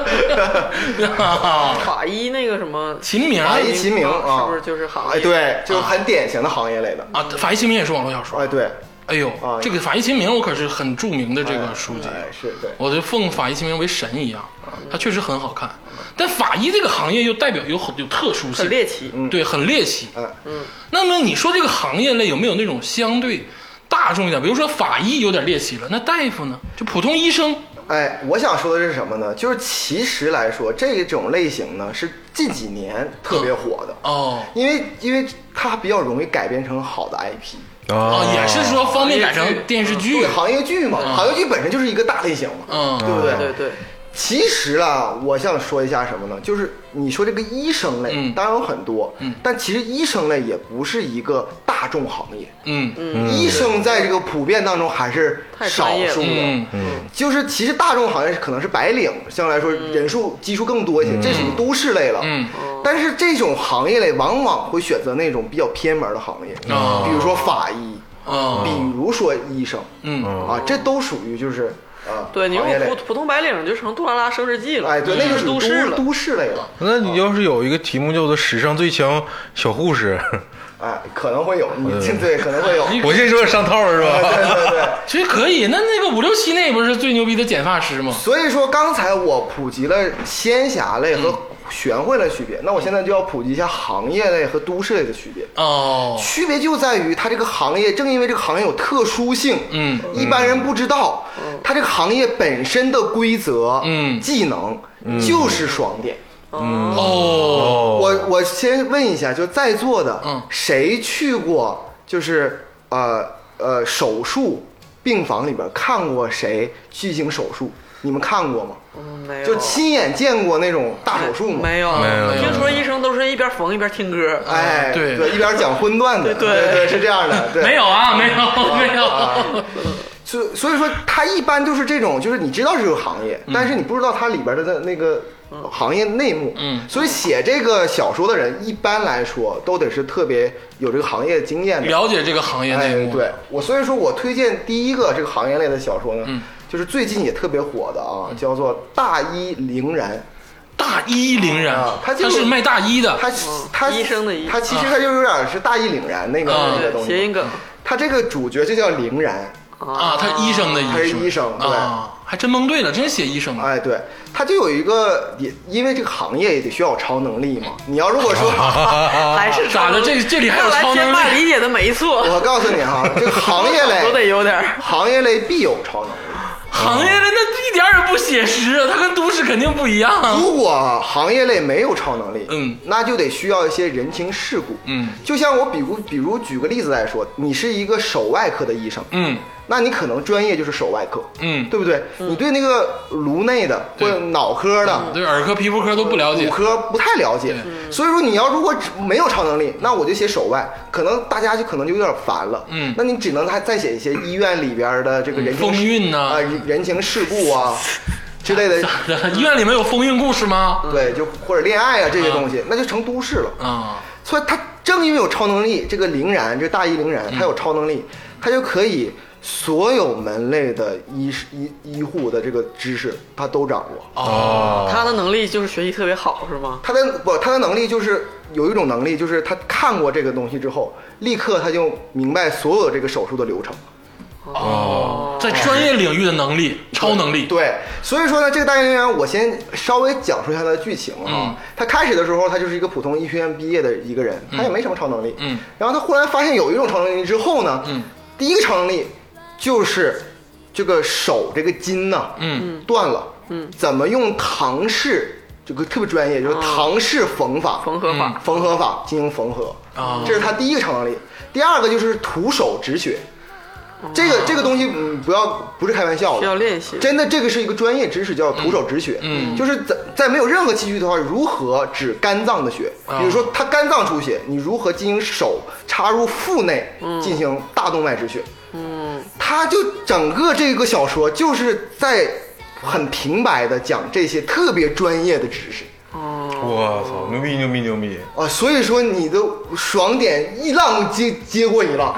Speaker 1: 氓哎
Speaker 2: 法医那个什么，
Speaker 1: 秦明
Speaker 4: 法医秦明啊，
Speaker 2: 是不是就是行业啊嗯
Speaker 4: 哎，对，就是很典型的行业类的。
Speaker 1: 啊，法医秦明也是网络小说。
Speaker 4: 哎，对，
Speaker 1: 哎呦，
Speaker 4: 啊
Speaker 2: 嗯
Speaker 1: 这个法医秦明我可是很著名的这个书籍，
Speaker 4: 哎，是对。
Speaker 1: 我就奉法医秦明为神一样。它确实很好看。但法医这个行业又代表有很有特殊性
Speaker 2: 很，猎奇。
Speaker 1: 对，很猎奇。
Speaker 4: 嗯
Speaker 1: 那么你说这个行业内有没有那种相对大众一点？比如说法医有点猎奇了，那大夫呢？就普通医生，
Speaker 4: 哎，我想说的是什么呢？就是其实来说，这种类型呢是近几年特别火的，
Speaker 1: 哦
Speaker 4: 因为因为它比较容易改编成好的 IP，
Speaker 1: 哦，
Speaker 3: 啊
Speaker 1: 也是说方便改成电视剧
Speaker 4: 嗯对。行业剧嘛，
Speaker 2: 嗯
Speaker 4: 行业剧本身就是一个大类型嘛，
Speaker 1: 嗯
Speaker 4: 对不对？
Speaker 2: 对对，
Speaker 4: 其实啦，我想说一下什么呢？就是你说这个医生类，
Speaker 1: 嗯
Speaker 4: 当然有很多，但其实医生类也不是一个大众行业，
Speaker 1: 嗯
Speaker 4: 医生在这个普遍当中还是
Speaker 2: 太
Speaker 4: 少
Speaker 2: 专业了
Speaker 4: 数的。
Speaker 1: 嗯
Speaker 4: 就是其实大众行业可能是白领，相对来说人数基数更多一些，这属于都市类了。
Speaker 1: 嗯，
Speaker 4: 但是这种行业类往往会选择那种比较偏门的行业，
Speaker 1: 哦
Speaker 4: 比如说法医，
Speaker 1: 哦
Speaker 4: 比如说医生，
Speaker 1: 嗯
Speaker 4: 啊，这都属于就是啊，
Speaker 2: 对你如
Speaker 4: 行业类
Speaker 2: 果普。普通白领就成杜拉拉升职记了，
Speaker 4: 哎，对，那就
Speaker 2: 就是
Speaker 4: 属
Speaker 2: 都
Speaker 4: 于
Speaker 2: 市了。
Speaker 4: 都市类了，
Speaker 3: 那你要是有一个题目叫做“史上最强小护士
Speaker 4: 哎，可能会有，你
Speaker 1: 哎
Speaker 4: 对，可能会有，”，
Speaker 2: 哎
Speaker 3: 我现在说上套了是
Speaker 4: 对
Speaker 3: 吧？
Speaker 4: 对对。
Speaker 1: 其实可以。那那个五六七那不是最牛逼的剪发师吗？
Speaker 4: 所以说，刚才我普及了仙侠类
Speaker 2: 嗯
Speaker 4: 和玄幻类的区别，那我现在就要普及一下行业类和都市类的区别。
Speaker 1: 哦，
Speaker 4: 区别就在于它这个行业，正因为这个行业有特殊性，
Speaker 1: 嗯，
Speaker 4: 一般人不知道，
Speaker 2: 嗯
Speaker 4: 它这个行业本身的规则，
Speaker 1: 嗯
Speaker 4: 技能就是爽点。
Speaker 2: 嗯
Speaker 1: 哦，
Speaker 3: 哦，
Speaker 4: 我我先问一下，就在座的，
Speaker 1: 嗯
Speaker 4: 谁去过就是呃呃手术病房里边看过谁进行手术？你们看过吗？
Speaker 2: 嗯没有，
Speaker 4: 就亲眼见过那种大手术吗？
Speaker 2: 没有
Speaker 3: 没有
Speaker 2: 听说医生都是一边缝一边听歌，
Speaker 4: 哎，
Speaker 1: 对
Speaker 4: 一边讲荤段子，
Speaker 2: 对
Speaker 4: 对是这 样的，对，
Speaker 1: 没有啊，没有没有。
Speaker 4: 所以所以说，它一般就是这种，就是你知道是个行
Speaker 1: 嗯
Speaker 4: 业，但是你不知道它里边的那个行业内幕。
Speaker 1: 嗯
Speaker 4: 所以写这个小说的人，一般来说都得是特别有这个行业经验的。
Speaker 1: 了解这个行业
Speaker 4: 哎
Speaker 1: 内，幕，
Speaker 4: 对我，所以说我推荐第一个这个行业类的小说呢，
Speaker 2: 嗯
Speaker 4: 就是最近也特别火的啊，叫做《大医陵然》。
Speaker 1: 大一凛然
Speaker 4: 啊，他就
Speaker 1: 他是卖大衣的，
Speaker 4: 它它
Speaker 2: 啊嗯医生的医啊
Speaker 4: 它其实它就是有点是大义凛然那个
Speaker 1: 啊
Speaker 4: 那个
Speaker 2: 对
Speaker 4: 东
Speaker 2: 嗯谐
Speaker 4: 西
Speaker 2: 音。梗
Speaker 4: 它这个主角就叫凌然，
Speaker 1: 啊，他医生的医
Speaker 4: 他是医生对
Speaker 1: 啊，还真蒙对了，真写医生
Speaker 2: 嗯
Speaker 1: 的。
Speaker 4: 哎，对，他就有一个也因为这个行业也得需要超能力嘛。你要如果 说，
Speaker 2: 啊还是
Speaker 1: 啊咋的这这里还有
Speaker 2: 看来
Speaker 1: 超能力
Speaker 2: 天霸理解的没错，
Speaker 4: 我告诉你哈，这个行业
Speaker 2: 都得
Speaker 4: 类，
Speaker 2: 有点儿。
Speaker 4: 行业类必有超能力。
Speaker 1: 行业的那一点儿也不写实啊，他跟都市肯定不一样啊。
Speaker 4: 如果行业类没有超能力，
Speaker 1: 嗯
Speaker 4: 那就得需要一些人情世故，
Speaker 1: 嗯，
Speaker 4: 就像我比如比如举个例子来说，你是一个手外科的医生，
Speaker 1: 嗯，
Speaker 4: 那你可能专业就是手外科，
Speaker 1: 嗯
Speaker 4: 对不对？你对那个颅内的或者
Speaker 1: 对
Speaker 4: 脑科的。
Speaker 1: 对，耳科、皮肤科都不了解嗯
Speaker 4: 骨。科不太了解，所以说你要如果只没有超能力，那我就写手外，可能大家就可能就有点烦了。
Speaker 1: 嗯
Speaker 4: 那你只能还再写一些医院里边的这个人情
Speaker 1: 风韵呐
Speaker 4: 啊、人人情世故啊之 类的，
Speaker 1: 医院里面有风韵故事吗？
Speaker 4: 对，就或者恋爱啊这些东西，那就成都市了。
Speaker 1: 啊，
Speaker 4: 所以他正因为有超能力，这个凌然，这大医凌然，他有超能力，他就可以所有门类的医师医医护的这个知识，他都掌握。
Speaker 1: 哦，
Speaker 2: 他的能力就是学习特别好，是吗？
Speaker 4: 他的不，他的能力就是有一种能力，就是他看过这个东西之后，立刻他就明白所有这个手术的流程。
Speaker 1: 哦，在专业领域的能力，超能力。
Speaker 4: 对，所以说呢，这个大学员，我先稍微讲述一下他的剧情啊。
Speaker 1: 嗯
Speaker 4: 他开始的时候，他就是一个普通医学院毕业的一个人，他也没什么超能力。
Speaker 1: 嗯
Speaker 4: 然后他忽然发现有一种超能力之后呢，
Speaker 1: 嗯，
Speaker 4: 第一个超能力就是这个手这个筋呐，
Speaker 1: 嗯，
Speaker 4: 断了，嗯，怎么用唐氏这个特别专业，就是唐氏缝法，
Speaker 2: 缝合法，
Speaker 4: 缝合法进行缝合
Speaker 1: 哦
Speaker 4: 这是他第一个超能力。第二个就是徒手止血，这个这个东西嗯不要不是开玩笑的，
Speaker 2: 需要练习
Speaker 4: 真的，哎这个是一个专业知识，叫徒手止血，
Speaker 1: 嗯嗯
Speaker 4: 就是在在没有任何器具的话，如何止肝脏的血，
Speaker 1: 啊
Speaker 4: 比如说他肝脏出血，你如何进行手插入腹内
Speaker 1: 嗯
Speaker 4: 进行大动脉止血，
Speaker 2: 嗯，
Speaker 4: 他就整个这个小说就是在很平白的讲这些特别专业的知识。
Speaker 2: 哦
Speaker 3: 我操，牛逼牛逼牛逼！
Speaker 4: 啊，所以说你的爽点一浪接接过一浪，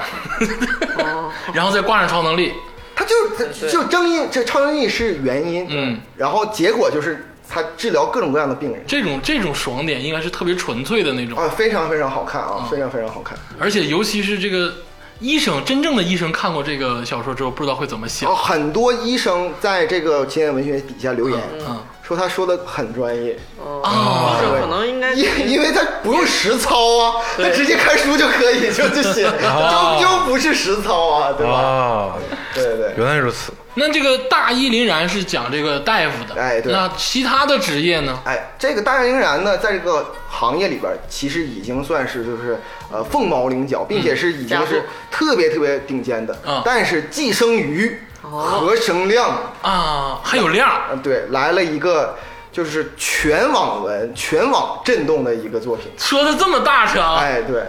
Speaker 1: 然后再挂上超能力，
Speaker 4: 他就就争议，这超能力是原因，
Speaker 1: 嗯，
Speaker 4: 然后结果就是他治疗各种各样的病人，
Speaker 1: 这种这种爽点应该是特别纯粹的那种，
Speaker 4: 啊
Speaker 1: 嗯
Speaker 4: 啊，非常非常好看啊，非常非常好看。
Speaker 1: 而且尤其是这个医生真正的医生看过这个小说之后，不知道会怎么
Speaker 4: 然后
Speaker 1: 想。
Speaker 4: 很多医生在这个秦野文学底下留言，
Speaker 1: 嗯
Speaker 4: 说他说的很专业，
Speaker 1: 啊
Speaker 2: 哦，作者可能应该
Speaker 4: 因因为他不用实操啊，他直接看书就可以，就就写，
Speaker 1: 哦
Speaker 4: 终究不是实操啊，对吧？
Speaker 3: 啊，
Speaker 4: 对对。
Speaker 3: 原来如此。
Speaker 1: 那这个大义凛然是讲这个大夫的，
Speaker 4: 哎对
Speaker 1: 那其他的职业呢？
Speaker 4: 哎，这个大义凛然呢，在这个行业里边，其实已经算是就是呃凤毛麟角，并且是已经
Speaker 2: 加
Speaker 4: 是
Speaker 2: 速
Speaker 4: 特别特别顶尖的。
Speaker 1: 嗯
Speaker 4: 但是寄生鱼何生亮，
Speaker 1: 啊，还有量儿，
Speaker 4: 呃对，来了一个就是全网文、全网震动的一个作品。
Speaker 1: 说的这么大声啊，
Speaker 4: 哎，对，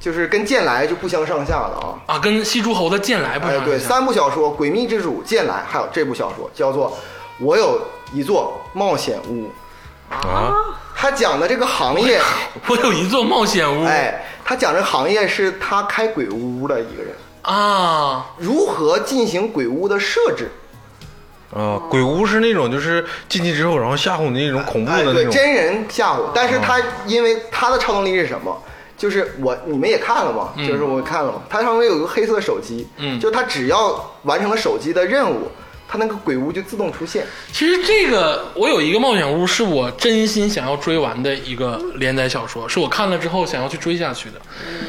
Speaker 4: 就是跟剑来就不相上下了啊。
Speaker 1: 啊，跟西诸侯的剑来不
Speaker 4: 哎，
Speaker 1: 相
Speaker 4: 对，
Speaker 1: 上下
Speaker 4: 三部小说《诡秘之主》《剑来》，还有这部小说叫做《我有一座冒险屋》，
Speaker 3: 啊，
Speaker 4: 它讲的这个行业。
Speaker 1: 我有一座冒险屋，
Speaker 4: 哎，他讲这行业是他开鬼屋的一个人，
Speaker 1: 啊，
Speaker 4: 如何进行鬼屋的设置？
Speaker 3: 啊，鬼屋是那种就是进去之后，然后吓唬你那种恐怖
Speaker 4: 哎，
Speaker 3: 的
Speaker 4: 对
Speaker 3: 那，种。
Speaker 4: 真人吓唬，但是
Speaker 1: 啊
Speaker 4: 他因为他的超能力是什么？就是我你们也看了嘛，就是我看了嘛，他上面有一个黑色手机，
Speaker 1: 嗯
Speaker 4: 就他只要完成了手机的任务，他那个鬼屋就自动出现。
Speaker 1: 其实这个我有一个冒险屋，是我真心想要追完的一个连载小说，是我看了之后想要去追下去的。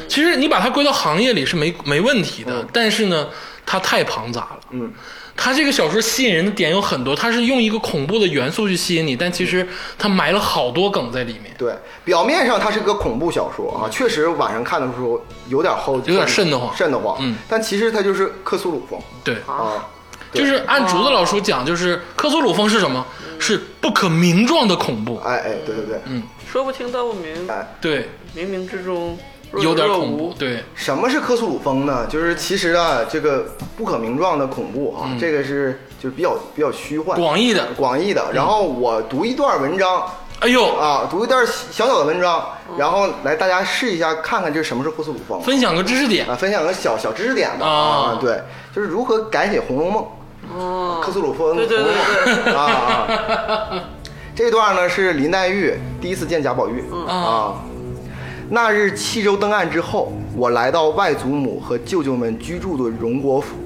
Speaker 1: 其实你把它归到行业里是没没问题的，但是呢，它太庞杂了。
Speaker 4: 嗯，
Speaker 1: 它这个小说吸引人的点有很多，它是用一个恐怖的元素去吸引你，但其
Speaker 4: 嗯
Speaker 1: 实它埋了好多梗在里面，
Speaker 4: 对，表面上它是个恐怖小说啊，确实晚上看的时候有点后，
Speaker 1: 嗯有点瘆得慌
Speaker 4: 瘆得慌。
Speaker 1: 嗯，
Speaker 4: 但其实它就是克苏鲁风
Speaker 1: 对。
Speaker 4: 啊，对嗯
Speaker 1: 就是按竹子老叔讲，就是克苏鲁风是什么？是不可名状的恐怖。
Speaker 4: 哎哎，对对对，
Speaker 2: 说不清道不明，
Speaker 4: 哎。
Speaker 1: 对，
Speaker 2: 冥冥之中若
Speaker 1: 有点
Speaker 2: 若
Speaker 1: 恐
Speaker 2: 无
Speaker 1: 怖。对，
Speaker 4: 什么是克苏鲁风呢？就是其实啊，这个不可名状的恐怖啊，这个是就是比较比较虚幻、
Speaker 1: 广义的。
Speaker 4: 广义的。然后我读一段文章
Speaker 1: 哎呦，
Speaker 4: 啊，读一段小小的文章，然后来大家试一下，看看这什么是克苏鲁风
Speaker 1: 分享个知识点
Speaker 4: 啊，分享个小小知识点吧
Speaker 1: 啊
Speaker 4: 啊，对，就是如何改写《红楼梦》。
Speaker 2: 哦，
Speaker 4: 克苏鲁风，
Speaker 2: 对对对对
Speaker 4: 对啊啊！这段呢是林黛玉第一次见贾宝玉、啊。那日弃州登岸之后，我来到外祖母和舅舅们居住的荣国府，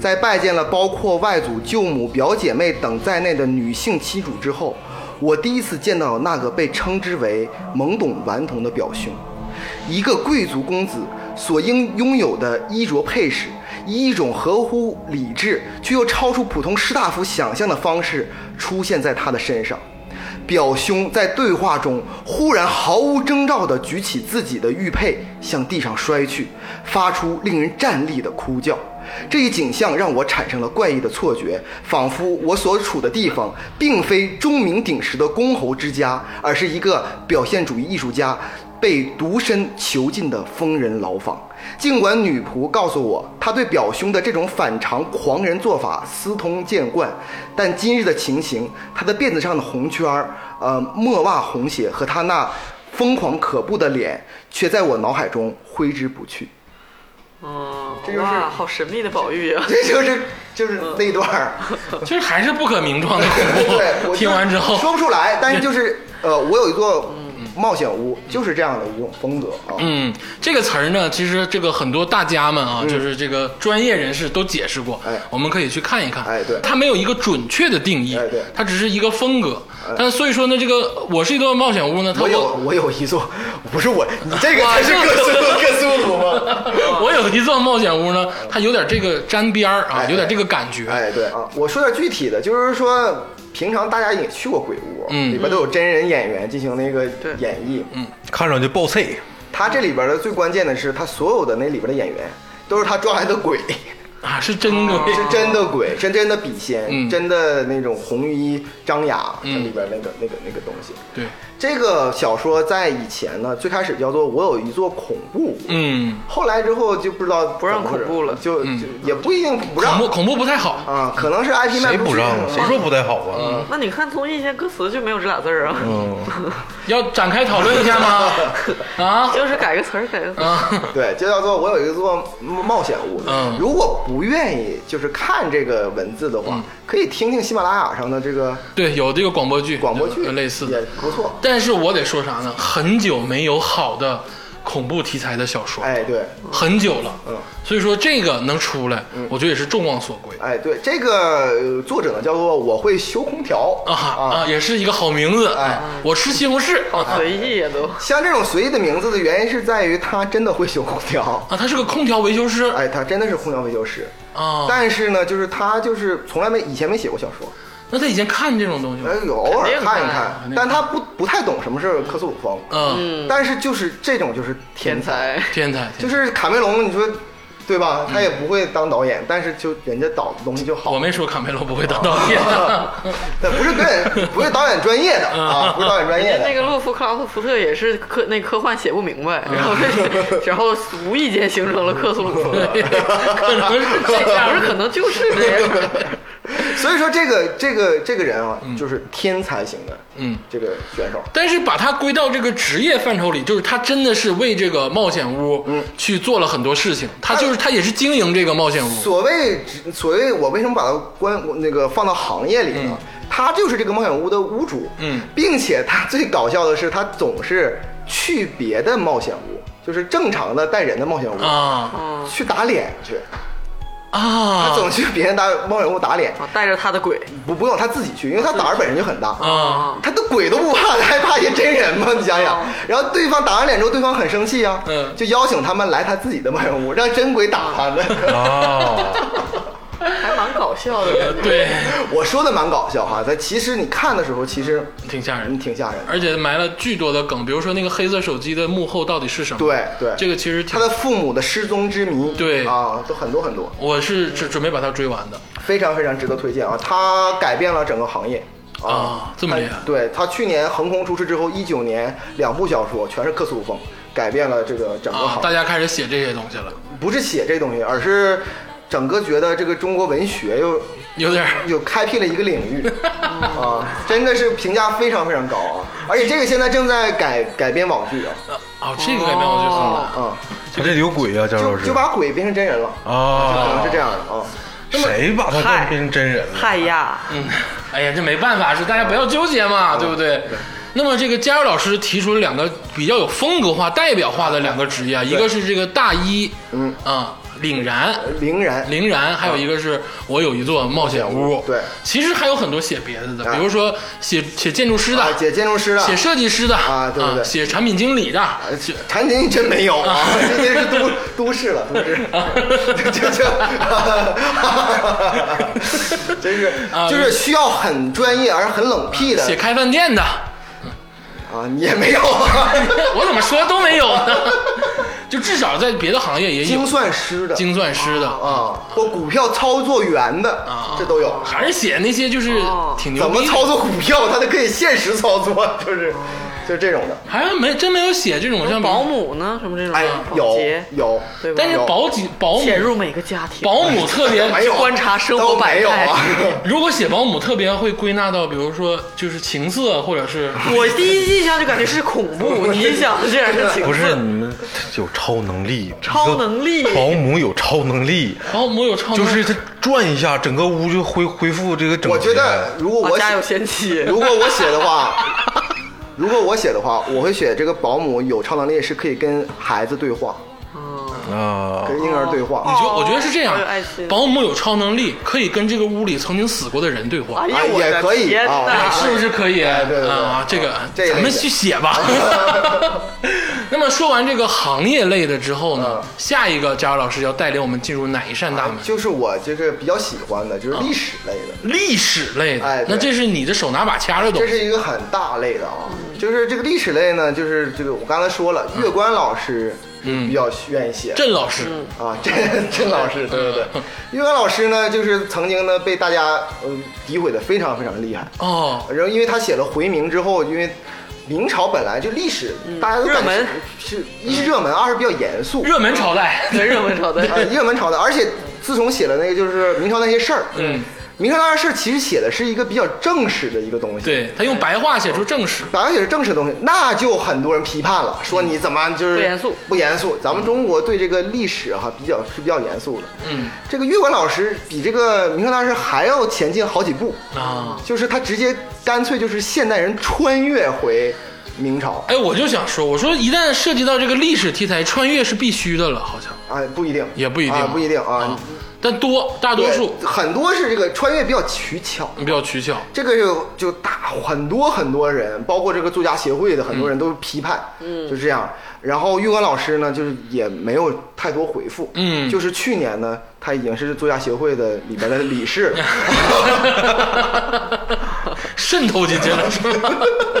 Speaker 4: 在拜见了包括外祖、舅母、表姐妹等在内的女性妻主之后，我第一次见到那个被称之为懵懂顽童的表兄。一个贵族公子所应拥有的衣着配饰，以一种合乎理智却又超出普通士大夫想象的方式出现在他的身上。表兄在对话中忽然毫无征兆地举起自己的玉佩向地上摔去，发出令人站立的哭叫。这一景象让我产生了怪异的错觉，仿佛我所处的地方并非钟鸣鼎食的公侯之家，而是一个表现主义艺术家被独身囚禁的疯人牢房。尽管女仆告诉我，她对表兄的这种反常狂人做法司通见惯，但今日的情形，她的辫子上的红圈儿、呃墨袜红鞋和她那疯狂可怖的脸，却在我脑海中挥之不去。
Speaker 2: 嗯，
Speaker 4: 这就是
Speaker 2: 哇好神秘的宝玉啊！
Speaker 4: 这就是就是那一 段儿。
Speaker 1: 就是还是不可名状的恐
Speaker 4: 对，
Speaker 1: 怖。
Speaker 4: 我
Speaker 1: 听完之
Speaker 4: 说
Speaker 1: 后，
Speaker 4: 不出来，但是就是呃，我有一座冒险屋，就是这样的一种风格啊。
Speaker 1: 嗯，这个词儿呢，其实这个很多大家们啊，就是这个专业人士都解释过
Speaker 4: 哎，
Speaker 1: 我们可以去看一看。
Speaker 4: 哎对
Speaker 1: 它没有一个准确的定义
Speaker 4: 哎对，哎
Speaker 1: 它只是一个风格。但所以说呢，这个我是一座冒险屋呢，它
Speaker 4: 我
Speaker 1: 会
Speaker 4: 有我有一座，不是我，你这个才是克苏克苏鲁吗？
Speaker 1: 我有一座冒险屋呢，它有点这个沾边儿啊，
Speaker 4: 哎
Speaker 1: 有点这个感觉。
Speaker 4: 哎，对啊，我说点具体的，就是说平常大家也去过鬼屋，
Speaker 1: 嗯
Speaker 4: 里边都有真人演员进行那个
Speaker 2: 对
Speaker 4: 演绎，嗯，
Speaker 3: 看上去爆脆。
Speaker 4: 他这里边的最关键的是，他所有的那里边的演员都是他抓来的鬼。
Speaker 1: 啊，是真的。
Speaker 4: 哦是真的鬼，真真的笔仙，
Speaker 1: 嗯
Speaker 4: 真的那种红衣张雅，它里边那个、那个那个东西。
Speaker 1: 对，
Speaker 4: 这个小说在以前呢，最开始叫做《我有一座恐怖屋》，
Speaker 1: 嗯，
Speaker 4: 后来之后就不知道
Speaker 2: 不让
Speaker 4: 怎么回事
Speaker 2: 恐怖了
Speaker 4: 就就也不一定不
Speaker 1: 恐
Speaker 4: 让
Speaker 1: 怖恐怖不太好。
Speaker 4: 啊，可能是 IP 卖
Speaker 3: 谁
Speaker 4: 出
Speaker 3: 不
Speaker 4: 去
Speaker 3: 让啊？
Speaker 4: 嗯
Speaker 3: 谁说不太好啊？
Speaker 2: 那你看从一些歌词就没有这俩字儿啊，
Speaker 3: 嗯，
Speaker 1: 要展开讨论一下 吗？啊
Speaker 2: 就是改个词儿，改个词儿。
Speaker 1: 啊，
Speaker 4: 对，就叫做我有一座冒险屋。
Speaker 1: 嗯
Speaker 4: 如果不愿意就是看这个文字的话，可以听听喜马拉雅上的这个
Speaker 1: 对，有这个广播剧，
Speaker 4: 广播剧，
Speaker 1: 呃有类似
Speaker 4: 也
Speaker 1: 的。
Speaker 4: 不错。
Speaker 1: 但是我得说啥呢？很久没有好的恐怖题材的小说，
Speaker 4: 哎，对，
Speaker 1: 很久了。
Speaker 4: 嗯
Speaker 1: 所以说这个能出来，我觉得也是众望所归
Speaker 4: 哎，对，这个呃作者呢叫做我会修空调
Speaker 1: 啊啊，也是一个好名字。啊
Speaker 4: 哎
Speaker 1: 我吃西红柿啊，
Speaker 2: 随意呀都。
Speaker 4: 像这种随意的名字的原因是在于他真的会修空调，
Speaker 1: 啊，他是个空调维修师
Speaker 4: 哎，他真的是空调维修师。
Speaker 1: 啊。
Speaker 4: 但是呢，就是他就是从来没以前没写过小说，
Speaker 1: 那他以前看这种东西吗
Speaker 4: 哎？，有偶尔
Speaker 2: 肯定
Speaker 4: 看一
Speaker 2: 看
Speaker 4: 看
Speaker 1: 肯定，
Speaker 4: 但他不不太懂什么是克苏鲁风。
Speaker 1: 嗯，
Speaker 2: 嗯，
Speaker 4: 但是就是这种就是
Speaker 2: 天才，
Speaker 1: 天才
Speaker 4: 就
Speaker 1: 天才。
Speaker 4: 是卡梅隆，你说对吧？他也不会当导演，但是就人家导的东西就好。
Speaker 1: 我没说卡梅隆不会当导 演，
Speaker 4: 他不是跟不是导演专业的啊，不是导演专 业
Speaker 2: 那
Speaker 4: 的。
Speaker 2: 个洛夫克拉夫福特也是科那科幻写不明白，然后这然后无意间形成了克苏鲁风，
Speaker 1: 可能是这
Speaker 2: 不
Speaker 1: 样
Speaker 2: 是可能就是这样。
Speaker 4: 所以说这个这个这个人啊，就是天才型的，
Speaker 1: 嗯，
Speaker 4: 这个选手。
Speaker 1: 但是把它归到这个职业范畴里，就是他真的是为这个冒险屋
Speaker 4: 嗯
Speaker 1: 去做了很多事情，他就是他也是经营这个冒险屋，
Speaker 4: 所谓只所谓我为什么把它关那个放到行业里呢？他就是这个冒险屋的屋主，
Speaker 1: 嗯
Speaker 4: 并且他最搞笑的是，他总是去别的冒险屋，就是正常的带人的冒险屋，
Speaker 1: 啊
Speaker 2: 哦
Speaker 4: 去打脸去。他
Speaker 1: 啊
Speaker 4: 总去别人打冒险屋打脸，
Speaker 2: 啊，带着他的鬼
Speaker 4: 不不用他自己去，因为他胆儿本身就很大，
Speaker 1: 啊
Speaker 4: 他的鬼都不怕，他还怕一真人吗？你想想，然后对方打完脸之后，对方很生气啊，
Speaker 1: 嗯
Speaker 4: 就邀请他们来他自己的冒险屋，让真鬼打他们。
Speaker 3: 啊，
Speaker 2: 还蛮搞笑的感觉。
Speaker 1: 对，
Speaker 4: 我说的蛮搞笑哈，但其实你看的时候，其实
Speaker 1: 挺吓人
Speaker 4: 嗯。挺吓人的。
Speaker 1: 而且埋了巨多的梗，比如说那个黑色手机的幕后到底是什么？
Speaker 4: 对对
Speaker 1: 这个其实
Speaker 4: 他
Speaker 1: 挺，
Speaker 4: 的父母的失踪之谜，
Speaker 1: 对
Speaker 4: 啊，都很多很多，
Speaker 1: 我是准准备把它追完的。
Speaker 4: 非常非常值得推荐啊！他改变了整个行业
Speaker 1: 啊这么厉害
Speaker 4: 他对他去年横空出世之后，一九年两部小说全是克苏鲁风，改变了这个整个
Speaker 1: 啊
Speaker 4: 行，
Speaker 1: 大家开始写这些东西了，
Speaker 4: 不是写这东西，而是整个觉得这个中国文学又
Speaker 1: 有点儿
Speaker 4: 又开辟了一个领 域啊，真的是评价非常非常高啊！而且这个现在正在改改编网剧啊，
Speaker 1: 啊，这个改编我觉得很难。
Speaker 4: 啊，
Speaker 3: 他这里有鬼啊，张老
Speaker 4: 就
Speaker 3: 师
Speaker 4: 就把鬼变成真人了，
Speaker 1: 哦
Speaker 4: 可
Speaker 3: 啊
Speaker 4: 能，是这样的啊。
Speaker 3: 谁把他变成真人了？
Speaker 2: 嗨呀，
Speaker 1: 嗯，哎呀，这没办法，是大家不要纠结
Speaker 4: 嗯
Speaker 1: 嘛，对不对？那么这个佳瑞老师提出了两个比较有风格化、代表化的两个职业，啊，一个是这个大一，
Speaker 4: 嗯
Speaker 1: 啊，凛然。
Speaker 4: 凌然，
Speaker 1: 凌然，还有一个是我有一座冒险屋。
Speaker 4: 啊对
Speaker 1: 其实还有很多写别的的，
Speaker 4: 啊
Speaker 1: 比如说写写建筑师的
Speaker 4: 啊，，写建筑师的，
Speaker 1: 写设计师的
Speaker 4: 啊对对啊对
Speaker 1: 写产品经理的，写
Speaker 4: 产品真没有啊，这些是都都市了，都 市，就就，真是
Speaker 1: 啊
Speaker 4: 就是需要很专业而很冷僻的
Speaker 1: 写开饭店 的，
Speaker 4: 啊，你也没 有啊，
Speaker 1: 我怎么说都没有呢？ 就至少在别的行业也有
Speaker 4: 精算师的
Speaker 1: 精算师的，
Speaker 4: 啊，或股票操作员的
Speaker 1: 啊，
Speaker 4: 这都有，
Speaker 1: 还是写那些就是
Speaker 2: 哦
Speaker 1: 挺牛
Speaker 4: 怎
Speaker 1: 逼哦
Speaker 4: 么
Speaker 1: 的
Speaker 4: 操作股票，他都可以限时操作，就是就这种的，
Speaker 2: 嗯
Speaker 1: 还没真没有写这种像
Speaker 2: 保，姆呢什么这种，
Speaker 4: 哎，
Speaker 2: 保
Speaker 4: 有
Speaker 2: 洁
Speaker 4: 有，
Speaker 2: 对吧？
Speaker 1: 但是
Speaker 4: 有
Speaker 1: 保几保姆
Speaker 2: 潜入每个家庭，
Speaker 1: 保姆特别
Speaker 4: 没有啊
Speaker 2: 观察生活
Speaker 4: 都没有
Speaker 2: 百
Speaker 4: 啊，
Speaker 1: 如果写保姆特别会归纳到，比如说就是情色或者是
Speaker 2: 我第一印象就感觉是恐怖，你想这样的情
Speaker 3: 不是
Speaker 2: 况
Speaker 3: 你们有超能力，
Speaker 2: 超能力
Speaker 3: 保姆有超能力，
Speaker 1: 保哦姆有超能
Speaker 3: 就是他转一下，整个屋就恢恢复这个整洁。
Speaker 4: 我觉得如果
Speaker 2: 我
Speaker 4: 我
Speaker 2: 哦家有
Speaker 4: 写，
Speaker 2: 贤妻，
Speaker 4: 如果我写的话， 如果我写的话，我会写这个保姆有超能力是可以跟孩子对话，
Speaker 2: 哦
Speaker 3: 啊，
Speaker 4: 跟婴儿对
Speaker 1: 你
Speaker 4: 话，
Speaker 1: 就我觉得是这样
Speaker 2: 好有爱心，
Speaker 1: 保姆有超能力，可以跟这个屋里曾经死过的人对话
Speaker 2: 哎，呀
Speaker 4: 啊
Speaker 2: 我的
Speaker 4: 也可以
Speaker 2: 天
Speaker 4: 啊
Speaker 2: 哪
Speaker 4: 哎
Speaker 1: 是不是可以？
Speaker 4: 对对对
Speaker 1: 啊，这个
Speaker 4: 这一类
Speaker 1: 咱
Speaker 4: 的
Speaker 1: 们去写吧。 那么说完这个行业类的之后呢
Speaker 4: 嗯，哎
Speaker 1: 下一个佳茹老师要带领我们进入哪一扇大门？
Speaker 4: 就是我就是比较喜欢的，就是历史类
Speaker 2: 哦
Speaker 4: 的。
Speaker 1: 历史类
Speaker 4: 哎
Speaker 1: 的，
Speaker 4: 对
Speaker 1: 那这是你的手拿把掐的东
Speaker 4: 这
Speaker 1: 西
Speaker 4: 是一个很大类的啊，就是这个历史类呢，就是这个我刚才说了，月关老师
Speaker 1: 嗯
Speaker 4: 比较愿意写
Speaker 2: 嗯
Speaker 1: 郑老师，
Speaker 4: 啊，郑郑老师，对对对，月关老师呢，就是曾经呢被大家嗯诋毁的非常非常厉害，
Speaker 1: 哦，
Speaker 4: 然后因为他写了回民之后，因为明朝本来就历史，大家都感
Speaker 2: 嗯
Speaker 4: 觉
Speaker 2: 热门
Speaker 4: 是一是热门，二是比较严肃，
Speaker 1: 热门朝代，
Speaker 2: 对热门朝 代
Speaker 4: 呃，热门朝代，而且自从写了那个就是明朝那些事儿，
Speaker 1: 嗯，
Speaker 4: 明朝那些事儿其实写的是一个比较正史的一个东西，
Speaker 1: 对他用白话写出正史，
Speaker 4: 反而也是正式的东西，那就很多人批判了，说你怎么就
Speaker 2: 嗯
Speaker 4: 是
Speaker 2: 不严肃
Speaker 4: 不严肃。咱们中国对这个历史哈、比较是比较严肃的。
Speaker 1: 嗯，
Speaker 4: 这个乐管老师比这个明成大师还要前进好几步
Speaker 1: 啊
Speaker 4: 就是他直接干脆就是现代人穿越回明朝
Speaker 1: 哎，我就想说，我说一旦涉及到这个历史题材，穿越是必须的了，好像
Speaker 4: 啊，不一定，
Speaker 1: 也不一定，
Speaker 4: 啊不一定啊
Speaker 1: 啊。但多大多
Speaker 4: 对
Speaker 1: 数
Speaker 4: 很多是这个穿越比较取巧，
Speaker 1: 比较取巧，
Speaker 4: 这个就就大很多很多人，包括这个作家协会的很多人都批判，嗯，就这样。然后玉官老师呢，就是也没有太多回复，
Speaker 1: 嗯
Speaker 4: 就是去年呢，他已经是作家协会的里边的理事，
Speaker 1: 渗透进去了，是吧？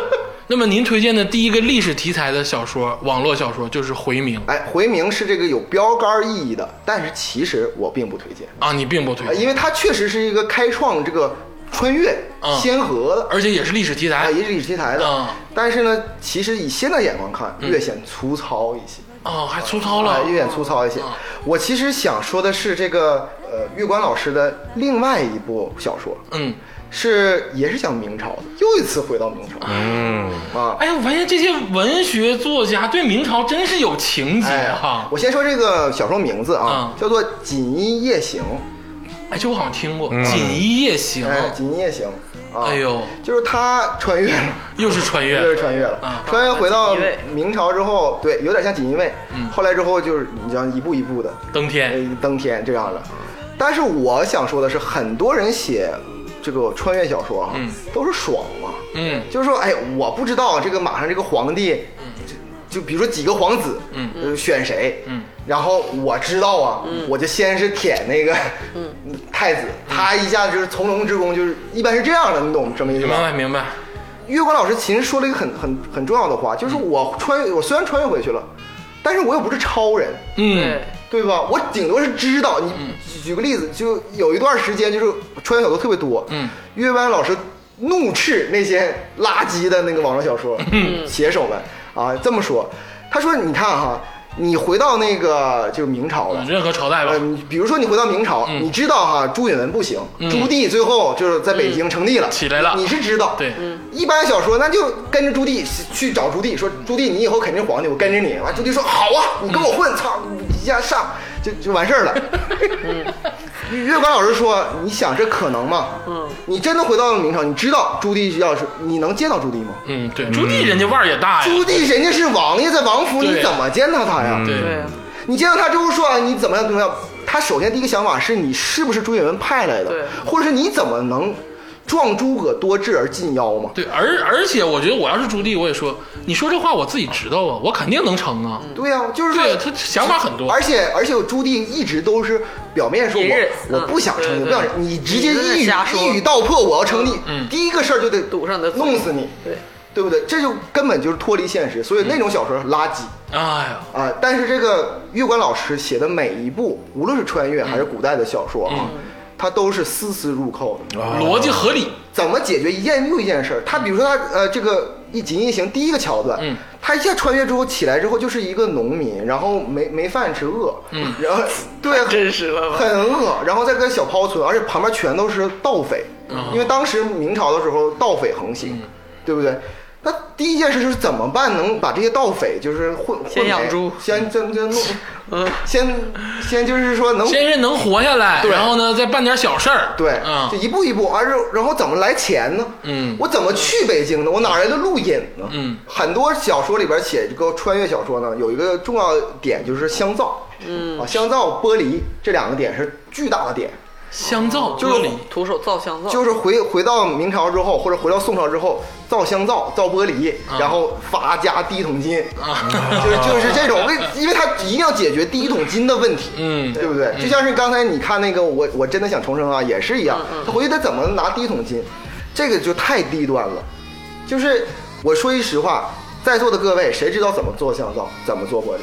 Speaker 1: 那么您推荐的第一个历史题材的小说，网络小说就是《回民》
Speaker 4: 哎，回名是这个有标杆意义的，但是其实我并不推荐，
Speaker 1: 啊，你并不推
Speaker 4: 呃
Speaker 1: 荐，
Speaker 4: 因为它确实是一个开创这个穿越
Speaker 1: 嗯
Speaker 4: 先河的。
Speaker 1: 而且也是历史题
Speaker 4: 啊，
Speaker 1: 材
Speaker 4: 也是理题材的
Speaker 1: 嗯，
Speaker 4: 但是呢，其实以现在眼光看，略显粗糙一些。
Speaker 1: 哦，还粗糙
Speaker 4: 啊
Speaker 1: 了，
Speaker 4: 有点粗糙一
Speaker 1: 嗯
Speaker 4: 些。我其实想说的是，这个呃，玉官老师的另外一部小说，
Speaker 1: 嗯。
Speaker 4: 是也是讲明朝的，又一次回到明朝。嗯啊，
Speaker 1: 哎，我发现这些文学作家对明朝真是有情节
Speaker 4: 哎
Speaker 1: 哈！
Speaker 4: 我先说这个小说名字啊，
Speaker 1: 嗯
Speaker 4: 叫做《锦衣夜行
Speaker 1: 哎，这我好像听过《锦衣夜行》》。
Speaker 4: 嗯哎，《锦衣夜行》啊，
Speaker 1: 哎呦，
Speaker 4: 就是他穿越了。
Speaker 1: 又是穿越
Speaker 4: 又，是穿越嗯了，
Speaker 1: 啊
Speaker 4: 穿越回
Speaker 2: 啊
Speaker 4: 到
Speaker 2: 锦衣卫
Speaker 4: 明朝之后，对，有点像锦衣卫。后来之后就是你知道一步一步的，
Speaker 1: 登天。
Speaker 4: 呃登天这样的。但是我想说的是，很多人写这个穿越小说啊，都是爽嘛，
Speaker 1: 嗯
Speaker 4: 就是说，哎，我不知道这个马上这个皇帝，就就比如说几个皇子，嗯，选谁，嗯，然后我知道啊，我就先是舔那个，太子，他一下就是从龙之功，就是一般是这样的，你懂什么意思
Speaker 1: 明
Speaker 4: 吗？
Speaker 1: 白明白，
Speaker 4: 月光老师其实说了一个很很很重要的话，就是我穿，我虽然穿越回去了，但是我又不是超人，
Speaker 1: 嗯
Speaker 2: 对，
Speaker 4: 对吧？我顶多是知道。你举举个例子，就有一段时间就是穿越小说特别多，
Speaker 1: 嗯，
Speaker 4: 岳班老师怒斥那些垃圾的那个网络小说写手们啊，这么说，他说：“你看哈，你回到那个就是明朝了。”
Speaker 1: 嗯任何朝代吧
Speaker 4: 呃，，你比如说你回到明朝，
Speaker 1: 嗯
Speaker 4: 你知道哈朱允文不行，朱棣最后就是在北京称帝了，
Speaker 1: 起来了
Speaker 4: 你是知道，
Speaker 1: 对
Speaker 4: 一般小说那就跟着朱棣去找朱棣，说朱棣你以后肯定是皇帝，我跟着你。完，朱棣说好啊，
Speaker 1: 嗯
Speaker 4: 你跟我混，操，一下上就就完事儿了。 月光老师说，你想这可能吗？嗯，你真的回到了明朝，你知道朱棣要是你能见到朱棣吗？
Speaker 1: 嗯，对，朱棣人家腕儿也哎大呀，
Speaker 4: 朱棣人家是王爷，在王府
Speaker 1: 对嗯
Speaker 4: 你怎么见到他呀？
Speaker 1: 对
Speaker 2: 对，啊
Speaker 4: 你见到他之后说啊，你怎么样怎么样？他首先第一个想法是你是不是朱允炆派来的
Speaker 2: 对，
Speaker 4: 或者是你怎么能撞诸葛多智而近妖嘛？
Speaker 1: 对，而而且我觉得我要是朱棣，我也说，你说这话我自己知道啊，我肯定能成啊。
Speaker 4: 对呀、就是说
Speaker 1: 对啊，他想法很多，
Speaker 4: 而且而且朱棣一直都是表面说
Speaker 2: 隐忍
Speaker 4: 我我
Speaker 2: 嗯
Speaker 4: 不想称
Speaker 2: 对
Speaker 4: 帝，不想
Speaker 2: 对
Speaker 4: 你直接一
Speaker 2: 你在
Speaker 4: 语
Speaker 2: 瞎说
Speaker 4: 一语道破我要称帝，
Speaker 1: 嗯
Speaker 4: 第一个事儿就得
Speaker 2: 堵上你的嘴
Speaker 4: 弄死你，
Speaker 2: 对
Speaker 4: 对不对？这就根本就是脱离现实，
Speaker 2: 嗯
Speaker 4: 所以那种小说垃圾。
Speaker 1: 哎呀，
Speaker 4: 啊、但是这个月关老师写的每一部，无论是穿越还是古代的小说啊，他都是丝丝入扣的。
Speaker 1: 逻辑合理，
Speaker 4: 怎么解决一件又一件事儿？他比如说他呃，这个一锦衣行第一个桥段，
Speaker 1: 嗯
Speaker 4: 他一下穿越之后起来之后就是一个农民，然后没没饭吃，饿，嗯，然后对，
Speaker 2: 真实了吧？
Speaker 4: 很饿，然后再跟小抛村，而且旁边全都是盗匪，因为当时明朝的时候盗匪横行，对不对？那第一件事就是怎么办能把这些盗匪就是混混
Speaker 2: 先
Speaker 4: 没
Speaker 2: 养猪
Speaker 4: 先先先弄，呃
Speaker 2: 嗯
Speaker 4: 先先就是说能
Speaker 1: 先是能活下来，
Speaker 4: 对
Speaker 1: 然后呢再办点小事儿，
Speaker 4: 对，
Speaker 1: 啊
Speaker 4: 就，一步一步，而是然后怎么来钱呢？
Speaker 1: 嗯
Speaker 4: 我怎么去北京呢？我哪来的路引呢？
Speaker 1: 嗯，
Speaker 4: 很多小说里边写这个穿越小说呢，有一个重要点就是香皂，嗯啊，香皂、玻璃这两个点是巨大的点，
Speaker 1: 香皂
Speaker 4: 就是
Speaker 1: 玻璃，
Speaker 2: 徒手造香
Speaker 1: 嗯
Speaker 2: 皂，
Speaker 4: 就是回回到明朝之后，或者回到宋朝之后，造香皂、造玻璃，
Speaker 1: 嗯
Speaker 4: 然后发家第一桶金，
Speaker 1: 啊
Speaker 4: 就是就是这种，为因为他一定要解决第一桶金的问题，
Speaker 1: 嗯
Speaker 4: 对不对？就像是刚才你看那个我我真的想重生啊，也是一样，
Speaker 1: 嗯
Speaker 4: 他回去他怎么拿第一桶金，这个就太低端了。就是我说句实话，在座的各位谁知道怎么做香皂，怎么做玻璃？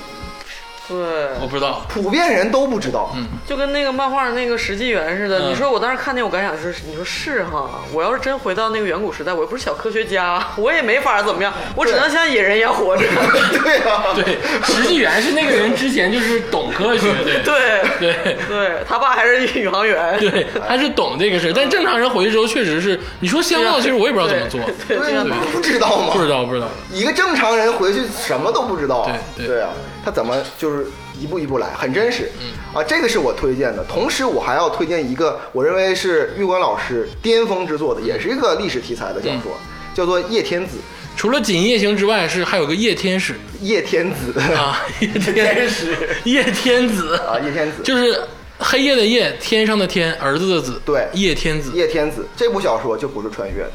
Speaker 2: 对，
Speaker 1: 我不知道，
Speaker 4: 普遍人都不知道，
Speaker 2: 就跟那个漫画那个实纪元似的。
Speaker 1: 嗯
Speaker 2: 你说我当时看见我感想是，你说是哈，我要是真回到那个远古时代，我又不是小科学家， 我也没法怎么样，我只能像野人一样 活着。
Speaker 4: 对啊，
Speaker 1: 对，石纪元是那个人之前就是懂科学，对
Speaker 2: 对
Speaker 1: 对
Speaker 2: 对，他爸还是宇航员。
Speaker 1: 对，他是懂这个事儿，但正常人回去之后确实是，你说香皂，其实我也不知道怎么做，
Speaker 2: 啊对，就像
Speaker 4: 对，不知道吗？
Speaker 1: 不知道不知道，
Speaker 4: 一个正常人回去什么都不知道啊，
Speaker 1: 对嗯对
Speaker 4: 对啊，他怎么就是一步一步来，很真实，啊，这个是我推荐的。同时，我还要推荐一个我认为是玉官老师巅峰之作的，也是一个历史题材的小说，
Speaker 1: 嗯
Speaker 4: 叫做叶天子，
Speaker 1: 除了锦夜行之外，是还有个夜天使
Speaker 4: 叶天子
Speaker 1: 啊，夜天使，夜天子
Speaker 4: 啊，叶天子。
Speaker 1: 就是黑夜的夜，天上的天，儿子的子，
Speaker 4: 对
Speaker 1: 夜天子，
Speaker 4: 叶天子这部小说就不是穿越的，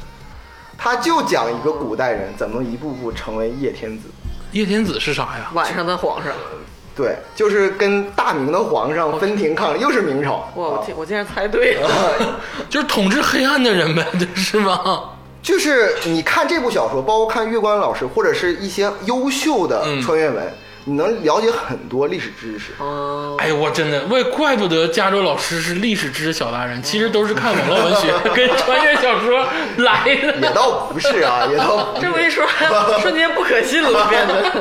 Speaker 4: 他就讲一个古代人怎么一步步成为叶天子。
Speaker 1: 夜天子是啥呀？
Speaker 2: 晚上的皇上，
Speaker 4: 对，就是跟大明的皇上分庭抗礼，又是明朝。呃
Speaker 2: 哇，
Speaker 4: 啊
Speaker 2: 我竟我竟然猜对 了，
Speaker 1: 就是统治黑暗的人呗，这 是吗？
Speaker 4: 就是你看这部小说，包括看月光老师或者是一些优秀的
Speaker 1: 嗯
Speaker 4: 穿越文，你能了解很多历史知识。
Speaker 2: 嗯，
Speaker 1: 哎呦，我真的，我也怪不得加州老师是历史知识小达人，其实都是看网络文学跟穿越小说来
Speaker 4: 也
Speaker 1: 的，
Speaker 4: 倒不是啊，也倒 不
Speaker 2: 这么一
Speaker 4: 是。
Speaker 2: 说，瞬间不可信了，变得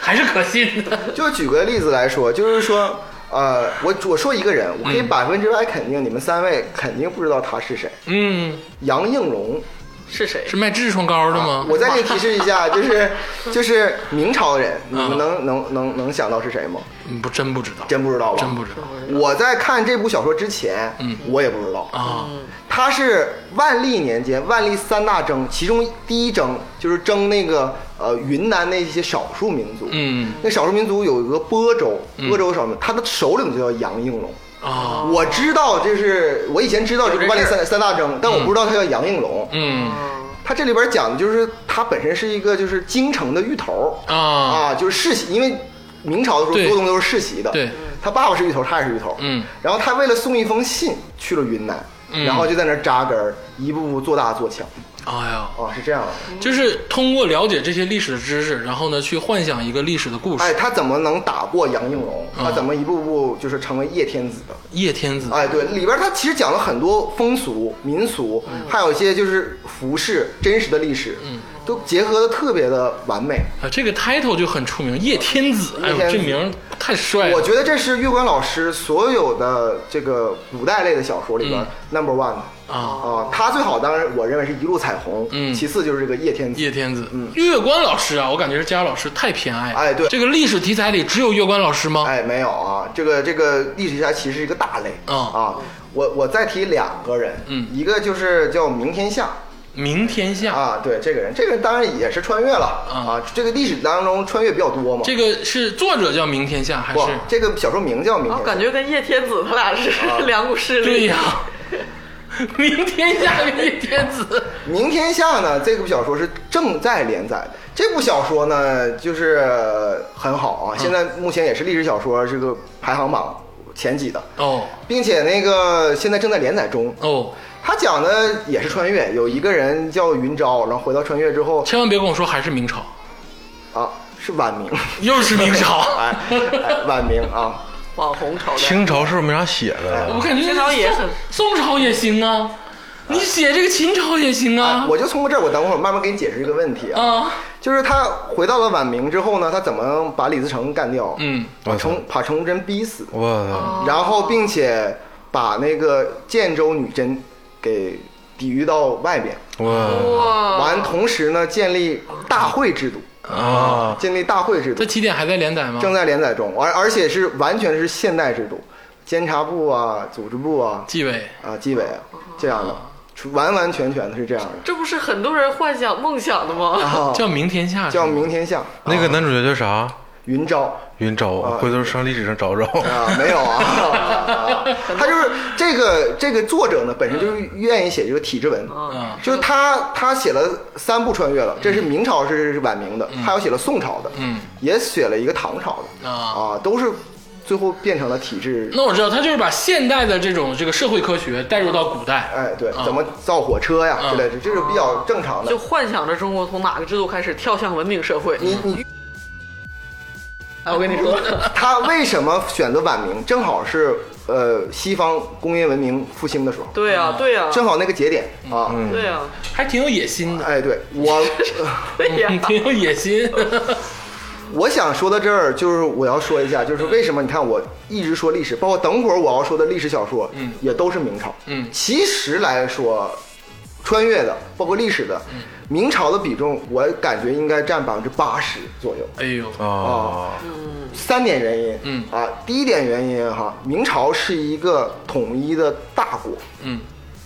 Speaker 1: 还是可信的。
Speaker 4: 就举个例子来说，就是说，呃，我我说一个人，我可以百分之百肯定，你们三位肯定不知道他是谁，
Speaker 1: 嗯，
Speaker 4: 杨应龙。
Speaker 2: 是 谁？
Speaker 1: 是卖痔疮膏的吗？
Speaker 4: 啊我再给你提示一 下，就是就是明朝人，你们能能能能想到是谁吗？
Speaker 1: 嗯不，真不知道，
Speaker 4: 真不知道吧？
Speaker 1: 真不知道嗯
Speaker 4: 我在看这部小说之前，我也不知道。
Speaker 1: 啊。
Speaker 4: 他是万历年间万历三大征，其中第一征就是征那个呃云南那些少数民族。
Speaker 1: 嗯，
Speaker 4: 那少数民族有一个播州，播州少数民族，他的首领就叫杨应龙。
Speaker 1: 啊，
Speaker 4: 我知道，就是我以前知道这个万历三三大征，但我不知道他叫杨应龙。
Speaker 1: 嗯
Speaker 4: 他这里边讲的就是他本身是一个就是京城的芋头
Speaker 1: 啊
Speaker 4: 就是世袭，因为明朝的时候
Speaker 1: 对
Speaker 4: 所有东西都是世袭的。
Speaker 1: 对，
Speaker 4: 他爸爸是芋头，他也是芋头。
Speaker 1: 嗯，
Speaker 4: 然后他为了送一封信去了云南，
Speaker 1: 嗯
Speaker 4: 然后就在那儿扎根儿，一步步做大做强
Speaker 1: 哎呀，
Speaker 4: 啊，是这样的。
Speaker 1: 就是通过了解这些历史知识，然后呢，去幻想一个历史的故事。
Speaker 4: 哎，他怎么能打过杨应龙？
Speaker 1: 啊
Speaker 4: 他怎么一步步就是成为叶天子的？
Speaker 1: 叶天子，
Speaker 4: 哎，对，里边它其实讲了很多风俗、民俗，
Speaker 1: 嗯
Speaker 4: 还有一些就是服饰、真实的历史，嗯，都结合的特别的完美。
Speaker 1: 啊，这个 title 就很出名，叶天子。哎呦，
Speaker 4: 叶天
Speaker 1: 这
Speaker 4: 子
Speaker 1: 名儿太帅了。
Speaker 4: 我觉得这是玉官老师所有的这个古代类的小说里边、number one 的
Speaker 1: 嗯啊
Speaker 4: 他最好当然我认为是一路彩虹，
Speaker 1: 嗯
Speaker 4: 其次就是这个叶天子。
Speaker 1: 叶天子，月光老师啊，我感觉是佳老师太偏爱了。
Speaker 4: 嗯哎对
Speaker 1: 这个历史题材里只有月光老师吗？
Speaker 4: 哎，没有啊，这个这个历史题材其实是一个大类、
Speaker 1: 啊
Speaker 4: 啊。我我再提两个人，
Speaker 1: 嗯
Speaker 4: 一个就是叫明天下
Speaker 1: 明天下，
Speaker 4: 啊，对这个人，这个人当然也是穿越了、
Speaker 1: 啊
Speaker 4: 啊，这个历史当中穿越比较多嘛。
Speaker 1: 这个是作者叫明天下还
Speaker 4: 不
Speaker 1: 是？，
Speaker 4: 这个小说名叫明
Speaker 2: 然后
Speaker 4: 天下，
Speaker 2: 哦感觉跟叶天子他俩是 两股势力。
Speaker 1: 对呀、明天下，明天子。
Speaker 4: 明天下呢，这部小说是正在连载的。这部小说呢，就是呃很好啊，现在目前也是历史小说这个排行榜前几的，
Speaker 1: 哦
Speaker 4: 并且那个现在正在连载中。
Speaker 1: 哦，
Speaker 4: 他讲的也是穿越，有一个人叫云昭，然后回到穿越之后
Speaker 1: 千万别跟我说还是明朝，
Speaker 4: 啊，是晚明，
Speaker 1: 又是明朝。
Speaker 4: 哎，哎晚明啊，
Speaker 2: 网红朝代，
Speaker 3: 清朝是不是没啥写的
Speaker 1: 我
Speaker 3: 了？
Speaker 1: 感觉
Speaker 2: 清朝也很
Speaker 1: 宋朝也行啊，你写这个秦朝也行啊。
Speaker 4: 哎我就通过这儿，我等会儿慢慢给你解释这个问题啊，
Speaker 1: 啊，
Speaker 4: 就是他回到了晚明之后呢，他怎么把李自成干掉？
Speaker 1: 嗯，
Speaker 4: 把崇把崇祯逼死。
Speaker 3: 我操！
Speaker 4: 然后并且把那个建州女真给抵御到外边，
Speaker 3: 我
Speaker 2: 哇，
Speaker 4: 完同时呢建立大会制度，
Speaker 3: 啊！
Speaker 4: 建立大会制
Speaker 1: 这
Speaker 4: 度
Speaker 1: 起点还在连载吗？
Speaker 4: 正在连载中，而而且是完全是现代制度，监察部啊、组织部啊、
Speaker 1: 纪委
Speaker 4: 啊纪委啊这样的，完完全全的是这样的
Speaker 2: 这不是很多人幻想梦想的吗？
Speaker 4: 啊，
Speaker 1: 叫明天下，
Speaker 4: 叫明天下啊
Speaker 3: 那个男主角叫啥？
Speaker 4: 云昭。
Speaker 3: 云昭，回头上历史上找找。
Speaker 4: 啊，没有啊， 啊他就是这个这个作者呢，本身就是愿意写这个体制文，
Speaker 1: 嗯
Speaker 4: 就是他他写了三部穿越了，这是明朝是晚明的，还有写了宋朝的，
Speaker 1: 嗯，
Speaker 4: 也写了一个唐朝的，
Speaker 1: 啊。
Speaker 4: 啊，都是最后变成了体制，
Speaker 1: 那我知道，他就是把现代的这种这个社会科学带入到古代。
Speaker 4: 哎，对
Speaker 1: 啊，
Speaker 4: 怎么造火车呀
Speaker 1: 嗯
Speaker 4: 之类的，这是比较正常 的
Speaker 2: 就。幻想着中国从哪个制度开始跳向文明社会。
Speaker 4: 你你
Speaker 2: 哎，我跟你说，
Speaker 4: 他为什么选择晚明？正好是呃西方工业文明复兴的时候，
Speaker 2: 对呀、对呀、
Speaker 4: 正好那个节点
Speaker 1: 嗯
Speaker 4: 啊，
Speaker 2: 对呀、
Speaker 1: 还挺有野心 的，
Speaker 4: 哎，对我。
Speaker 2: 对呀、
Speaker 1: 挺有野心。
Speaker 4: 我想说到这儿，就是我要说一下，就是为什么你看我一直说历史，包括等会儿我要说的历史小说，嗯，也都是明朝，
Speaker 1: 嗯
Speaker 4: 其实来说，穿越的，包括历史的，
Speaker 1: 嗯
Speaker 4: 明朝的比重，我感觉应该占百分之八十左右。
Speaker 1: 哎呦，
Speaker 3: 啊，
Speaker 4: 三点原因，
Speaker 1: 嗯
Speaker 4: 啊，第一点原因哈，明朝是一个统一的大国，
Speaker 1: 嗯，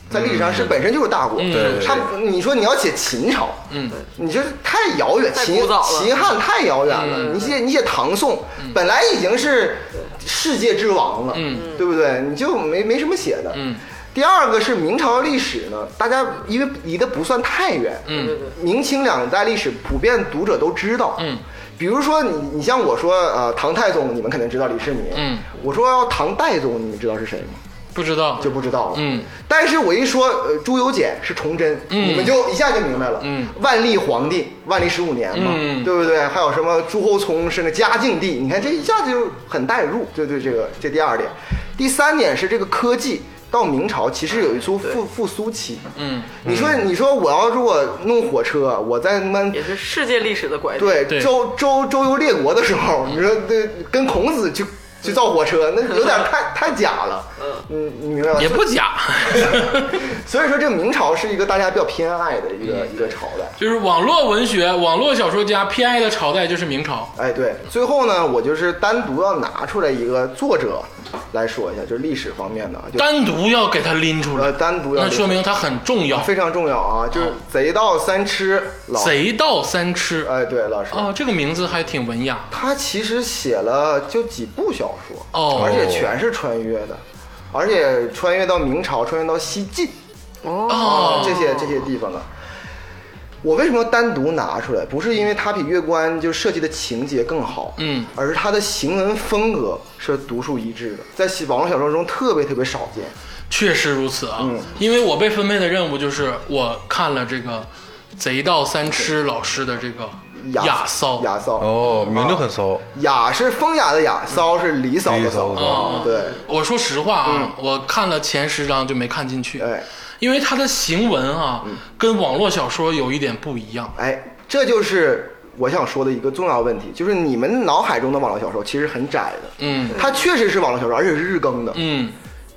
Speaker 4: 在历史上是本身就是大国。
Speaker 3: 对
Speaker 4: 他你说你要写秦朝，嗯，你这太遥远，
Speaker 2: 太
Speaker 4: 秦
Speaker 2: 古早了
Speaker 4: 秦汉太遥远了。你写你写唐宋，本来已经是世界之王了，嗯，对不对？你就没没什么写的，嗯。第二个是明朝历史呢，大家因为离得不算太远，嗯，明清两代历史普遍读者都知道，嗯。比如说你，你像我说，呃，唐太宗，你们肯定知道李世民。
Speaker 1: 嗯，
Speaker 4: 我说要唐代宗，你们知道是谁吗？
Speaker 1: 不知道
Speaker 4: 就不知道了。
Speaker 1: 嗯，
Speaker 4: 但是我一说，呃，朱由检是崇祯，你们就一下就明白了。嗯，万历皇帝，万历十五年嘛，
Speaker 1: 嗯
Speaker 4: 对不对？还有什么朱厚熜是那嘉靖帝，你看这一下就很代入。对对，这个这第二点，第三点是这个科技。到明朝其实有一出复复苏期，嗯，你说你说我要如果弄火车，我在那
Speaker 2: 也是世界历史的拐点。
Speaker 4: 对，
Speaker 1: 对
Speaker 4: 周周周游列国的时候，你说对，跟孔子去去造火车，那有点太太假了。嗯，你明白吗？
Speaker 1: 也不假，
Speaker 4: 所以说，这个明朝是一个大家比较偏爱的一个、
Speaker 1: 嗯
Speaker 4: 一个朝代。
Speaker 1: 就是网络文学、网络小说家偏爱的朝代就是明朝。
Speaker 4: 哎，对，最后呢，我就是单独要拿出来一个作者来说一下，就是历史方面的，啊就
Speaker 1: 单独要给它拎出来
Speaker 4: 呃，单独要
Speaker 1: 那说明它很重要。
Speaker 4: 非常重要啊，就是贼盗三吃老
Speaker 1: 嗯贼盗三吃
Speaker 4: 哎，对，老师，
Speaker 1: 啊，这个名字还挺文雅。
Speaker 4: 他其实写了就几部小说，
Speaker 1: 哦
Speaker 4: 而且全是穿越的，而且穿越到明朝，穿越到西晋，
Speaker 1: 哦
Speaker 4: 这些这些地方啊。我为什么单独拿出来？不是因为它比《月关》就设计的情节更好，
Speaker 1: 嗯
Speaker 4: 而是它的行文风格是独树一帜的，在西网络小说中特别特别少见。
Speaker 1: 确实如此啊，因为我被分配的任务就是我看了这个《贼盗三吃》老师的这个雅骚，
Speaker 4: 雅骚，啊
Speaker 3: 哦，名字很骚，
Speaker 4: 雅是风雅的雅，骚是离骚的
Speaker 3: 离骚的
Speaker 4: 骚
Speaker 1: 嗯
Speaker 3: 骚，
Speaker 4: 对，
Speaker 1: 我说实话啊，我看了前十章就没看进去，
Speaker 4: 哎
Speaker 1: 因为它的行文啊、跟网络小说有一点不一样。
Speaker 4: 哎，这就是我想说的一个重要问题，就是你们脑海中的网络小说其实很窄的，
Speaker 1: 嗯
Speaker 4: 它确实是网络小说，而且是日更的，
Speaker 1: 嗯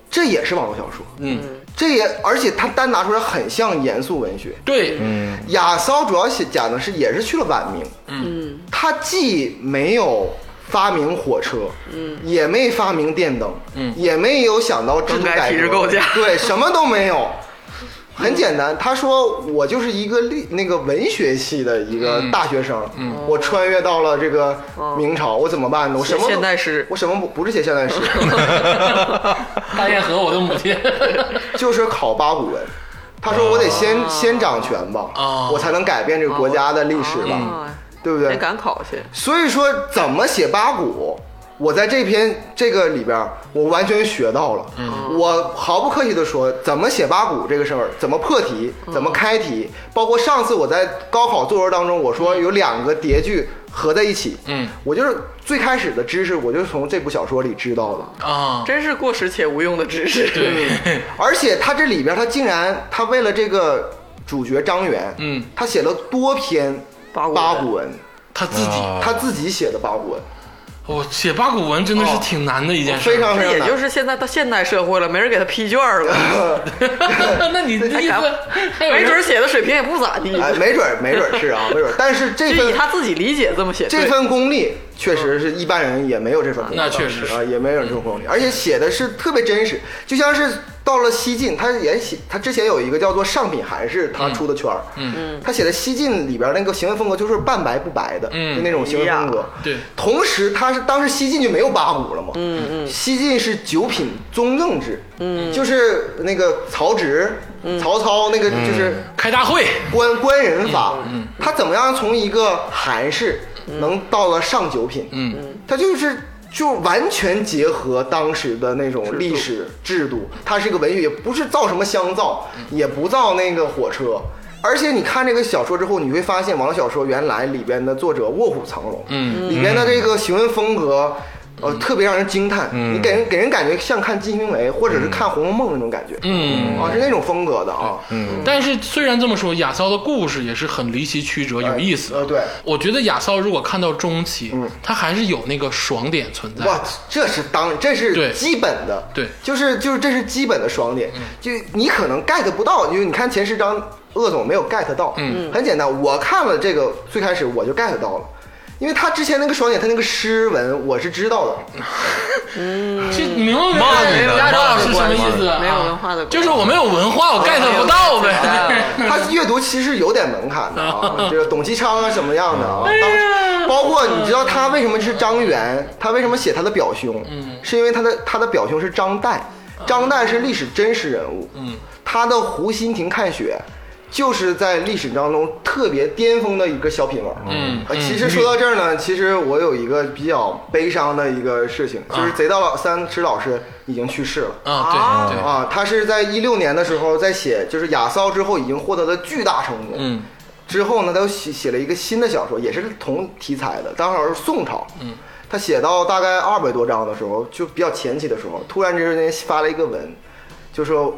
Speaker 4: 这也是网络小说，
Speaker 1: 嗯，
Speaker 4: 这也而且它单拿出来很像严肃文学。
Speaker 1: 对，
Speaker 2: 嗯
Speaker 4: 雅骚主要写讲的是也是去了晚明，嗯，他既没有。发明火车，嗯，也没发明电灯，嗯，也没有想到制度
Speaker 2: 更改体制
Speaker 4: 革
Speaker 2: 构架
Speaker 4: 对，什么都没 有，很简单，他说我就是一个历那个文学系的一个大学生，我穿越到了这个明朝，我怎么办呢？我什么都
Speaker 2: 写现代诗
Speaker 4: 我什么不不是写现代 诗，
Speaker 1: 大雁和我的母亲，
Speaker 4: 就是考八股文。他说我得先、先掌权吧，
Speaker 1: 啊
Speaker 4: 我才能改变这个国家的历史吧，
Speaker 2: 啊，
Speaker 4: 对不
Speaker 2: 得
Speaker 4: 对？
Speaker 2: 赶考去。
Speaker 4: 所以说怎么写八股，我在这篇这个里边儿我完全学到了。我毫不客气的说，怎么写八股这个事儿，怎么破题，怎么开题，包括上次我在高考作文当中，我说有两个叠句合在一起，
Speaker 1: 嗯，
Speaker 4: 我就是最开始的知识，我就是从这部小说里知道的。
Speaker 1: 啊，
Speaker 2: 真是过时且无用的知识。嗯对，
Speaker 4: 而且他这里边，他竟然他为了这个主角张元，
Speaker 1: 嗯，
Speaker 4: 他写了多篇
Speaker 2: 八股文
Speaker 4: 八股文，
Speaker 1: 他自己，
Speaker 3: 啊
Speaker 4: 他自己写的八股文，
Speaker 1: 我写八股文真的是挺难的一件事，
Speaker 4: 非常非
Speaker 2: 这
Speaker 4: 常
Speaker 2: 也
Speaker 4: 难。
Speaker 2: 就是现在到现代社会了，没人给他批卷儿了，
Speaker 1: 那你的意
Speaker 2: 还
Speaker 1: 思
Speaker 2: 敢，
Speaker 1: 还有人
Speaker 2: 没准写的水平也不咋地。
Speaker 4: 哎，没准儿，没准儿是啊，没准儿。但是这
Speaker 2: 就以
Speaker 4: 份
Speaker 2: 他自己理解这么写，
Speaker 4: 这
Speaker 2: 对
Speaker 4: 份功力，确实是一般人也没有这份功力，
Speaker 1: 那确实是
Speaker 4: 啊，也没有这种功力，而且写的是特别真实，就像是到了西晋，他也写，他之前有一个叫做《上品韩氏》，他出的圈儿，嗯嗯，他写的西晋里边那个行为风格就是半白不白的，
Speaker 1: 嗯
Speaker 4: 就那种行为风格
Speaker 1: 呀，对
Speaker 4: 同时，他是当时西晋就没有八股了嘛，嗯嗯，西晋是九品中正制，嗯，就是那个曹植、曹操那个
Speaker 1: 嗯
Speaker 4: 就是。
Speaker 1: 开大会，
Speaker 4: 官官人
Speaker 1: 嗯
Speaker 4: 法，他怎么样从一个韩式能到了上九品？
Speaker 1: 嗯，
Speaker 4: 他就是就完全结合当时的那种历史制度，它是一个文学，也不是造什么香皂，
Speaker 1: 嗯
Speaker 4: 也不造那个火车。而且你看这个小说之后，你会发现网络小说原来里边的作者卧虎藏龙，
Speaker 1: 嗯，
Speaker 4: 里边的这个行文风格。呃，特别让人惊叹，
Speaker 1: 嗯
Speaker 4: 你给人给人感觉像看金瓶梅或者是看《红楼梦》那种感觉，
Speaker 1: 嗯
Speaker 4: 啊，是那种风格的啊，嗯，
Speaker 1: 但是虽然这么说，雅骚的故事也是很离奇曲折，有意思。
Speaker 4: 呃，对，嗯
Speaker 1: 我觉得雅骚如果看到中期，它还是有那个爽点存在。
Speaker 4: 哇，这是当这
Speaker 1: 对
Speaker 4: 是基本的，
Speaker 1: 对嗯
Speaker 4: 就是就是这是基本的爽点，就你可能 get 不到，因为你看前十章鄂总没有 get 到，嗯，很简单，我看了这个最开始我就 get 到了。因为他之前那个爽姐，他那个诗文我是知道的，
Speaker 1: 嗯这你明白
Speaker 3: 骂你
Speaker 1: 我
Speaker 3: 呢
Speaker 1: 大哎老师什
Speaker 2: 骂
Speaker 1: 么
Speaker 2: 你
Speaker 1: 意思啊？
Speaker 2: 没有文化的
Speaker 1: 就是我没有文化，我 get 不到
Speaker 4: 哎
Speaker 1: 呗。
Speaker 4: 他阅读其实有点门 槛的
Speaker 1: 哦
Speaker 4: 啊，就是董其昌啊什么样的啊，
Speaker 1: 哎
Speaker 4: 当包括你知道他为什么是张元，他为什么写他的表兄，
Speaker 1: 嗯
Speaker 4: 是因为他的他的表兄是张岱，张岱是历史真实人物，嗯，他的湖心亭看雪。就是在历史当中特别巅峰的一个小品王。
Speaker 1: 嗯
Speaker 4: 呃其实说到这儿呢，其实我有一个比较悲伤的一个事情，就是贼道老三池老师已经去世了。
Speaker 1: 啊，对对，
Speaker 4: 啊，他是在一六年的时候在写，就是雅骚之后已经获得了巨大成功。
Speaker 1: 嗯，
Speaker 4: 之后呢，他又写写了一个新的小说，也是同题材的，当时是宋朝。嗯，他写到大概二百多章的时候，就比较前期的时候，突然之间发了一个文，就说。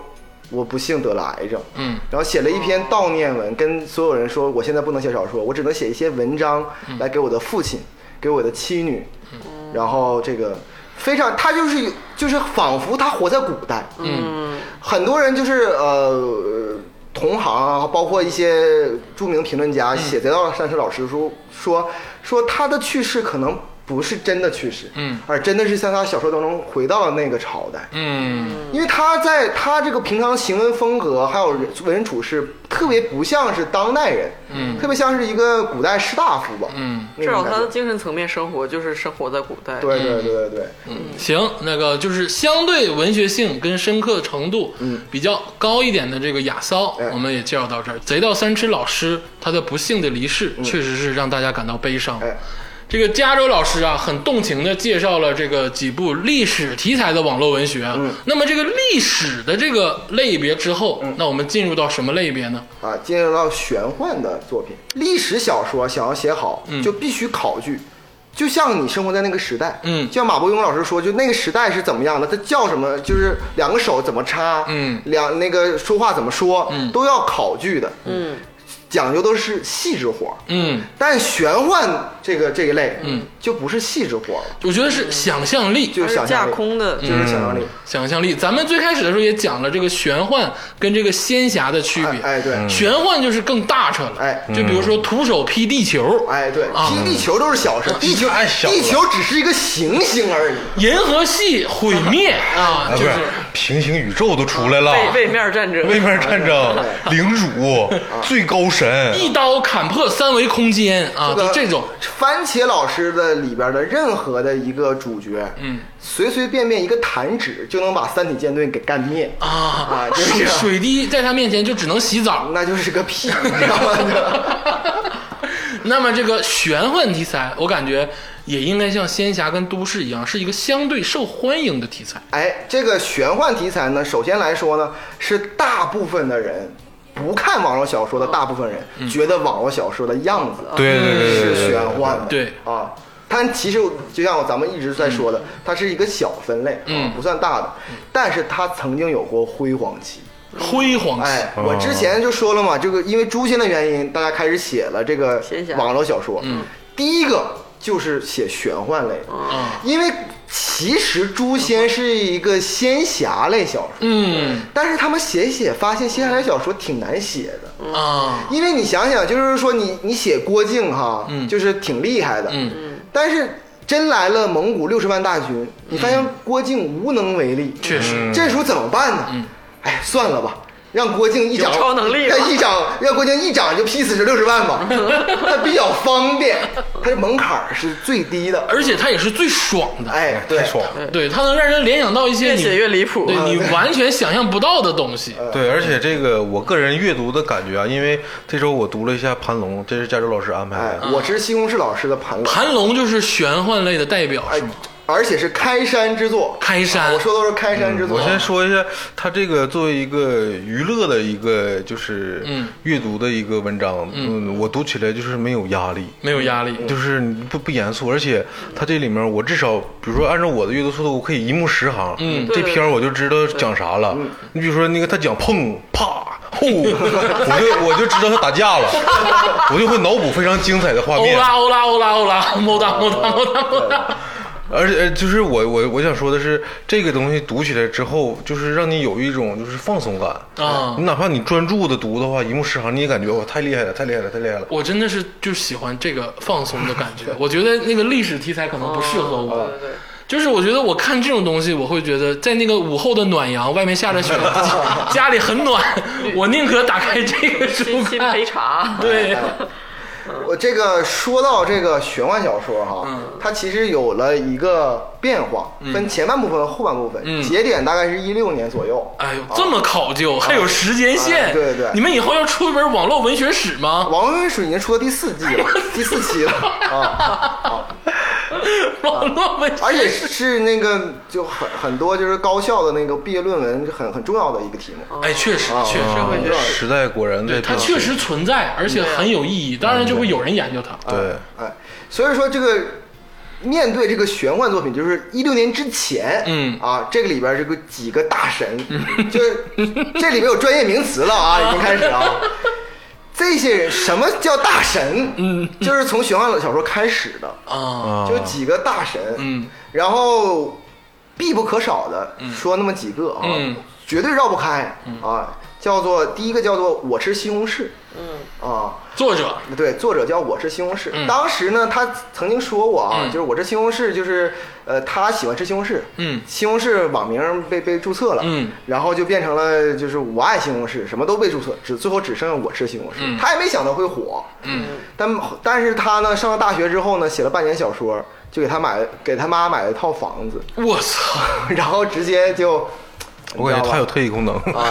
Speaker 4: 我不幸得了癌症，
Speaker 1: 嗯，
Speaker 4: 然后写了一篇悼念文，跟所有人说，我现在不能写小说，我只能写一些文章来给我的父亲，
Speaker 1: 嗯
Speaker 4: 给我的妻女，然后这个非常，他就是有就是仿佛他活在古代，嗯，很多人就是呃同行啊，包括一些著名评论家写得到山石老师说说说他的去世可能不是真的去世，
Speaker 1: 嗯，
Speaker 4: 而真的是像他小说当中回到了那个朝代，
Speaker 1: 嗯
Speaker 4: 因为他在他这个平常行文风格还有人为人处事，特别不像是当代人，嗯，特别像是一个古代士大夫吧，
Speaker 1: 嗯，
Speaker 4: 那
Speaker 2: 至
Speaker 4: 种
Speaker 2: 少
Speaker 4: 感
Speaker 2: 他
Speaker 4: 觉
Speaker 2: 的精神层面生活就是生活在古代。
Speaker 4: 对对对对对。
Speaker 1: 行，那个就是相对文学性跟深刻程度比较高一点的这个《雅骚》
Speaker 4: 嗯哎
Speaker 1: 我们也介绍到这儿。贼道三尺老师他的不幸的离世，确实是让大家感到悲伤。
Speaker 4: 嗯哎
Speaker 1: 这个加州老师啊，很动情的介绍了这个几部历史题材的网络文学啊。
Speaker 4: 嗯
Speaker 1: 那么这个历史的这个类别之后，
Speaker 4: 嗯
Speaker 1: 那我们进入到什么类别呢？
Speaker 4: 啊，进入到玄幻的作品。历史小说想要写好，就必须考据，就像你生活在那个时代，
Speaker 1: 嗯
Speaker 4: 就像马伯庸老师说，就那个时代是怎么样的，它叫什么，就是两个手怎么插，
Speaker 1: 嗯
Speaker 4: 两那个说话怎么说，
Speaker 1: 嗯
Speaker 4: 都要考据的，嗯，讲究都是细致活儿。
Speaker 1: 嗯，
Speaker 4: 但玄幻这个这一类，嗯，就不是细致活儿了，
Speaker 1: 我觉得是想象力，
Speaker 4: 嗯就是
Speaker 2: 它
Speaker 4: 想
Speaker 2: 是架
Speaker 4: 象力，
Speaker 2: 空的，
Speaker 4: 就是想象力。
Speaker 1: 想象力。咱们最开始的时候也讲了这个玄幻跟这个仙侠的区别。
Speaker 4: 哎哎对
Speaker 1: 玄幻就是更大彻了。
Speaker 4: 哎
Speaker 1: 就比如说徒手劈地球，
Speaker 4: 哎，对，
Speaker 1: 啊
Speaker 4: 踢地球都是小事，地球
Speaker 3: 太小了
Speaker 4: 地球只是一个行星而已。
Speaker 1: 银河系毁 灭啊，
Speaker 3: 啊，
Speaker 1: 就
Speaker 3: 不是
Speaker 1: 是。
Speaker 3: 平行宇宙都出来
Speaker 1: 嗯
Speaker 3: 了，
Speaker 2: 背背面战争。
Speaker 3: 位面战
Speaker 4: 啊
Speaker 3: 争、领主、最高神，
Speaker 1: 一刀砍破三维空间啊，就这种，
Speaker 4: 番茄老师的里边的任何的一个主角，嗯，随随便便一个弹指就能把三体舰队给干灭
Speaker 1: 啊
Speaker 4: 啊， 就是这样
Speaker 1: 水滴在他面前就只能洗澡。
Speaker 4: 那就是个屁，你知道吗？
Speaker 1: 那么这个玄幻题材，我感觉也应该像仙侠跟都市一样，是一个相对受欢迎的题材。
Speaker 4: 哎，这个玄幻题材呢，首先来说呢，是大部分的人不看网络小说的大部分人、
Speaker 1: 嗯
Speaker 4: 觉得网络小说的样子
Speaker 3: 对对对对
Speaker 4: 是
Speaker 3: 对对
Speaker 4: 玄幻的，
Speaker 1: 对
Speaker 4: 啊。但其实就像咱们一直在说的，它是一个小分类，
Speaker 1: 嗯
Speaker 4: 啊，不算大的，但是它曾经有过辉煌期，
Speaker 1: 辉煌期，
Speaker 4: 哎，我之前就说了嘛，这个因为诛仙的原因，大家开始写了这个
Speaker 2: 仙侠
Speaker 4: 网络小说。嗯，第一个就是写玄幻类的，因为其实诛仙是一个仙侠类小说，
Speaker 1: 嗯
Speaker 4: 但是他们写一写发现仙侠类小说挺难写的，
Speaker 1: 啊，
Speaker 4: 因为你想想，就是说你你写郭靖哈，
Speaker 1: 嗯
Speaker 4: 就是挺厉害的，
Speaker 1: 嗯，
Speaker 4: 但是真来了蒙古六十万大军，你发现郭靖无能为力，
Speaker 1: 确实，
Speaker 3: 嗯
Speaker 1: 嗯
Speaker 4: 这时候怎么办呢？哎，算了吧，让郭靖一掌
Speaker 2: 有超能力吧
Speaker 4: 让一掌让郭靖一掌就劈死这六十万 吧，他比较方便，他的门槛儿是最低的。
Speaker 1: 而且它也是最爽的，
Speaker 4: 哎，对，
Speaker 3: 太爽了。
Speaker 1: 对，它能让人联想到一些
Speaker 2: 越
Speaker 1: 你
Speaker 2: 写越啊离谱
Speaker 1: 对你完全想象不到的东西。
Speaker 3: 对，而且这个我个人阅读的感觉啊，因为这周我读了一下盘龙，这是加州老师安排
Speaker 4: 哎
Speaker 1: 嗯
Speaker 3: 的，，
Speaker 4: 我是西红柿老师的盘龙，
Speaker 1: 盘龙就是玄幻类的代表，
Speaker 4: 哎
Speaker 1: 是吗？，
Speaker 4: 而且是开山之作。
Speaker 1: 开山
Speaker 4: 啊我说的都是开山之
Speaker 3: 嗯
Speaker 4: 作。
Speaker 3: 我先说一下，他这个作为一个娱乐的一个就是
Speaker 1: 嗯
Speaker 3: 阅读的一个文章，嗯，我读起来就是没有压力，
Speaker 1: 没有压力，
Speaker 3: 就是你不不严肃，而且它这里面我至少，比如说按照我的阅读速度，我可以一目十行。嗯，这篇我就知道讲啥了。你比如说那个他讲碰啪吼，我就我就知道他打架了，我就会脑补非常精彩的 画
Speaker 1: 欧
Speaker 3: 面。
Speaker 1: 拉欧拉欧拉欧拉，么哒么哒么哒么哒。
Speaker 3: 而且呃就是我我我想说的是，这个东西读起来之后，就是让你有一种就是放松感
Speaker 1: 啊
Speaker 3: 你哪怕你专注的读的话，一目十行，你也感觉哇太厉害了，太厉害了，太厉害了。
Speaker 1: 我真的是就喜欢这个放松的感觉。我觉得那个历史题材可能不适合我。
Speaker 2: 对对对
Speaker 1: 就是我觉得我看这种东西，我会觉得在那个午后的暖阳，外面下着雪，家家里很暖，我宁可打开这个书
Speaker 2: 亲戚
Speaker 1: 看
Speaker 2: 陪。茶，
Speaker 1: 对，
Speaker 4: 我这个说到这个玄幻小说哈，
Speaker 1: 嗯
Speaker 4: 它其实有了一个变化，分前半部分和后半部分，
Speaker 1: 嗯
Speaker 4: 节点大概是一六年左右。
Speaker 1: 哎呦，这么考究，还有时间线。
Speaker 4: 哎对对
Speaker 1: 你们以后要出一本网络文学史吗？
Speaker 4: 王文水已经出到第四
Speaker 1: 哎
Speaker 4: 季了，第四 期了啊，
Speaker 1: 网络文学
Speaker 4: 而且是那个就很很多就是高校的那个毕业论文很很重要的一个题目。
Speaker 1: 哎，确实，确实。
Speaker 2: 社会学史
Speaker 3: 啊时代果然在
Speaker 1: 对，它
Speaker 3: 变
Speaker 1: 确
Speaker 3: 化
Speaker 1: 实存在，而且很有意义，当然就会有人研究它。
Speaker 3: 对。
Speaker 4: 哎，所以说这个面对这个玄幻作品，就是一六年之前，
Speaker 1: 嗯
Speaker 4: 啊，这个里边这个几个大神， 就是这里边有专业名词 了啊，已经开始啊。这些人什么叫大神？嗯，就是从玄幻小说开始的，
Speaker 1: 啊，
Speaker 3: 啊
Speaker 4: 就几个大神，
Speaker 1: 嗯，
Speaker 4: 然后必不可少的说那么几个啊，
Speaker 1: 嗯
Speaker 4: 绝对绕不开啊，叫做第一个叫做我吃西红柿，嗯啊，
Speaker 1: 作者
Speaker 4: 对，作者叫我吃西红柿。
Speaker 1: 嗯
Speaker 4: 当时呢，他曾经说过啊，就是我吃西红柿，就是呃，他喜欢吃西红柿。
Speaker 1: 嗯
Speaker 4: 西红柿网名被被注册了。
Speaker 1: 嗯，
Speaker 4: 然后就变成了就是我爱西红柿，什么都被注册，只最后只剩下我吃西红柿。
Speaker 1: 嗯
Speaker 4: 他也没想到会火。嗯，但但是他呢，上了大学之后呢，写了半年小说，就给他买给他妈买了一套房子，
Speaker 1: 我操，
Speaker 4: 然后直接就，
Speaker 3: 我感
Speaker 4: 你
Speaker 3: 觉
Speaker 4: 知道
Speaker 3: 他有
Speaker 4: 吧
Speaker 3: 特异功 能，
Speaker 4: 啊，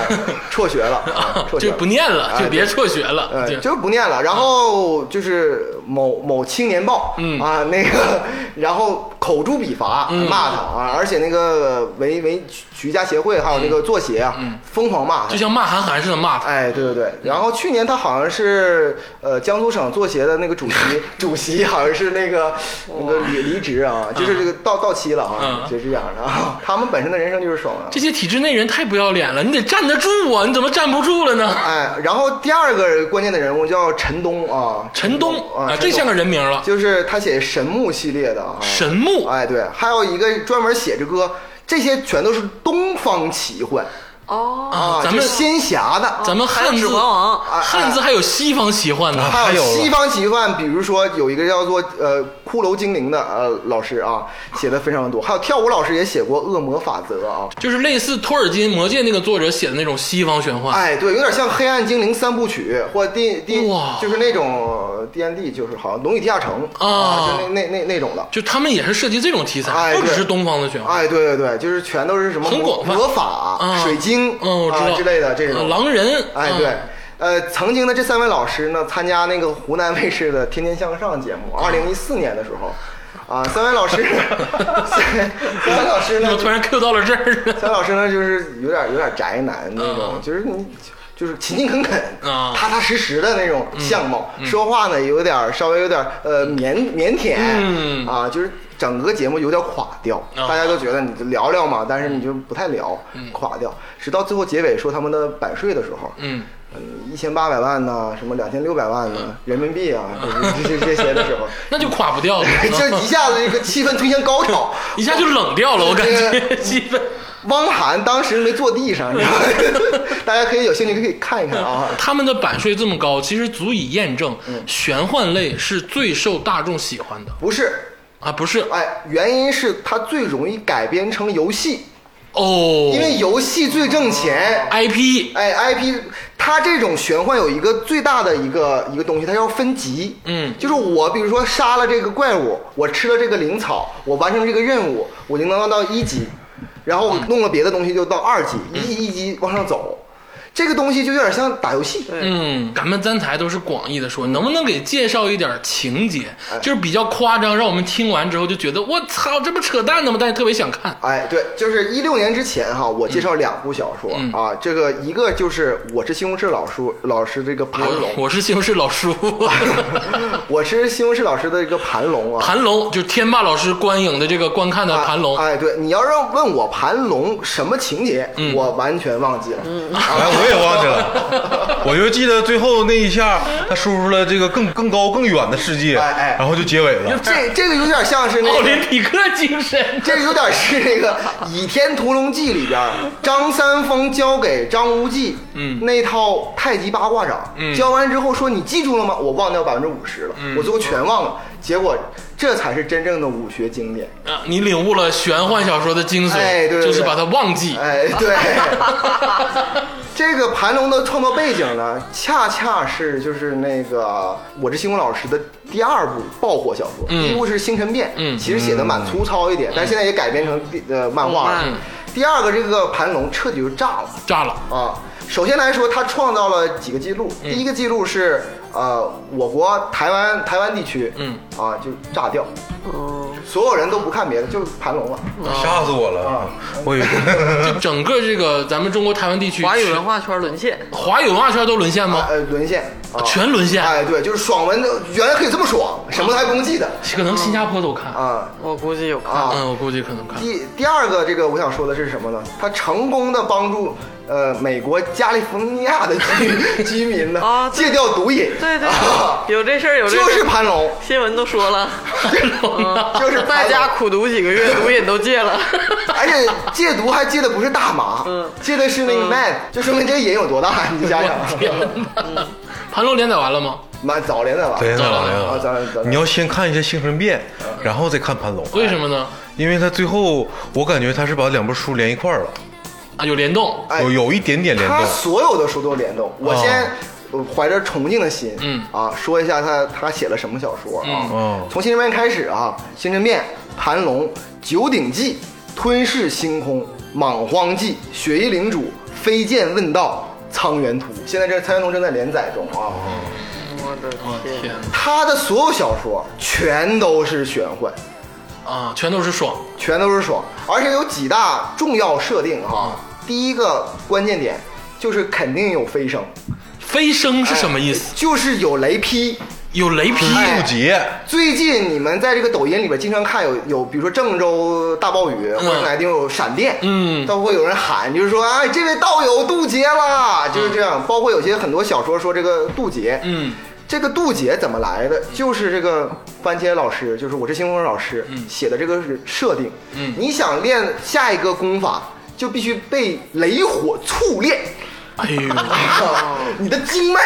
Speaker 4: 辍学了，啊辍 学
Speaker 1: 就
Speaker 4: 了
Speaker 1: 不念了，就别辍学了，
Speaker 4: 呃，
Speaker 1: 对
Speaker 4: 就是不念了。然后就是某某青年报，
Speaker 1: 嗯
Speaker 4: 啊，那个，然后口诛笔伐，骂他啊，而且那个维维徐家协会还有那个作协啊，疯狂骂
Speaker 1: 嗯就
Speaker 4: 他。
Speaker 1: 像骂韩寒似的骂他。
Speaker 4: 哎，对对对，然后去年他好像是呃江苏省作协的那个 主席，主席好像是那个那个离离职啊，就是这个到到期了啊
Speaker 1: 嗯，
Speaker 4: 就这样的啊。他们本身的人生就是双啊
Speaker 1: 这。些体制内人太不要脸了，你得站得住啊，你怎么站不住了呢？
Speaker 4: 哎，然后第二个关键的人物叫陈东啊，
Speaker 1: 陈东啊，，
Speaker 4: 啊
Speaker 1: 这
Speaker 4: 陈东
Speaker 1: 像个人名了，就是
Speaker 4: 就是他写神木系列的啊，
Speaker 1: 神木
Speaker 4: 哎对，还有一个专门写这个，这些全都是东方奇幻
Speaker 2: 哦，
Speaker 4: 啊，
Speaker 1: 咱
Speaker 4: 就啊
Speaker 1: 们
Speaker 4: 仙侠的，啊
Speaker 1: 咱们
Speaker 2: 还有
Speaker 1: 汉字
Speaker 2: 指环王，
Speaker 1: 汉字还有西方奇幻呢，
Speaker 4: 还
Speaker 3: 还有
Speaker 4: 有西方奇幻，比如说有一个叫做呃骷髅精灵的呃老师啊，写的非常多，还有跳舞老师也写过《恶魔法则》啊，
Speaker 1: 就是类似托尔金《魔戒》那个作者写的那种西方玄幻。
Speaker 4: 哎对，有点像《黑暗精灵三部曲》或第第
Speaker 1: 哇
Speaker 4: 就是那种呃 D N D，就是好像《龙与地下城》
Speaker 1: 啊
Speaker 4: 就那那那那种的。
Speaker 1: 就他们也是涉及这种题材，
Speaker 4: 哎
Speaker 1: 不只
Speaker 4: 对
Speaker 1: 是东方的玄幻。
Speaker 4: 哎，对对对，就是全都是什么
Speaker 1: 啊很
Speaker 4: 魔
Speaker 1: 广泛
Speaker 4: 魔法、
Speaker 1: 啊
Speaker 4: 水晶、
Speaker 1: 嗯，我知
Speaker 4: 啊
Speaker 1: 道
Speaker 4: 之类的这种。
Speaker 1: 啊狼人，
Speaker 4: 哎，
Speaker 1: 啊
Speaker 4: 对，，呃，曾经的这三位老师呢，参加那个湖南卫视的《天天向上》节目，二零一四年的时候，啊，三位老师， 三三位老师
Speaker 1: 怎
Speaker 4: 呢
Speaker 1: 么，突然 Q 到了这儿 呢？
Speaker 4: 三位老师呢，就是有点有点宅男那种
Speaker 1: 嗯，
Speaker 4: 就是你。就是勤勤恳恳、
Speaker 1: 啊
Speaker 4: 踏踏实实的那
Speaker 1: 嗯
Speaker 4: 种相貌，说话呢有点稍微有点呃腼腼腆，
Speaker 1: 嗯
Speaker 4: 啊，就是整个节目有点垮掉，
Speaker 1: 啊
Speaker 4: 大家都觉得你就聊聊嘛，但是你就不太聊，垮掉。直到最后结尾说他们的版税的时候，
Speaker 1: 嗯，
Speaker 4: 一千八百万呐、什么两千六百万呐、人民币啊，这这这些 的时候，
Speaker 1: 那就垮不掉了，
Speaker 4: 这一下子这个气氛推向高潮。
Speaker 1: 一下就冷掉了，我感觉 气氛。
Speaker 4: 汪涵当时没坐地上，你知道 吗？ 大家可以有兴趣可以看一看啊。
Speaker 1: 他们的版税这么高，其实足以验证
Speaker 4: 嗯
Speaker 1: 玄幻类是最受大众喜欢的
Speaker 4: 不是，
Speaker 1: 啊，不是
Speaker 4: 哎，原因是它最容易改编成游戏，
Speaker 1: 哦，
Speaker 4: 因为游戏最挣钱。
Speaker 1: IP
Speaker 4: 哎，IP，它这种玄幻有一个最大的一个一个东西，它要分级。
Speaker 1: 嗯
Speaker 4: 就是我比如说杀了这个怪物，我吃了这个灵草，我完成这个任务，我就能拿到一级，然后弄了别的东西就到二级，
Speaker 1: 嗯
Speaker 4: 一级一级往上走。这个东西就有点像打游戏。
Speaker 1: 嗯，咱们咱才都是广义的说，能不能给介绍一点情节，
Speaker 4: 哎
Speaker 1: 就是比较夸张，让我们听完之后就觉得我操，这不扯淡的吗？但是特别想看。
Speaker 4: 哎，对，就是一六年之前哈，我介绍两部小说、
Speaker 1: 嗯
Speaker 4: 啊，这个一个就是我是西红柿老师老师这个盘龙
Speaker 1: 我，我是西红柿老 叔，
Speaker 4: 我是西红柿老师的一个盘龙啊，
Speaker 1: 盘龙就是天霸老师观影的这个观看的盘龙，嗯
Speaker 4: 哎，对，你要让问我盘龙什么情节，我完全忘记了。
Speaker 3: 哎，我我也忘记了，我就记得最后那一下，他说出了这个更更高更远的世界，
Speaker 4: 哎哎
Speaker 3: 然后就结尾了。
Speaker 4: 这这个有点像是那
Speaker 1: 奥
Speaker 4: 个
Speaker 1: 林匹克精神，
Speaker 4: 这有点是那个《倚天屠龙记》里边张三丰交给张无忌
Speaker 1: 嗯
Speaker 4: 那套太极八卦掌，教完之后说你记住了吗？我忘掉百分之五十了，我最后全忘了。结果这才是真正的武学经典。
Speaker 1: 啊你领悟了玄幻小说的精髓，
Speaker 4: 哎对对对
Speaker 1: 就是把它忘记。
Speaker 4: 哎，对，这个盘龙的创作背景呢，恰恰是就是那个我这星空老师的第二部爆火小说，第一部是《星辰变》，
Speaker 1: 嗯
Speaker 4: 其实写的蛮粗糙一点，但现在也改编成呃漫画了。
Speaker 2: 嗯
Speaker 4: 第二个这个盘龙彻底就炸了。
Speaker 1: 炸了，
Speaker 4: 啊，首先来说，他创造了几个记录。
Speaker 1: 嗯
Speaker 4: 第一个记录是，呃，我国台湾台湾地区，
Speaker 1: 嗯，
Speaker 4: 啊，就炸掉，
Speaker 2: 哦，
Speaker 4: 所有人都不看别的，就啊盘龙了。
Speaker 3: 吓死我了！我以 为
Speaker 1: 就整个这个咱们中国台湾地区，
Speaker 2: 华语文化圈沦陷，
Speaker 1: 华语文化圈都沦陷吗？
Speaker 4: 呃，沦陷，啊、
Speaker 1: 哦全沦陷
Speaker 4: 哎，对，就是爽文，原来可以这么爽，什么都还不用记得
Speaker 1: 可能新加坡都看。
Speaker 4: 啊
Speaker 2: 我估计有看。
Speaker 4: 啊。
Speaker 1: 嗯，我估计可能看。
Speaker 4: 第第二个，这个我想说的是什么呢？他成功的帮助呃美国加利福尼亚的居 居民呢、
Speaker 2: 啊对
Speaker 4: 戒掉毒瘾，
Speaker 2: 对对
Speaker 4: 啊，
Speaker 2: 有这事儿，有这事儿
Speaker 4: 就是盘龙，
Speaker 2: 新闻都说了， 嗯
Speaker 4: 就是
Speaker 2: 在家苦读几个月，毒瘾都戒 了。
Speaker 4: 而且戒毒还戒的不是大麻，
Speaker 2: 嗯
Speaker 4: 戒的是那个 meth，、就说明这个瘾有多大，你想想，
Speaker 1: 盘龙连载完了吗？
Speaker 4: 蛮早连载吧？
Speaker 3: 对
Speaker 1: 早
Speaker 3: 老
Speaker 1: 了
Speaker 4: 啊早了早
Speaker 3: 梁，
Speaker 4: 了
Speaker 3: 你要先看一些《星辰变》，
Speaker 4: 啊
Speaker 3: 然后再看《盘龙》，
Speaker 1: 为什么呢？
Speaker 3: 因为他最后我感觉他是把两本书连一块儿了，
Speaker 1: 啊，有联动。
Speaker 4: 哎
Speaker 3: 有有一点点联
Speaker 4: 他
Speaker 3: 动。
Speaker 4: 所有的书都联动。我
Speaker 3: 哦
Speaker 4: 先呃怀着崇敬的心，
Speaker 1: 嗯
Speaker 4: 啊，说一下他他写了什么小说啊？
Speaker 3: 哦
Speaker 4: 从《新辰变》开始啊，《新辰变》《盘龙》《九鼎记》《吞噬星空》《莽荒记》《雪衣领主》《飞剑问道》《苍元图》，现在这《苍元图》正在连载中啊。
Speaker 2: 嗯我的
Speaker 1: 我
Speaker 3: 哦
Speaker 1: 天
Speaker 4: 他的所有小说全都是玄幻，
Speaker 1: 啊，全都是爽。
Speaker 4: 全都是爽，而且有几大重要设定哈、第一个关键点就是肯定有飞升，
Speaker 1: 飞升是什么意思？
Speaker 4: 就是有雷劈。
Speaker 1: 有雷劈
Speaker 4: 哎
Speaker 3: 渡劫，
Speaker 4: 最近你们在这个抖音里边经常看有有，比如说郑州大暴雨，或者哪地方有闪电，
Speaker 1: 嗯
Speaker 4: 都会有人喊，就是说，哎，这位道友渡劫啦，就是这样。包括有些很多小说说这个渡劫，
Speaker 1: 嗯，
Speaker 4: 这个渡劫怎么来的？就是这个番茄老师，就是我是星空老师、写的这个设定。
Speaker 1: 嗯
Speaker 4: 你想练下一个功法，就必须被雷火淬炼。
Speaker 1: 哎呦，
Speaker 4: 你的经脉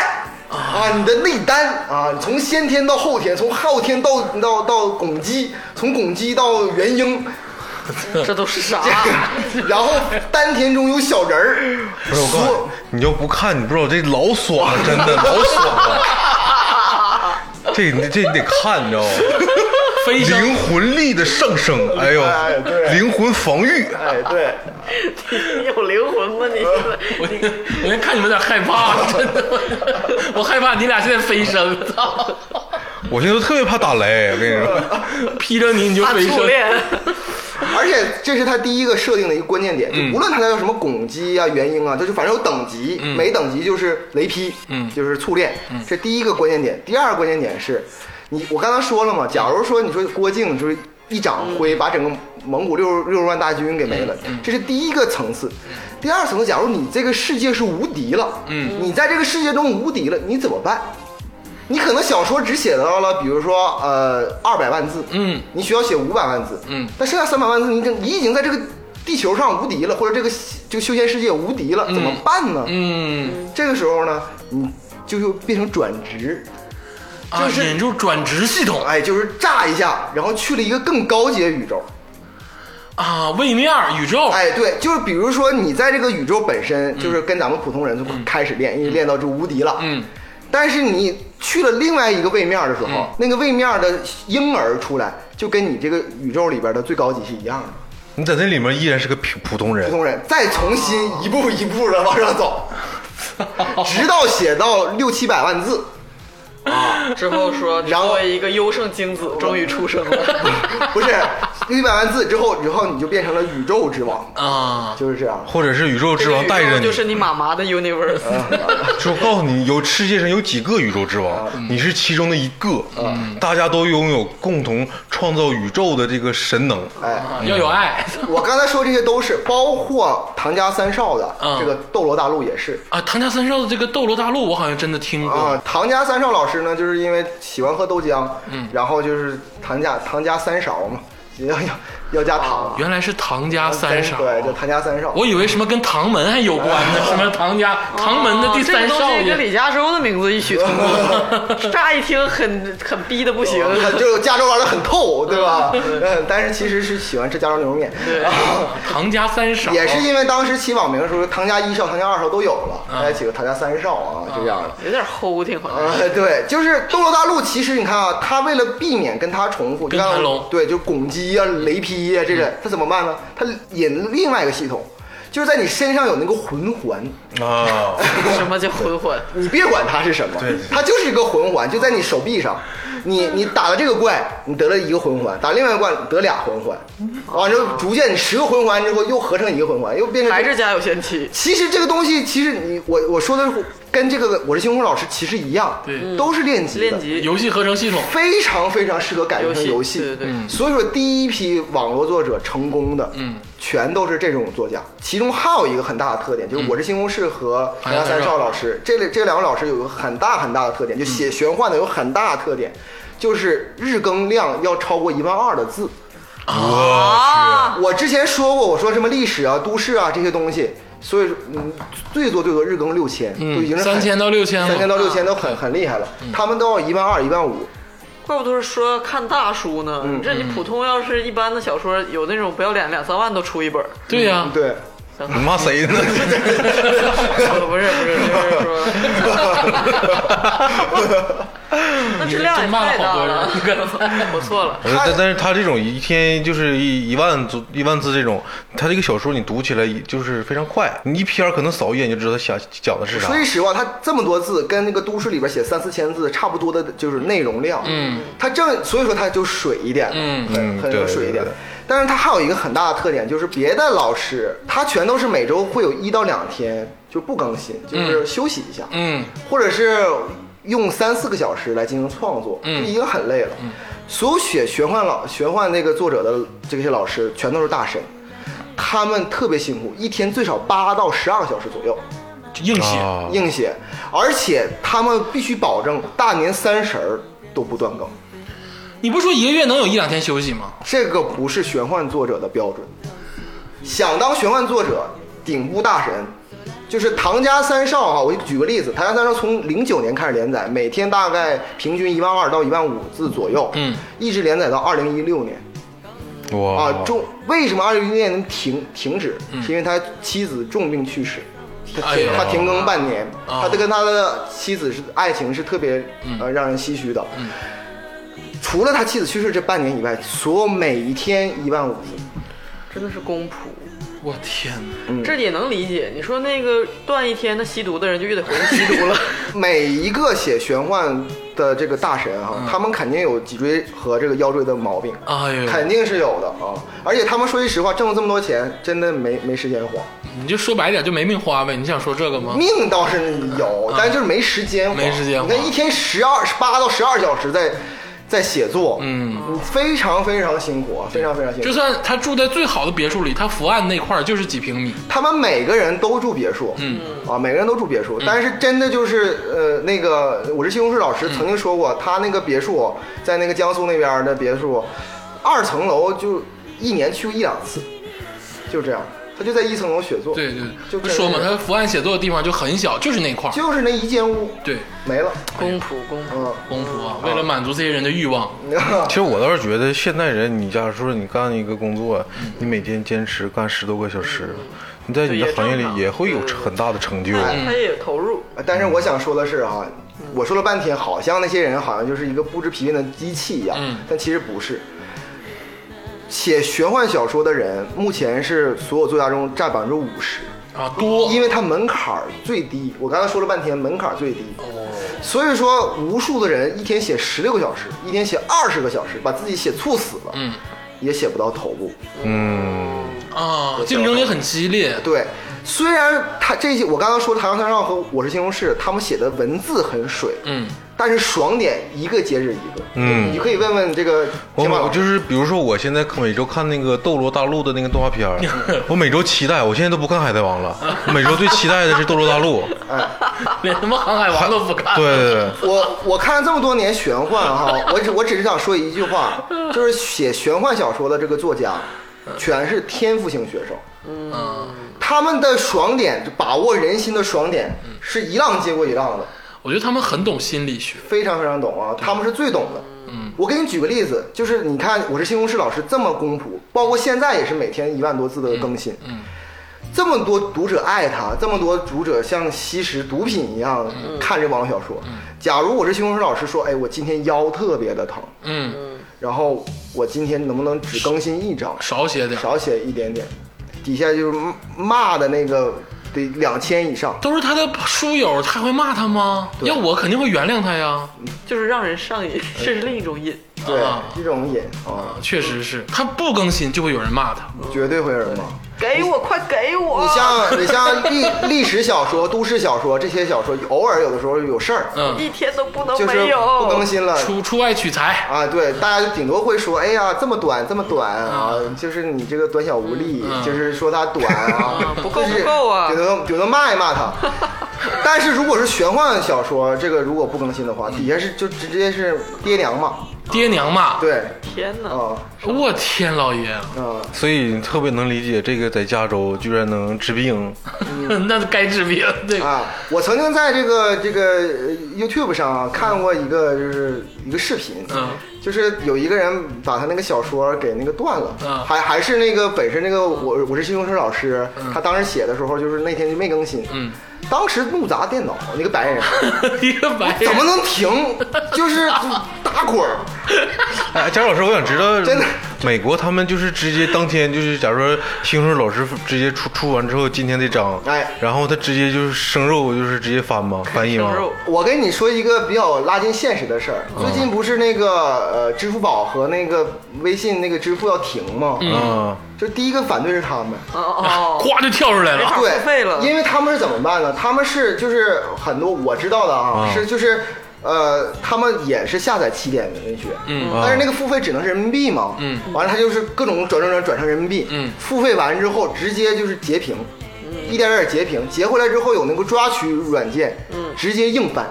Speaker 4: 啊，你的内丹啊，从先天到后天，从后天到到到拱肌，从拱肌到元婴，
Speaker 2: 天，这都是 啥？
Speaker 4: 然后丹田中有小人儿，
Speaker 3: 不是我告诉
Speaker 4: 所
Speaker 3: 你，你要不看，你不知道这老爽了，真的老爽了。这你这你得看，你知道吗？
Speaker 1: 飞升
Speaker 3: 灵魂力的上升，哎呦
Speaker 4: 哎对，
Speaker 3: 灵魂防御，
Speaker 4: 哎对，
Speaker 2: 你 有灵魂吗？你
Speaker 1: 我我先看你们有点害怕，真的，我害怕你俩现在飞升，操
Speaker 3: 我现在都特别怕打雷，我跟你说。
Speaker 1: 劈着你你就
Speaker 2: 他
Speaker 1: 飞
Speaker 2: 初
Speaker 1: 升，
Speaker 2: 恋，
Speaker 4: 而且这是他第一个设定的一个关键点，
Speaker 1: 嗯
Speaker 4: 就无论他叫什么拱肌啊、元婴啊，就是反正有等级，每等级就是雷劈，
Speaker 1: 嗯
Speaker 4: 就是淬炼，这第一个关键点。第二个关键点是，你我刚刚说了嘛，假如说你说郭靖就是一掌挥把整个蒙古六六十万大军给没
Speaker 1: 嗯
Speaker 4: 了，这是第一个层次。第二层次，假如你这个世界是无敌了，
Speaker 1: 嗯，
Speaker 4: 你在这个世界中无敌了，你怎么办？你可能小说只写到了，比如说呃二百万字，
Speaker 1: 嗯
Speaker 4: 你需要写五百万字，
Speaker 1: 嗯
Speaker 4: 但剩下三百万字，你已经你已经在这个地球上无敌了，或者这个这个修仙世界无敌了，怎么办呢？
Speaker 1: 嗯，
Speaker 4: 这个时候呢，你就又变成转职，
Speaker 1: 啊，
Speaker 4: 就是
Speaker 1: 引入转职系统
Speaker 4: 哎，就是炸一下，然后去了一个更高级的宇宙，
Speaker 1: 啊，位面儿宇宙，
Speaker 4: 哎，对，就是比如说你在这个宇宙本身，就是跟咱们普通人就开始练，因为练到就无敌了，
Speaker 1: 嗯，
Speaker 4: 但是你去了另外一个位面的时候，那个位面的婴儿出来，就跟你这个宇宙里边的最高级是一样的。
Speaker 3: 你在那里面依然是个普普通
Speaker 4: 普
Speaker 3: 人，
Speaker 4: 通人，再重新一步一步的往上走，直到写到六七百万字，
Speaker 2: 之后说
Speaker 4: 然后
Speaker 2: 作为一个优胜精子，终于出生了。
Speaker 4: 不是，一百万字之后，以后你就变成了宇宙之王，
Speaker 1: 啊，
Speaker 4: 就是这样。
Speaker 3: 或者是宇宙之王带着你
Speaker 2: 就，是你妈妈的 universe。
Speaker 3: 就告诉你有世界上有几个宇宙之王，你是其中的一个，大家都拥有共同创造宇宙的这个神能。
Speaker 4: 哎，
Speaker 1: 啊要有爱
Speaker 4: 我刚才说这些都是包括唐家三少的
Speaker 1: 嗯
Speaker 4: 这个《斗罗大陆》也是。
Speaker 1: 啊！唐家三少的这个《斗罗大陆》，我好像真的听
Speaker 4: 啊
Speaker 1: 过，
Speaker 4: 唐家三少老师呢，就是因为喜欢喝豆浆，
Speaker 1: 嗯
Speaker 4: 然后就是唐家唐家三勺嘛，要要要加糖，
Speaker 1: 原来是唐家哦三少，
Speaker 4: 哦对，就唐家三少。
Speaker 1: 我以为什么跟唐门还有关呢， 什么唐家唐门的第三
Speaker 2: 哦这个
Speaker 1: 少
Speaker 2: 东西跟
Speaker 1: 爷
Speaker 2: 李嘉洲的名字异曲同 工，乍一听很很逼的不行。
Speaker 4: 很呃就加州玩的很透，对吧？嗯，但是其实是喜欢吃加州牛肉面，然后
Speaker 1: 唐家三少
Speaker 4: 也是因为当时起网名的时候，唐家一少、唐家二少都有了，
Speaker 1: 嗯
Speaker 4: 大家起个唐家三少啊，就这样的。
Speaker 2: 有点齁挺，好像。
Speaker 4: 呃，对，就是《斗罗大陆》，其实你看啊，他为了避免跟他重复，
Speaker 1: 跟
Speaker 4: 就像
Speaker 1: 盘龙
Speaker 4: 对，就拱击啊、雷劈啊，这个他怎么办呢？他引另外一个系统，就是在你身上有那个魂环，
Speaker 3: 啊，
Speaker 2: 什么叫混混？
Speaker 4: 你别管它是什么
Speaker 3: 对对，
Speaker 4: 它就是一个魂环，就在你手臂上。你你打了这个怪，你得了一个魂环；打另外一个怪得俩魂环，完之后逐渐你十个魂环之后又合成一个魂环，又变成
Speaker 2: 还是家有仙妻？
Speaker 4: 其实这个东西，其实你我我说的是跟这个我是星空老师其实一样，
Speaker 1: 对
Speaker 4: 都是练级的
Speaker 2: 练级
Speaker 1: 游戏合成系统，
Speaker 4: 非常非常适合改编成游戏，
Speaker 2: 游戏对对对嗯
Speaker 4: 所以说第一批网络作者成功的，嗯，全都是这种作家。其中还有一个很大的特点，就是我是星空室和唐家三少老师，这类这两个老师有一个很大很大的特点，就写玄幻的有很大的特点，就是日更量要超过一万二的字。
Speaker 1: 啊
Speaker 2: 啊
Speaker 3: 我
Speaker 4: 我之前说过，我说什么历史啊、都市啊这些东西，所以嗯，最多最多日更六千，就已经是很
Speaker 1: 三千到六千嘛，
Speaker 4: 三千到六千都很很厉害了，他们都要一万二、一万五。
Speaker 2: 怪不得说看大书呢。你这你普通要是一般的小说，有那种不要脸两三万都出一本儿。
Speaker 1: 对呀，
Speaker 4: 对，
Speaker 3: 你骂谁呢？
Speaker 2: 不是不是，就是说，那质量也
Speaker 1: 真骂
Speaker 2: 太
Speaker 1: 了
Speaker 2: 大
Speaker 1: 好多
Speaker 2: 了
Speaker 1: 人，你刚才。
Speaker 2: 我错了。
Speaker 3: 我说但但是他这种一天就是一一万字一万字这种，他这个小说你读起来就是非常快，你一篇可能扫一眼就知道他想讲的是啥
Speaker 4: 说。句实话，他这么多字跟那个都市里边写三四千字差不多的，就是内容量。嗯，他正所以说他就水一点，
Speaker 1: 嗯
Speaker 4: 很
Speaker 3: 嗯
Speaker 4: 很
Speaker 3: 对
Speaker 4: 有水一点
Speaker 3: 对对。
Speaker 4: 但是他还有一个很大的特点，就是别的老师他全都是每周会有一到两天就不更新，就是休息一下，
Speaker 1: 嗯，
Speaker 4: 或者是用三四个小时来进行创作，嗯已经很累了。所有写玄幻老玄幻那个作者的这些老师全都是大神，他们特别辛苦，一天最少八到十二个小时左右。
Speaker 1: 硬写，
Speaker 3: 啊，
Speaker 4: 硬写，而且他们必须保证大年三十儿都不断更，
Speaker 1: 你不是说一个月能有一两天休息吗？
Speaker 4: 这个不是玄幻作者的标准。想当玄幻作者，顶部大神，就是唐家三少啊哈、我就举个例子，唐家三少从零九年开始连载，每天大概平均一万二到一万五字左右，
Speaker 1: 嗯，
Speaker 4: 一直连载到二零一六年。
Speaker 3: 哇
Speaker 1: 哦
Speaker 4: 啊，中为什么二零一六年能停停止？是因为他妻子重病去世，他
Speaker 1: 哎呦
Speaker 4: 停他停更半年，
Speaker 1: 啊嗯
Speaker 4: 他的跟他的妻子是爱情是特别呃让人唏嘘的。除了他妻子去世这半年以外，所有每一天一万五字，
Speaker 2: 真的是公仆，
Speaker 1: 我天哪！
Speaker 2: 嗯这也能理解。你说那个断一天，那吸毒的人就越得回去 吸 毒了。
Speaker 4: 每一个写玄幻的这个大神哈、他们肯定有脊椎和这个腰椎的毛病，
Speaker 1: 嗯哎呦，
Speaker 4: 肯定是有的啊。而且他们说句实话，挣了这么多钱，真的没没时间花。
Speaker 1: 你就说白点，就没命花呗。你想说这个吗？
Speaker 4: 命倒是有，但就是没时间花，
Speaker 1: 啊没时间花
Speaker 4: 你看一天十二十八到十二小时在在写作，
Speaker 1: 嗯，
Speaker 4: 非常非常辛苦，啊非常非常辛
Speaker 1: 就
Speaker 4: 苦。
Speaker 1: 算他住在最好的别墅里，他伏案那块儿就是几平米，
Speaker 4: 他们每个人都住别墅，嗯啊，每个人都住别墅，
Speaker 1: 嗯
Speaker 4: 但是真的就是呃，那个我是西红柿老师曾经说过，他那个别墅在那个江苏那边的别墅，二层楼就一年去一两次，就这样，他就在一层楼写作，
Speaker 1: 对对，
Speaker 4: 就
Speaker 1: 不说嘛，
Speaker 4: 真
Speaker 1: 他伏案写作的地方就很小，就是那块儿。
Speaker 4: 就是那一间屋
Speaker 1: 对，
Speaker 4: 没了，
Speaker 2: 公仆，公仆，
Speaker 4: 嗯。
Speaker 1: 公仆啊，为了满足这些人的欲望，
Speaker 3: 其实我倒是觉得现代人，你假如说你干一个工作，你每天坚持干十多个小时，你在你的行业里也会有很大的成就。
Speaker 2: 他他也投入。
Speaker 4: 但是我想说的是哈、
Speaker 1: 嗯
Speaker 4: 我说了半天，好像那些人好像就是一个不知疲倦的机器一样，
Speaker 1: 嗯
Speaker 4: 但其实不是。写玄幻小说的人，目前是所有作家中占百分之五十，
Speaker 1: 啊，多
Speaker 4: 因为他门槛儿最低。我刚才说了半天，门槛儿最低，
Speaker 1: 哦
Speaker 4: 所以说无数的人一天写十六个小时，一天写二十个小时，把自己写猝死了。
Speaker 1: 嗯，
Speaker 4: 也写不到头部。
Speaker 1: 啊，竞争也很激烈，
Speaker 4: 对，虽然他这些我刚刚说的《海上向上》和《我是西红柿》，他们写的文字很水，
Speaker 1: 嗯，
Speaker 4: 但是爽点一个接着一个。
Speaker 3: 嗯
Speaker 4: 你可以问问这个
Speaker 3: 我
Speaker 4: 天马
Speaker 3: 我
Speaker 4: 老师，
Speaker 3: 就是比如说，我现在看每周看那个《斗罗大陆》的那个动画片儿， 我每周期待，我现在都不看《海贼王》了，我每周最期待的是《斗罗大陆》。
Speaker 1: 连他妈《航海王》都不 看。
Speaker 3: 对对对，
Speaker 4: 我我看了这么多年玄幻哈，我只我只是想说一句话，就是写玄幻小说的这个作家，全是天赋型选手。
Speaker 1: 嗯，
Speaker 4: 他们的爽点，就把握人心的爽点，
Speaker 1: 嗯
Speaker 4: 是一浪接过一浪的，
Speaker 1: 我觉得他们很懂心理学。
Speaker 4: 非常非常懂啊，他们是最懂的。嗯，我给你举个例子，就是你看我是西红柿老师这么公仆，包括现在也是每天一万多字的更新，嗯，这么多读者爱他，这么多读者像吸食毒品一样看这网络小说。假如我是西红柿老师说，哎，我今天腰特别的疼，
Speaker 1: 嗯，
Speaker 4: 然后我今天能不能只更新一章？
Speaker 1: 少写点儿，
Speaker 4: 少写一点点，底下就是骂的那个得两千以上。
Speaker 1: 都是他的书友，他会骂他吗？要我肯定会原谅他呀。
Speaker 2: 就是让人上瘾，这是另一种瘾。
Speaker 4: 对
Speaker 1: 啊，
Speaker 4: 这种瘾啊，
Speaker 1: 确实是他不更新就会有人骂他。
Speaker 4: 绝对会有人骂。
Speaker 2: 给我，快给我！
Speaker 4: 你像你像 历历史小说、都市小说这些小说，偶尔有的时候有事儿，
Speaker 1: 嗯，
Speaker 2: 一天都不能
Speaker 4: 就是
Speaker 2: 没有，
Speaker 4: 不更新了。
Speaker 1: 出出外取材，
Speaker 4: 啊，对，大家就顶多会说，哎呀，这么短，这么短
Speaker 2: 嗯
Speaker 4: 啊，就是你这个短小无力，
Speaker 1: 嗯
Speaker 4: 就是说它短啊，
Speaker 2: 嗯不够
Speaker 4: 就是
Speaker 2: 不够啊
Speaker 4: 顶多顶多骂一 骂它。但是如果是玄幻小说，这个如果不更新的话，底下是就直接是爹娘骂，
Speaker 1: 爹娘骂。
Speaker 4: 对，
Speaker 2: 天哪！
Speaker 4: 啊
Speaker 1: 我天，老爷，
Speaker 4: 啊，
Speaker 3: 所以特别能理解这个在加州居然能治 病，
Speaker 1: 那该治病。对，
Speaker 4: 啊，我曾经在这个这个呃 YouTube 上啊看过一个就是一个视频，
Speaker 1: 嗯
Speaker 4: 就是有一个人把他那个小说给那个断了，
Speaker 1: 嗯
Speaker 4: 还还是那个本身那个我我是西红柿老师，他当时写的时候就是那天就没更新，
Speaker 1: 嗯，
Speaker 4: 当时怒砸电脑，那个 白人
Speaker 1: 一个白人
Speaker 4: 怎么能停？ 就是打滚儿，
Speaker 3: 哎，贾老师，我想知道，
Speaker 4: 真的，
Speaker 3: 美国他们就是直接当天就是，假如说西红柿老师直接出出完之后，今天这章，
Speaker 4: 哎
Speaker 3: 然后他直接就是生肉，就是直接翻 吗？翻译吗
Speaker 2: 生？肉
Speaker 4: 我跟你说一个比较拉近现实的事
Speaker 1: 嗯
Speaker 4: 儿，最近不是那个呃支付宝和那个微信那个支付要停吗？
Speaker 1: 嗯
Speaker 3: 啊，
Speaker 4: 就第一个反对是他们。
Speaker 2: 哦哦，
Speaker 1: 咵就跳出来了。
Speaker 2: 法
Speaker 4: 对，
Speaker 2: 付费了
Speaker 4: 因为他们是怎么办呢？他们是就是很多我知道的啊，
Speaker 3: 啊
Speaker 4: 是就是。呃，他们也是下载起点文学，嗯
Speaker 3: 啊
Speaker 4: 但是那个付费只能是人民币嘛，嗯，完了他就是各种转转转转成人民币，
Speaker 1: 嗯
Speaker 4: 付费完之后直接就是截屏，一点点截屏，截回来之后有那个抓取软件，嗯，直接硬翻，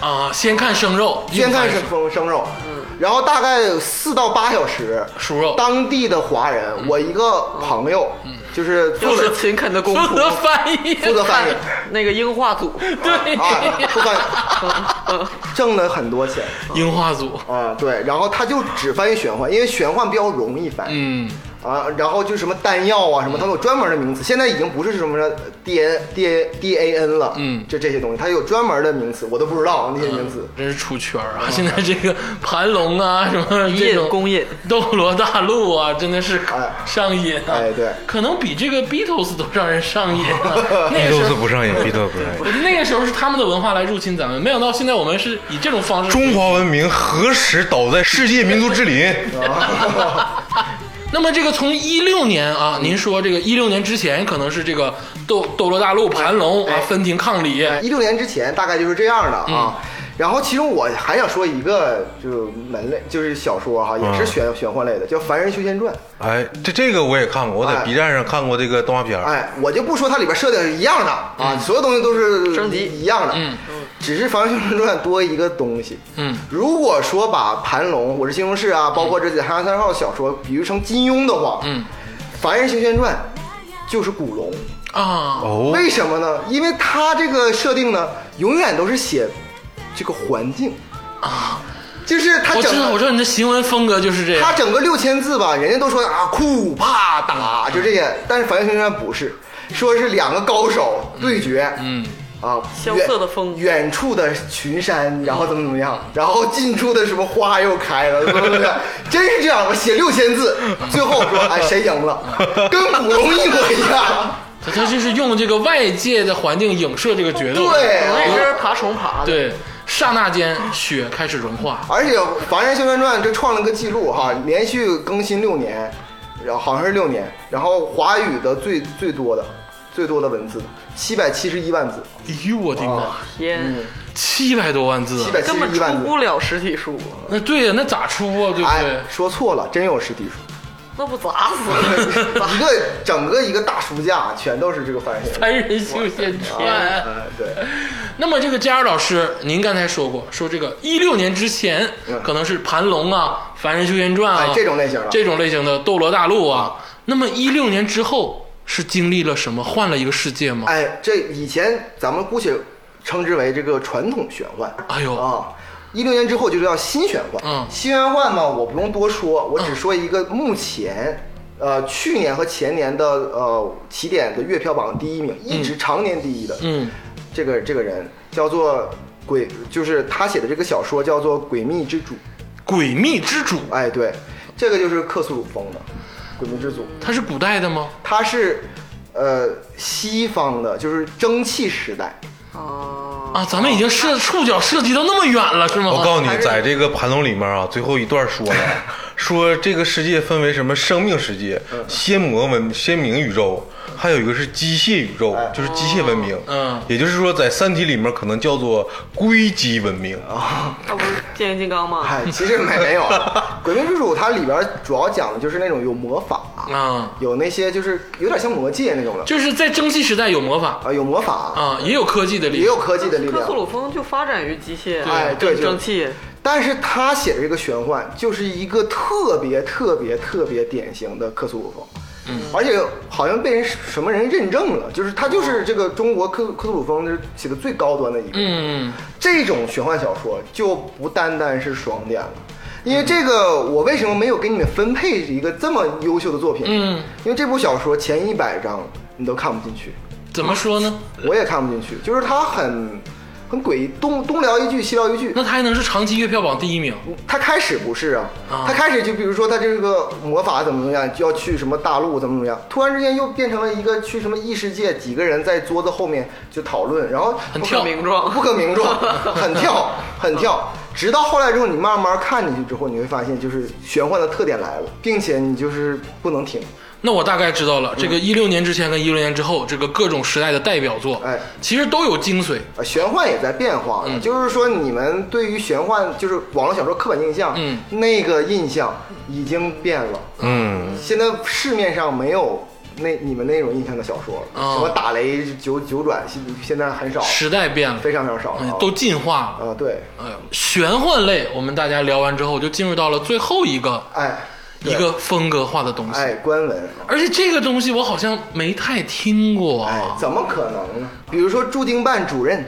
Speaker 1: 啊，先看生肉，
Speaker 4: 先看是生生肉，嗯，然后大概四到八小时，
Speaker 1: 熟肉
Speaker 4: 当地的华人，我一个朋友，就是负
Speaker 2: 又
Speaker 4: 责
Speaker 2: 是勤恳的功
Speaker 1: 负责
Speaker 2: 夫，
Speaker 1: 翻译。
Speaker 4: 负责 翻译，
Speaker 2: 那个英化组， 嗯
Speaker 1: 对，
Speaker 4: 啊，不翻挣了很多钱
Speaker 1: 樱花组。
Speaker 4: 啊，对，然后他就只翻译玄幻，因为玄幻比较容易翻、
Speaker 1: 嗯，
Speaker 4: 啊，然后就什么丹药啊什么，他们有专门的名词，现在已经不是什么 D N D D A N 了，
Speaker 1: 嗯
Speaker 4: 就这些东西，它有专门的名词，我都不知道那些名词。
Speaker 1: 真是出圈儿啊！现在这个盘龙啊，什么这
Speaker 2: 印
Speaker 1: 种
Speaker 2: 公印，
Speaker 1: 斗罗大陆啊，真的是
Speaker 4: 哎
Speaker 1: 上瘾啊！
Speaker 4: 哎对
Speaker 1: 可能比这个 Beatles 都让人上瘾、啊。
Speaker 3: b
Speaker 1: 那
Speaker 3: e
Speaker 1: 个
Speaker 3: t
Speaker 1: 时
Speaker 3: l
Speaker 1: 候，
Speaker 3: 不上瘾 b e t l 不上瘾。
Speaker 1: 那个时候是他们的文化来入侵咱们，没想到现在我们是以这种方式。
Speaker 3: 中华文明何时倒在世界民族之 林？
Speaker 4: 哎
Speaker 1: 那么这个从一六年啊，您说这个一六年之前可能是这个斗斗罗大陆、
Speaker 4: 哎
Speaker 1: 盘龙啊、分庭抗礼，
Speaker 4: 一六年之前大概就是这样的
Speaker 1: 嗯
Speaker 4: 啊。然后，其中我还想说一个，就是门类，就是小说哈，也是
Speaker 1: 嗯
Speaker 4: 玄玄幻类的，叫《凡人修仙传》。
Speaker 3: 哎，这这个我也看过，我在
Speaker 4: 哎
Speaker 3: B 站上看过这个动画片儿。
Speaker 4: 哎，我就不说它里边设定是一样的啊，所有东西都是
Speaker 2: 升级
Speaker 4: 一样的，
Speaker 1: 嗯，
Speaker 4: 只是《凡人修仙传》多一个东西。
Speaker 1: 嗯，
Speaker 4: 如果说把盘龙、我是西红柿啊，包括这几韩三号小说比喻成金庸的话，
Speaker 1: 嗯，
Speaker 4: 《凡人修仙传》就是古龙，
Speaker 1: 啊，
Speaker 3: 哦，
Speaker 4: 为什么呢？因为它这个设定呢，永远都是写这个环境啊，就是它
Speaker 1: 我
Speaker 4: 整
Speaker 1: 知道，我
Speaker 4: 个。
Speaker 1: 知道你的行文风格就是这
Speaker 4: 它
Speaker 1: 样。
Speaker 4: 整个六千字吧，人家都说啊酷怕打就这些，但是《凡人修仙传》不是，说是两个高手对决，
Speaker 1: 嗯，
Speaker 4: 啊，
Speaker 2: 萧
Speaker 4: 远
Speaker 2: 瑟的风
Speaker 4: 远处的群山，然后怎么怎么样，然后近处的什么花又开了，怎么怎么样，真是这样。我写六千字，最后说，哎，谁赢了？跟古龙一模一样。
Speaker 1: 他他就是用这个外界的环境影射这个决斗。
Speaker 4: 对
Speaker 2: 可能也是爬虫爬的。
Speaker 1: 对，刹那间雪开始融化。
Speaker 4: 而且《凡人修仙传》这创了个记录哈，连续更新六年，然后好像是六年，然后华语的最最多的最多的文字，七百七十一万字，
Speaker 1: 哎呦我的妈，
Speaker 4: 啊
Speaker 2: 天，
Speaker 1: 七百多万字啊
Speaker 4: 七，百七
Speaker 2: 根
Speaker 4: 十
Speaker 2: 本
Speaker 4: 一
Speaker 2: 出
Speaker 4: 万字。
Speaker 2: 不了实体书，
Speaker 1: 那对呀，那咋出啊？对不对？
Speaker 4: 哎，说错了，真有实体书，
Speaker 2: 那不砸死了？
Speaker 4: 一个整个一个大书架全都是这个《凡人修仙传
Speaker 1: 凡人修仙》传。
Speaker 4: 啊。哎，对，
Speaker 1: 那么这个佳儿老师，您刚才说过，说这个一六年之前
Speaker 4: 嗯
Speaker 1: 可能是盘龙啊、凡人修仙传啊、
Speaker 4: 哎这种类型的
Speaker 1: 这种类型的斗罗大陆啊。那么一六年之后是经历了什么？换了一个世界吗？
Speaker 4: 哎，这以前咱们姑且称之为这个传统玄幻。
Speaker 1: 哎呦
Speaker 4: 啊！一六年之后就叫新玄幻。
Speaker 1: 嗯
Speaker 4: 新玄幻嘛，我不用多说，我只说一个目前。呃，去年和前年的呃起点的月票榜第一名，一直常年第一的，
Speaker 1: 嗯，
Speaker 4: 这个这个人叫做鬼，就是他写的这个小说叫做《诡秘之主》，
Speaker 1: 诡秘之主，
Speaker 4: 哎，对，这个就是克苏鲁风的《诡秘之主》，
Speaker 1: 它是古代的吗？
Speaker 4: 它是呃西方的，就是蒸汽时代，
Speaker 2: 啊，
Speaker 1: 啊，咱们已经涉触角涉及到那么远了，是吗？
Speaker 3: 我告诉你
Speaker 4: 哦还，是
Speaker 3: 在这个盘龙里面啊，最后一段说了， 说这个世界分为什么生命世界、
Speaker 4: 嗯
Speaker 3: 仙魔文、仙明宇宙，还有一个是机械宇宙
Speaker 4: 哎，
Speaker 3: 就是机械文明。
Speaker 1: 嗯
Speaker 3: 也就是说，在《三体》里面可能叫做硅基文明。
Speaker 4: 哦
Speaker 2: 那不是变形金刚吗？
Speaker 4: 哎，其实没没有，《鬼灭之主》它里边主要讲的就是那种有魔法，
Speaker 1: 啊，
Speaker 4: 有那些就是有点像魔戒那种的，
Speaker 1: 就是在蒸汽时代有魔法
Speaker 4: 啊，有魔法，
Speaker 1: 啊，也有科技的力
Speaker 4: 也
Speaker 1: 量
Speaker 4: 有科技的力
Speaker 2: 克苏
Speaker 4: 量。
Speaker 2: 鲁风就发展于机械，
Speaker 4: 哎对
Speaker 2: 跟蒸汽，
Speaker 4: 但是他写的这个玄幻，就是一个特别特别特别典型的克苏鲁风，
Speaker 1: 嗯
Speaker 4: 而且好像被人什么人认证了，就是他就是这个中国克克苏鲁风就是写的最高端的一个。
Speaker 1: 嗯，
Speaker 4: 这种玄幻小说就不单单是爽点了。因为这个，我为什么没有给你们分配一个这么优秀的作品？
Speaker 1: 嗯，
Speaker 4: 因为这部小说前一百章你都看不进去，
Speaker 1: 怎么说呢？
Speaker 4: 我也看不进去，就是它很很诡异，东东聊一句西聊一句。
Speaker 1: 那它还能是长期月票榜第一名？
Speaker 4: 它开始不是啊
Speaker 1: 啊，
Speaker 4: 它开始就比如说它这个魔法怎么怎么样，就要去什么大陆怎么怎么样，突然之间又变成了一个去什么异世界，几个人在桌子后面就讨论，然后
Speaker 1: 很
Speaker 4: 不可
Speaker 1: 跳
Speaker 2: 名状
Speaker 4: 不可名状， 很跳，很跳。直到后来之后，你慢慢看进去之后，你会发现就是玄幻的特点来了，并且你就是不能停。
Speaker 1: 那我大概知道了，
Speaker 4: 嗯
Speaker 1: 这个一六年之前跟一六年之后，这个各种时代的代表作，
Speaker 4: 哎
Speaker 1: 其实都有精髓。
Speaker 4: 啊，玄幻也在变化
Speaker 1: 嗯
Speaker 4: 的，就是说你们对于玄幻，就是网络小说刻板印象，
Speaker 1: 嗯
Speaker 4: 那个印象已经变了。
Speaker 3: 嗯，
Speaker 4: 现在市面上没有那你们那种印象的小说了，
Speaker 1: 哦
Speaker 4: 什么打雷九九转，现现在很少，
Speaker 1: 时代变了，
Speaker 4: 非常非常少了
Speaker 1: 哎
Speaker 4: 啊。
Speaker 1: 都进化了。
Speaker 4: 啊，对，
Speaker 1: 哎呦，玄幻类，我们大家聊完之后，就进入到了最后一个
Speaker 4: 哎，对
Speaker 1: 一个风格化的东西。
Speaker 4: 哎官文啊，
Speaker 1: 而且这个东西我好像没太听过
Speaker 4: 哎
Speaker 1: 啊，，
Speaker 4: 怎么可能呢？比如说驻京办主任，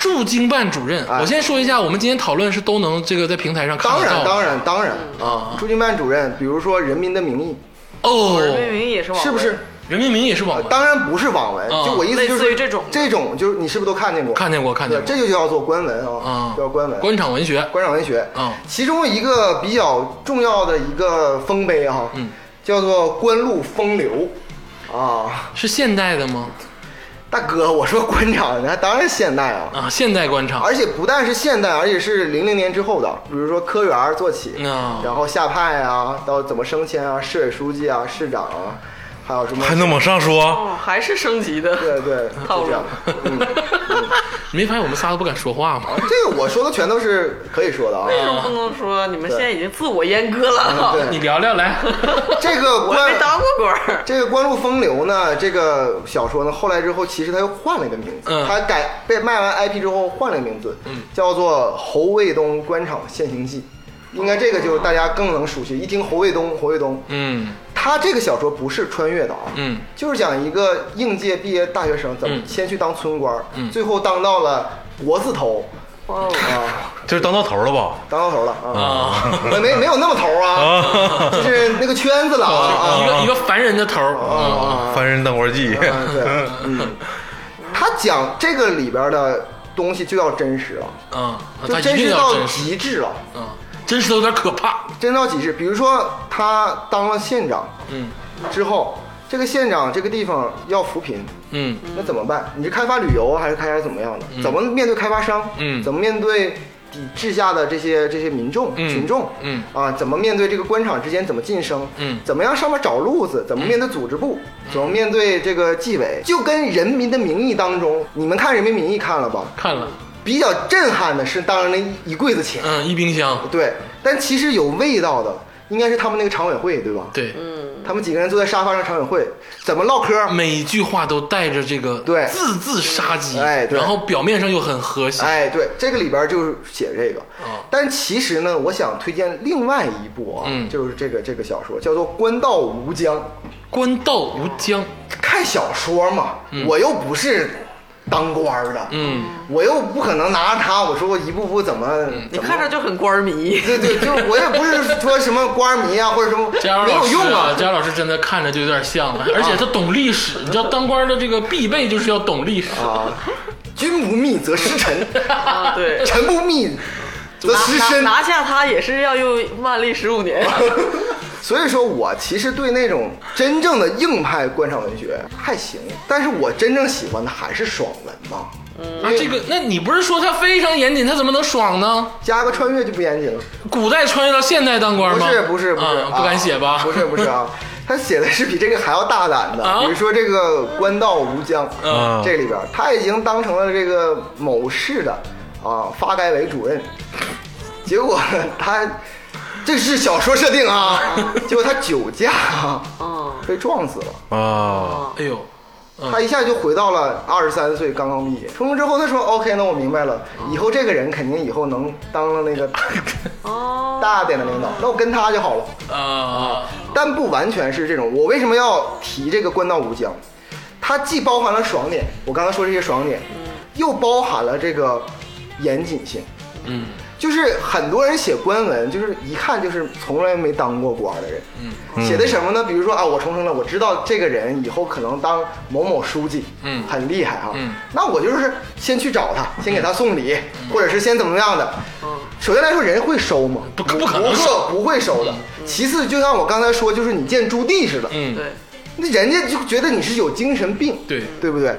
Speaker 1: 驻京办主任，
Speaker 4: 哎
Speaker 1: 我先说一下，我们今天讨论是都能这个在平台上看
Speaker 4: 当
Speaker 1: 得到
Speaker 4: 然
Speaker 1: 的。
Speaker 4: 当然当然啊，驻京办主任，比如说《人民的名义
Speaker 2: 人民
Speaker 1: 哦，
Speaker 2: 名义也是网》，
Speaker 4: 是不是？？
Speaker 1: 人民名也是网啊文，
Speaker 4: 啊当然不是网文，
Speaker 1: 啊
Speaker 4: 就我意思就
Speaker 2: 类似
Speaker 4: 是
Speaker 2: 于这种
Speaker 4: 这种就是你是不是都看见过？
Speaker 1: 看见过看见过
Speaker 4: 对这就叫做官文啊
Speaker 1: 啊，，
Speaker 4: 叫官文。
Speaker 1: 官场文学，
Speaker 4: 观赏文学。
Speaker 1: 嗯
Speaker 4: 其中一个比较重要的一个丰碑哈，
Speaker 1: 嗯
Speaker 4: 叫做《官路风流》啊，
Speaker 1: 是现代的吗？
Speaker 4: 大哥，我说官场那当然现代啊，
Speaker 1: 啊，现代官场
Speaker 4: 而且不但是现代，而且是零零年之后的，比如说科员做起，
Speaker 1: 嗯
Speaker 4: 然后下派啊，到怎么升迁啊，市委书记啊，市长啊，还有什么
Speaker 3: 还？能往上说？
Speaker 2: 哦，还是升级的。
Speaker 4: 对对，
Speaker 2: 套路
Speaker 4: 就这样。嗯，
Speaker 1: 你没发现我们仨都不敢说话吗？
Speaker 4: 啊这个我说的全都是可以说的啊。
Speaker 2: 为什么不能说你们现在已经自我阉割了？
Speaker 1: 你
Speaker 4: 对，
Speaker 1: 聊
Speaker 4: 啊
Speaker 1: 聊来，
Speaker 4: 这个
Speaker 2: 我
Speaker 4: 官
Speaker 2: 还没当过官儿，
Speaker 4: 这个《官路风流》呢，这个小说呢，后来之后其实他又换了一个名字，
Speaker 1: 嗯
Speaker 4: 他改被卖完 IP 之后换了一个名字，叫做《侯卫东官场现形记》，应该这个就大家更能熟悉。一听侯卫东，侯卫东，
Speaker 1: 嗯
Speaker 4: 他这个小说不是穿越的啊，
Speaker 1: 嗯，
Speaker 4: 就是讲一个应届毕业大学生怎么
Speaker 1: 嗯
Speaker 4: 先去当村官，最后当到了国字头
Speaker 2: 哦，
Speaker 4: 啊，
Speaker 3: 就是当到头了吧？
Speaker 4: 当到头了啊，
Speaker 1: 啊，
Speaker 4: 没 没没有那么头 啊，就是那个圈子了啊
Speaker 1: 一
Speaker 4: 啊
Speaker 1: 个一个凡人的头儿，
Speaker 4: 啊
Speaker 1: 嗯
Speaker 4: 啊。
Speaker 3: 凡人当官 记。
Speaker 4: 嗯，对，嗯，他讲这个里边的东西就要真实了，
Speaker 1: 嗯，他
Speaker 4: 就
Speaker 1: 一
Speaker 4: 真
Speaker 1: 定
Speaker 4: 实
Speaker 1: 要
Speaker 4: 到
Speaker 1: 真实，
Speaker 4: 极致了，
Speaker 1: 嗯，真实的有点可怕，
Speaker 4: 真到极致。比如说他当了县长
Speaker 1: 嗯
Speaker 4: 之后，这个县长这个地方要扶贫，
Speaker 1: 嗯
Speaker 4: 那怎么办？你是开发旅游啊还是开发怎么样的？怎么面对开发商？
Speaker 1: 嗯
Speaker 4: 怎么面对抵制下的这些这些民众、
Speaker 1: 嗯
Speaker 4: 群众？
Speaker 1: 嗯
Speaker 4: 啊，怎么面对这个官场之间怎么晋升？
Speaker 1: 嗯
Speaker 4: 怎么样上面找路子？怎么面对组织部？怎么面对这个纪委？就跟《人民的名义》当中，你们看《人民名义》看了吧？
Speaker 1: 看了，
Speaker 4: 比较震撼的是，当然那一柜子钱，
Speaker 1: 嗯，一冰箱，
Speaker 4: 对，但其实有味道的应该是他们那个常委会，对吧？
Speaker 1: 对，
Speaker 4: 他们几个人坐在沙发上常委会，怎么唠嗑？
Speaker 1: 每一句话都带着这个
Speaker 4: 对
Speaker 1: 字字杀机，
Speaker 4: 哎对
Speaker 1: 然后表面上又很和谐，
Speaker 4: 哎，对，这个里边就是写这个。
Speaker 1: 哦
Speaker 4: 但其实呢，我想推荐另外一部啊，
Speaker 1: 嗯
Speaker 4: 就是这个这个小说叫做《官道无疆》。
Speaker 1: 官道无疆，
Speaker 4: 看小说嘛，我又不是当官儿的，
Speaker 1: 嗯，
Speaker 4: 我又不可能拿着它，我说我一步步怎么，
Speaker 2: 你
Speaker 4: 怎么
Speaker 2: 看着就很官 迷。
Speaker 4: 对对，就是我也不是说什么官迷啊，或者什么
Speaker 1: 佳儿
Speaker 4: 没
Speaker 1: 老
Speaker 4: 有
Speaker 1: 师
Speaker 4: 用
Speaker 1: 啊，
Speaker 4: 啊。
Speaker 1: 佳儿老师真的看着就有点像啊了，而且他懂历史，你知道当官的这个必备就是要懂历史，
Speaker 4: 啊，君不密则失臣，
Speaker 2: 啊，对，
Speaker 4: 臣不密则失
Speaker 2: 拿拿
Speaker 4: 身。
Speaker 2: 拿下他也是要用万历十五 年。
Speaker 4: 所以说我其实对那种真正的硬派官场文学还行，但是我真正喜欢的还是爽文嘛。
Speaker 1: 啊，这个，那你不是说他非常严谨，他怎么能爽呢？
Speaker 4: 加个穿越就不严谨了，
Speaker 1: 古代穿越到现代当官
Speaker 4: 不
Speaker 1: 吗？
Speaker 4: 是不是不是
Speaker 1: 啊，不敢写吧？
Speaker 4: 不是不是 啊，他写的是比这个还要大胆的
Speaker 1: 啊，
Speaker 4: 比如说这个《官道无疆》
Speaker 1: 嗯
Speaker 4: 这里边他已经当成了这个某市的啊发改委主任，结果呢他这是小说设定 啊，结果他酒驾啊
Speaker 2: 嗯，
Speaker 4: 被撞死 了。
Speaker 3: 啊，
Speaker 1: 哎呦，
Speaker 4: 他一下就回到了二十三岁刚刚毕业。出门之后，他说：“OK，那我明白了，以后这个人肯定以后能当了那个
Speaker 2: 哦，
Speaker 4: 大点的领导，那我跟他就好了。
Speaker 1: 啊”
Speaker 4: 但不完全是这种。我为什么要提这个官道无疆？它既包含了爽点，我刚才说这些爽点，又包含了这个严谨性。
Speaker 1: 嗯，
Speaker 4: 就是很多人写官文，就是一看就是从来没当过官的人，嗯，写的什么呢？比如说啊，我重生了，我知道这个人以后可能当某某书记，
Speaker 1: 嗯
Speaker 4: 很厉害啊，
Speaker 1: 嗯
Speaker 4: 那我就是先去找他，先给他送礼，或者是先怎么样的。首先来说，人会收吗？
Speaker 1: 不可不可能
Speaker 4: 会
Speaker 1: 收
Speaker 4: 不会收的。其次，就像我刚才说，就是你见朱棣似的，
Speaker 1: 嗯，
Speaker 2: 对，
Speaker 4: 那人家就觉得你是有精神病，
Speaker 1: 对
Speaker 4: 对不对？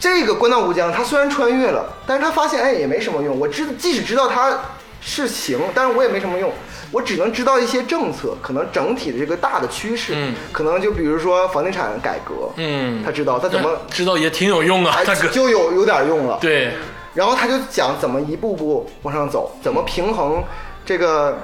Speaker 4: 这个官道无疆，他虽然穿越了，但是他发现哎也没什么用。我知即使知道他是行，但是我也没什么用。我只能知道一些政策，可能整体的这个大的趋势，
Speaker 1: 嗯
Speaker 4: 可能就比如说房地产改革，
Speaker 1: 嗯
Speaker 4: 他知道他 怎么
Speaker 1: 知道也挺有用啊
Speaker 4: 哎，
Speaker 1: 大哥。
Speaker 4: 就有有点用了。
Speaker 1: 对，
Speaker 4: 然后他就讲怎么一步步往上走，怎么平衡这个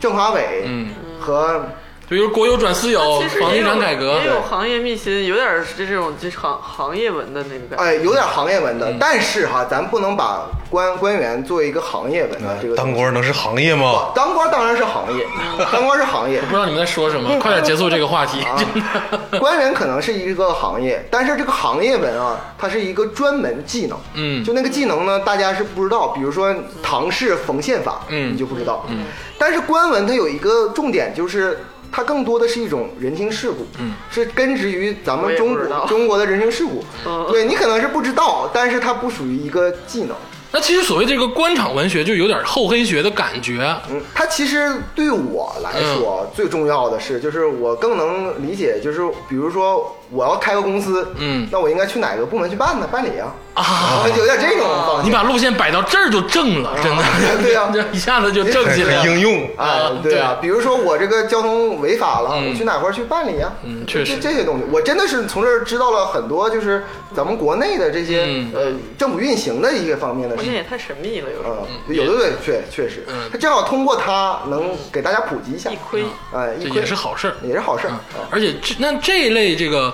Speaker 4: 政法委
Speaker 1: 嗯
Speaker 4: 和
Speaker 1: 比如国有转私
Speaker 4: 啊
Speaker 1: 有
Speaker 2: 其，实
Speaker 1: 房
Speaker 2: 也
Speaker 1: 地
Speaker 2: 有
Speaker 1: 产哦改革
Speaker 2: 也，有行业秘辛，有点是这种就是行行业文的那个感觉。
Speaker 4: 哎，有点行业文的，但是哈，咱不能把官官员作为一个行业文的这个
Speaker 3: 嗯当官能是行业吗？
Speaker 4: 当官当然是行业，当官是行业
Speaker 1: 不知道你们在说什么，快点结束这个话题。
Speaker 4: 啊
Speaker 1: 真的，，
Speaker 4: 官员可能是一个行业，但是这个行业文啊，它是一个专门技能，
Speaker 1: 嗯
Speaker 4: 就那个技能呢，大家是不知道，比如说唐氏缝线法，
Speaker 1: 嗯
Speaker 4: 你就不知道，嗯，但是官文它有一个重点就是。它更多的是一种人情世故，嗯，是根植于咱
Speaker 2: 我
Speaker 4: 们
Speaker 2: 也
Speaker 4: 中
Speaker 2: 不知道
Speaker 4: 国中国的人情世 故。
Speaker 2: 嗯
Speaker 4: 对你可能是不知道，但是它不属于一个技能。
Speaker 1: 那其实所谓这个官场文学，就有点厚黑学的感觉。
Speaker 4: 嗯，它其实对我来说、最重要的是，就是我更能理解，就是比如说我要开个公司，
Speaker 1: 嗯
Speaker 4: 那我应该去哪个部门去办呢？办理啊，
Speaker 1: 啊，
Speaker 4: 有点这种方
Speaker 1: 你
Speaker 4: 向。
Speaker 1: 把路线摆到这儿就正了，真的，
Speaker 4: 对 啊
Speaker 1: 这一下子就正起来
Speaker 3: 很应
Speaker 1: 了。
Speaker 3: 用，
Speaker 4: 哎
Speaker 1: 啊，
Speaker 4: 对啊，比如说我这个交通违法了，
Speaker 1: 嗯
Speaker 4: 我去哪块儿去办理啊？
Speaker 1: 嗯确实
Speaker 4: 这这些东西，我真的是从这儿知道了很多，就是咱们国内的这些、
Speaker 1: 嗯
Speaker 4: 呃政府运行的一些方面的
Speaker 2: 我
Speaker 4: 事
Speaker 2: 现
Speaker 4: 情
Speaker 2: 在。也太神秘了，有时候
Speaker 4: 嗯，有的对，确确实
Speaker 1: 嗯，
Speaker 4: 他正好通过它能给大家普及一下
Speaker 2: 一，窥
Speaker 4: 哎，
Speaker 1: 这
Speaker 4: 一
Speaker 1: 也
Speaker 4: 窥
Speaker 1: 是好事儿，
Speaker 4: 也是好事儿。
Speaker 1: 啊
Speaker 4: 啊
Speaker 1: 而且这那这一类这个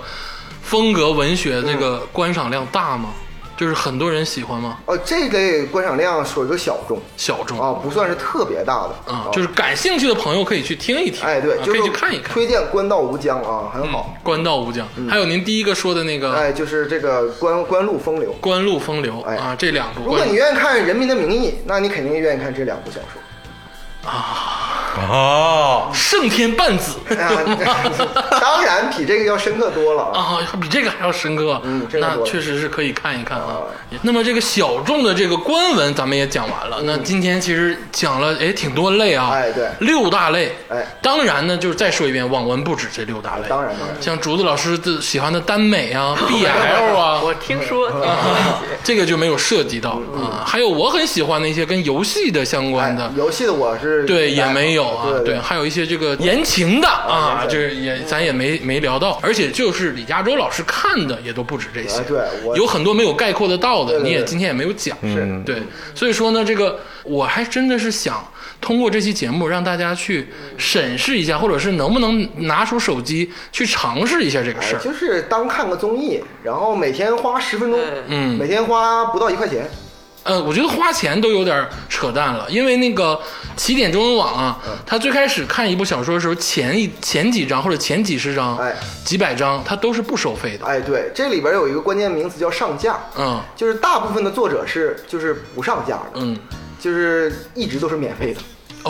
Speaker 1: 风格文学这个
Speaker 4: 嗯
Speaker 1: 观赏量大吗？就是很多人喜欢吗？
Speaker 4: 哦，这类观赏量属于个小众
Speaker 1: 小众
Speaker 4: 啊，不算是特别大的
Speaker 1: 啊，就是感兴趣的朋友可以去听一听，
Speaker 4: 哦哎，对
Speaker 1: 啊，
Speaker 4: 就
Speaker 1: 可
Speaker 4: 是
Speaker 1: 以去看一看。
Speaker 4: 推荐《官道无疆》啊，很好。嗯
Speaker 1: 官道无疆，还有您第一个说的那个
Speaker 4: 哎，就是这个官官路风流。
Speaker 1: 《官路风流》
Speaker 4: 哎
Speaker 1: 啊，这两部
Speaker 4: 如果
Speaker 1: 关
Speaker 4: 你愿意看《人民的名义》，那你肯定愿意看这两部小说。
Speaker 3: 啊，
Speaker 1: 胜天半子
Speaker 4: 啊，哎 当然比这个要深刻多了
Speaker 1: 啊，
Speaker 4: 啊。
Speaker 1: 比这个还要深刻，啊
Speaker 4: 嗯这个
Speaker 1: 那
Speaker 4: 多了
Speaker 1: 确实是可以看一看啊。那么这个小众的这个官文咱们也讲完了，那今天其实讲了也挺多类啊，
Speaker 4: 嗯哎对
Speaker 1: 六大类，
Speaker 4: 哎
Speaker 1: 当然呢，就是再说一遍，网文不止这六大类，
Speaker 4: 当然当然
Speaker 1: 像竹子老师的喜欢的耽美 啊、BL 啊，
Speaker 2: 我听说
Speaker 1: 这个就没有涉及到啊。还有我很喜欢的一些跟游戏的相关的
Speaker 4: 嗯哎，游戏的我是
Speaker 1: 对，也没有啊，
Speaker 4: 对
Speaker 1: 还有一些这个言情的啊，
Speaker 4: 言
Speaker 1: 就
Speaker 4: 情
Speaker 1: 是也咱也没没聊到，而且就是李嘉洲老师看的也都不止这些，
Speaker 4: 哎对我
Speaker 1: 有很多没有概括得到的，
Speaker 4: 对对
Speaker 1: 你也
Speaker 4: 对
Speaker 1: 今天也没有讲，
Speaker 3: 嗯
Speaker 1: 对，所以说呢，这个我还真的是想通过这期节目让大家去审视一下，或者是能不能拿出手机去尝试一下这个事
Speaker 4: 哎
Speaker 1: 儿，
Speaker 4: 就是当看个综艺，然后每天花十分钟
Speaker 2: 对，
Speaker 1: 嗯
Speaker 4: 每天花不到一块钱，
Speaker 1: 呃，我觉得花钱都有点扯淡了，因为那个起点中文网啊，他最开始看一部小说的时候，前一前几章或者前几十章、
Speaker 4: 哎
Speaker 1: 几百章，它都是不收费的。
Speaker 4: 哎，对，这里边有一个关键名词叫上架，
Speaker 1: 嗯
Speaker 4: 就是大部分的作者是就是不上架的，
Speaker 1: 嗯，
Speaker 4: 就是一直都是免费的，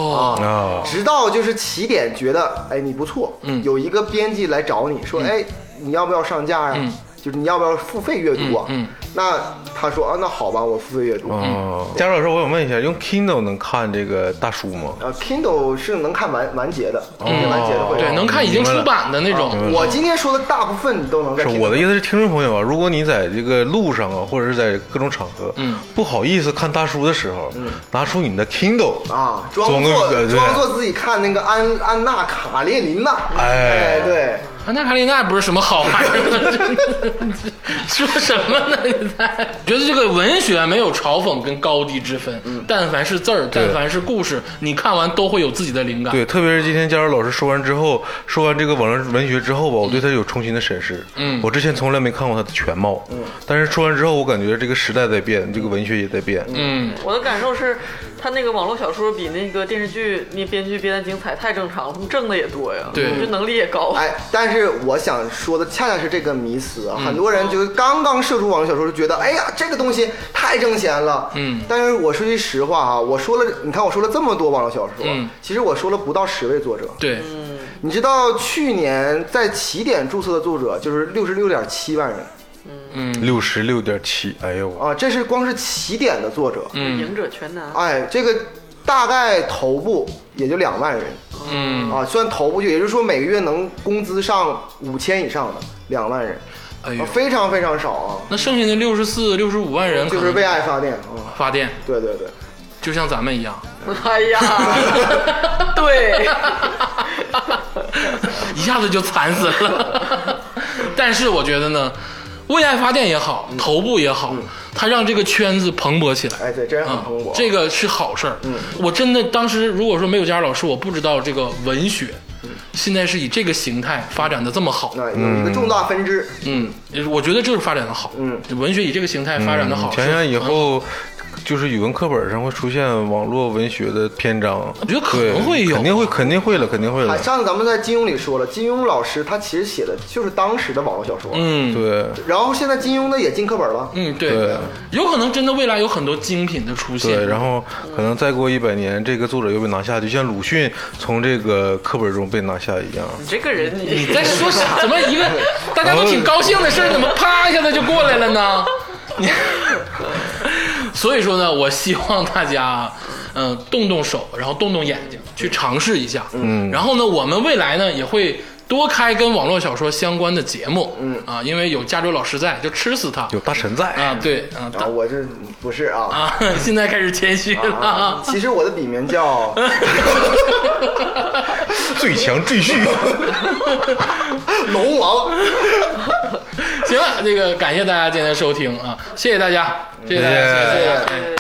Speaker 1: 哦，
Speaker 3: 啊，
Speaker 4: 直到就是起点觉得哎你不错，
Speaker 1: 嗯
Speaker 4: 有一个编辑来找你说、哎你要不要上架呀、
Speaker 1: 嗯
Speaker 4: 就是你要不要付费阅读啊？
Speaker 1: 嗯嗯
Speaker 4: 那他说啊，那好吧，我付费阅读。
Speaker 3: 哦，佳老师，我想问一下，用 Kindle 能看这个大书吗？
Speaker 4: 呃，Kindle 是能看完完结的，嗯完结的
Speaker 1: 哦
Speaker 4: 会
Speaker 1: 对，能看已经出版的那种。
Speaker 4: 我今天说的大部分你都能
Speaker 3: 嗯
Speaker 4: 在
Speaker 3: 是
Speaker 4: Kindle
Speaker 3: 我的意思是，听众朋友啊，如果你在这个路上啊，或者是在各种场合，
Speaker 1: 嗯，
Speaker 3: 不好意思看大书的时候，拿出你的 Kindle
Speaker 4: 啊，装
Speaker 3: 个
Speaker 4: 作
Speaker 3: 对
Speaker 4: 装作自己看那个安安娜卡列尼娜，
Speaker 3: 哎
Speaker 4: 对，
Speaker 1: 安娜卡列娜不是什么好玩意儿，说什么呢？你在觉得这个文学没有嘲讽跟高低之分，但凡是字儿，但凡是故事，你看完都会有自己的灵感。
Speaker 3: 对，特别是今天佳柔老师说完之后，说完这个网络文学之后吧，我
Speaker 1: 嗯
Speaker 3: 对他有重新的审视。嗯，我之前从来没看过他的全貌。嗯，但是说完之后，我感觉这个时代在变，这个文学也在变。嗯，
Speaker 2: 我的感受是，他那个网络小说比那个电视剧那编剧编的精彩，太正常了，他们挣的也多呀，
Speaker 1: 对
Speaker 2: 这能力也高。
Speaker 4: 哎，但是我想说的恰恰是这个迷思啊，很多
Speaker 1: 嗯
Speaker 4: 人就是刚刚涉足网络小说，就觉得哎呀，这个东西太挣钱了。
Speaker 1: 嗯
Speaker 4: 但是我说句实话啊，我说了，你看我说了这么多网络小说，
Speaker 1: 嗯
Speaker 4: 其实我说了不到十位作者。
Speaker 1: 对，
Speaker 4: 你知道去年在起点注册的作者就是六十六点七万人
Speaker 3: 六十六点七，哎呦，
Speaker 4: 啊，这是光是起点的作者。
Speaker 1: 嗯
Speaker 2: 赢者全拿。
Speaker 4: 哎，这个大概头部也就两万人。
Speaker 1: 嗯，
Speaker 4: 啊，算头部剧，也就是说每个月能工资上五千以上的两万人，
Speaker 1: 哎呦
Speaker 4: 啊，非常非常少啊，
Speaker 1: 那剩下的六十四、六十五万人可
Speaker 4: 就
Speaker 1: 能
Speaker 4: 是为爱发电啊，
Speaker 1: 发电，
Speaker 4: 对对对，
Speaker 1: 就像咱们一样，
Speaker 2: 哎呀，对，
Speaker 1: 一下子就惨死了。 但是我觉得呢，为爱发电也好，
Speaker 4: 嗯
Speaker 1: 头部也好，它让这个圈子蓬勃起来。
Speaker 4: 哎对，真很
Speaker 1: 啊
Speaker 4: 蓬勃，，嗯
Speaker 1: 这个是好事儿。我真的当时如果说没有佳老师，我不知道这个文学
Speaker 4: 嗯
Speaker 1: 现在是以这个形态发展的这么好。
Speaker 4: 那有一个重大分支，
Speaker 1: 嗯，我觉得这是发展的好。
Speaker 4: 嗯，
Speaker 1: 文学以这个形态发展的好。
Speaker 3: 嗯想想
Speaker 1: 是
Speaker 3: 以后。就是语文课本上会出现网络文学的篇章，
Speaker 1: 我觉得可能
Speaker 3: 对
Speaker 1: 会有
Speaker 3: 肯定会，肯定会了，肯定会了
Speaker 4: 哎，。上次咱们在金庸里说了，金庸老师他其实写的就是当时的网络小说，
Speaker 1: 嗯，
Speaker 3: 对，
Speaker 4: 然后现在金庸的也进课本了，
Speaker 1: 嗯，对，
Speaker 3: 对
Speaker 1: 有可能真的未来有很多精品的出现。
Speaker 3: 对，然后可能再过一百年，这个作者又被拿下，就像鲁迅从这个课本中被拿下一样。
Speaker 2: 你这个人
Speaker 1: 你
Speaker 2: 你
Speaker 1: 在说啥？怎么一 个大家都挺高兴的事儿，怎么啪一下子就过来了 呢？你，所以说呢，我希望大家，嗯、动动手，然后动动眼睛，去尝试一下。嗯，然后呢，我们未来呢也会。多开跟网络小说相关的节目，嗯啊，因为有加州老师在，就吃死他
Speaker 3: 有大神在
Speaker 1: 啊，对啊
Speaker 4: 啊，我这不是啊，
Speaker 1: 啊， 现在开始谦虚了
Speaker 4: 啊，
Speaker 1: 啊，
Speaker 4: 其实我的笔 名叫，
Speaker 3: 最强赘婿，
Speaker 4: 龙王，
Speaker 1: 行了，这个感谢大家今天的收听啊，谢谢大家，谢谢大家，谢谢大家。
Speaker 4: 对
Speaker 1: 谢谢